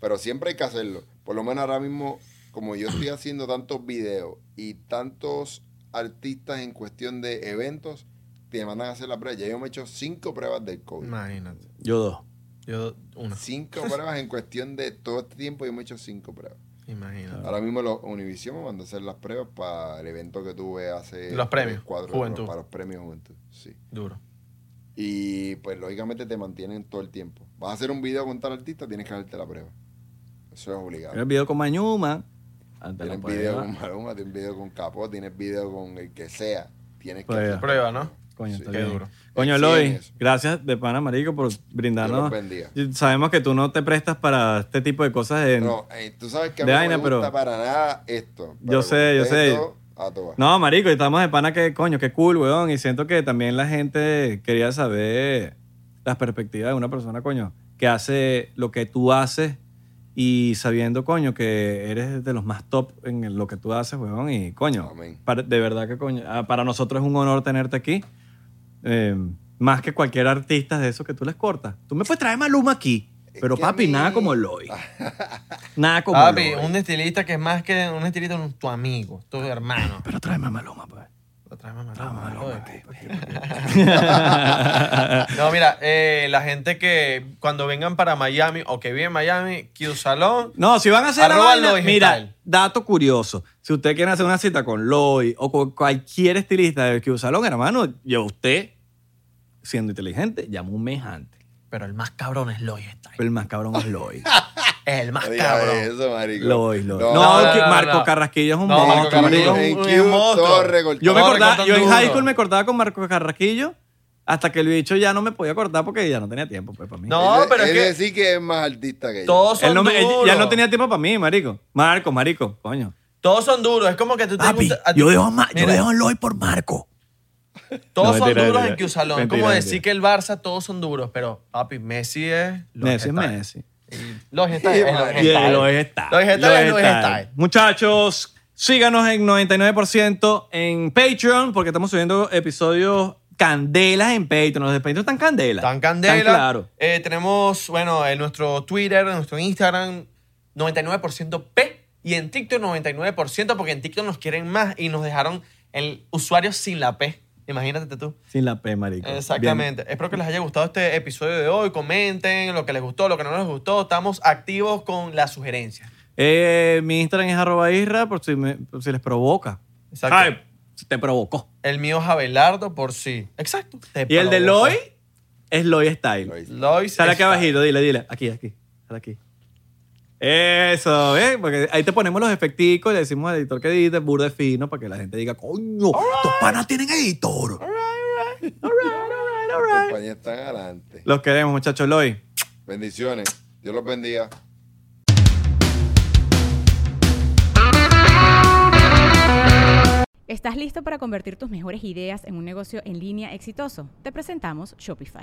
Speaker 5: Pero siempre hay que hacerlo. Por lo menos ahora mismo, como yo estoy haciendo tantos videos y tantos artistas en cuestión de eventos, te mandan a hacer la prueba. Ya yo me he hecho cinco pruebas del COVID.
Speaker 3: Imagínate.
Speaker 4: Yo dos.
Speaker 3: Yo, una.
Speaker 5: Cinco pruebas en cuestión de todo este tiempo, yo me he hecho cinco pruebas.
Speaker 3: Imagínate.
Speaker 5: Ahora mismo los Univision me mandó a hacer las pruebas para el evento que tuve hace...
Speaker 3: Los premios,
Speaker 5: tres, cuatro,
Speaker 3: Juventud.
Speaker 5: Para los premios Juventud, sí.
Speaker 3: Duro.
Speaker 5: Y pues lógicamente te mantienen todo el tiempo. Vas a hacer un video con tal artista, tienes que darte la prueba. Eso es obligado.
Speaker 4: Era el video con Mañuma. Antes la
Speaker 5: Tienes video
Speaker 4: prueba.
Speaker 5: con Maluma, tienes video con Capó, tienes video con el que sea. Tienes que
Speaker 4: Prueba.
Speaker 5: hacer-
Speaker 3: Prueba, ¿no?
Speaker 4: Coño, está
Speaker 3: qué
Speaker 4: bien.
Speaker 3: duro.
Speaker 4: Coño,
Speaker 5: Sí,
Speaker 4: Eloy,
Speaker 5: eso.
Speaker 4: gracias de pana, marico, por brindarnos.
Speaker 5: Dios los bendiga.
Speaker 4: Sabemos que tú no te prestas para este tipo de cosas. En...
Speaker 5: No, eh, tú sabes que a
Speaker 4: De
Speaker 5: mí no
Speaker 4: vaina,
Speaker 5: me
Speaker 4: pero-
Speaker 5: gusta para nada esto.
Speaker 4: Yo
Speaker 5: pero
Speaker 4: sé, yo
Speaker 5: con
Speaker 4: sé.
Speaker 5: esto, a todas.
Speaker 4: No, marico, y estamos de pana que, coño, qué cool, weón. Y siento que también la gente quería saber las perspectivas de una persona, coño, que hace lo que tú haces y sabiendo, coño, que eres de los más top en lo que tú haces, weón. Y, coño,
Speaker 5: Amén.
Speaker 4: para- de verdad que, coño, ah, para nosotros es un honor tenerte aquí. Eh, más que cualquier artista de esos que tú les cortas. Tú me puedes traer Maluma aquí, pero
Speaker 5: que a
Speaker 4: papi,
Speaker 5: mí-
Speaker 4: nada como Eloy. nada como
Speaker 3: Papi,
Speaker 4: Eloy.
Speaker 3: un estilista que es más que un estilista, un- tu amigo, tu hermano.
Speaker 4: Pero tráeme a Maluma, pues.
Speaker 3: Tráeme a Maluma,
Speaker 5: Ah,
Speaker 4: Tráeme a Maluma
Speaker 3: brother.
Speaker 4: aquí, pues.
Speaker 3: No, mira, eh, la gente que cuando vengan para Miami o que vive en Miami, Q Salón,
Speaker 4: No, si van a hacer la
Speaker 3: Arroba
Speaker 4: vaina,
Speaker 3: Loy
Speaker 4: mira,
Speaker 3: Style.
Speaker 4: dato curioso. Si usted quiere hacer una cita con Loy o con cualquier estilista del Q Salón, hermano, yo usted, siendo inteligente, llama un mejante.
Speaker 3: pero el más cabrón es Loy Style.
Speaker 4: Pero el más cabrón es Loy.
Speaker 3: Es el más
Speaker 5: No
Speaker 4: ah,
Speaker 5: digas
Speaker 3: cabrón.
Speaker 5: eso, marico.
Speaker 4: Loy, Loy. No,
Speaker 5: No,
Speaker 4: que
Speaker 3: no, no,
Speaker 4: Marco
Speaker 3: no.
Speaker 4: Carrasquillo es un
Speaker 3: No,
Speaker 4: monstruo,
Speaker 3: Marco Carrasquillo
Speaker 4: marico.
Speaker 3: es
Speaker 5: en
Speaker 3: un
Speaker 5: Q,
Speaker 3: monstruo.
Speaker 5: todo recortado.
Speaker 4: Yo me
Speaker 3: No,
Speaker 4: cortaba,
Speaker 3: recortan
Speaker 4: yo en
Speaker 3: duro.
Speaker 4: high school me cortaba con Marco Carrasquillo hasta que el bicho ya no me podía cortar porque ya no tenía tiempo pues, para mí.
Speaker 3: No,
Speaker 5: Es-
Speaker 3: pero es
Speaker 5: es
Speaker 3: que-
Speaker 5: decir que es más artista que yo.
Speaker 3: Todos son
Speaker 4: Él no me- él
Speaker 3: duros.
Speaker 4: ya no tenía tiempo para mí, marico. Marco, marico, coño.
Speaker 3: Todos son duros. Es como que tú te
Speaker 4: Papi,
Speaker 3: gusta- a ti-
Speaker 4: yo dejo, a Ma- yo
Speaker 3: Mira,
Speaker 4: dejo a Loy por Marco.
Speaker 3: Todos
Speaker 4: No,
Speaker 3: son
Speaker 4: mentira,
Speaker 3: duros en
Speaker 4: mentira.
Speaker 3: Q Salón. Es
Speaker 4: Mentira,
Speaker 3: como
Speaker 4: mentira.
Speaker 3: decir que el Barça todos son duros, pero papi, Messi es Loy
Speaker 4: Messi
Speaker 3: Style.
Speaker 4: es Messi.
Speaker 3: Loy Style es Loy
Speaker 5: Y
Speaker 4: Yeah,
Speaker 3: Style.
Speaker 4: lo es está.
Speaker 3: Lo es está,
Speaker 4: Lo
Speaker 3: lo
Speaker 4: es
Speaker 3: es
Speaker 4: está.
Speaker 3: está.
Speaker 4: Muchachos, síganos en 99% en Patreon porque estamos subiendo episodios candelas en Patreon. Los de Patreon están candelas.
Speaker 3: Tan candela.
Speaker 4: claro.
Speaker 3: Eh, tenemos, bueno, en nuestro Twitter, en nuestro Instagram, 99% P. Y en TikTok 99%, porque en TikTok nos quieren más y nos dejaron el usuario sin la P. Imagínate tú.
Speaker 4: Sin la P, marico.
Speaker 3: Exactamente. Espero que les haya gustado este episodio de hoy. Comenten lo que les gustó, lo que no les gustó. Estamos activos con las sugerencias.
Speaker 4: Bien. Eh, mi Instagram es arroba isra por si, me- por si les provoca.
Speaker 3: Exacto.
Speaker 4: Ay, te provocó.
Speaker 3: El mío es Abelardo por sí. Exacto. Te
Speaker 4: Y el de
Speaker 3: provoco.
Speaker 4: Loy es Loy Style.
Speaker 5: Loy.
Speaker 3: Loy
Speaker 4: Sale aquí
Speaker 3: está-
Speaker 4: abajito, dile, dile. Aquí, aquí. Sale aquí. Eso, ¿eh? Porque ahí te ponemos los efecticos y le decimos al editor que edite, burde fino, para que la gente diga, coño, tus panas tienen editor.
Speaker 5: La compañía está adelante.
Speaker 4: Los queremos, muchachos. Loy,
Speaker 5: Bendiciones. Dios los bendiga.
Speaker 2: ¿Estás listo para convertir tus mejores ideas en un negocio en línea exitoso? Te presentamos Shopify.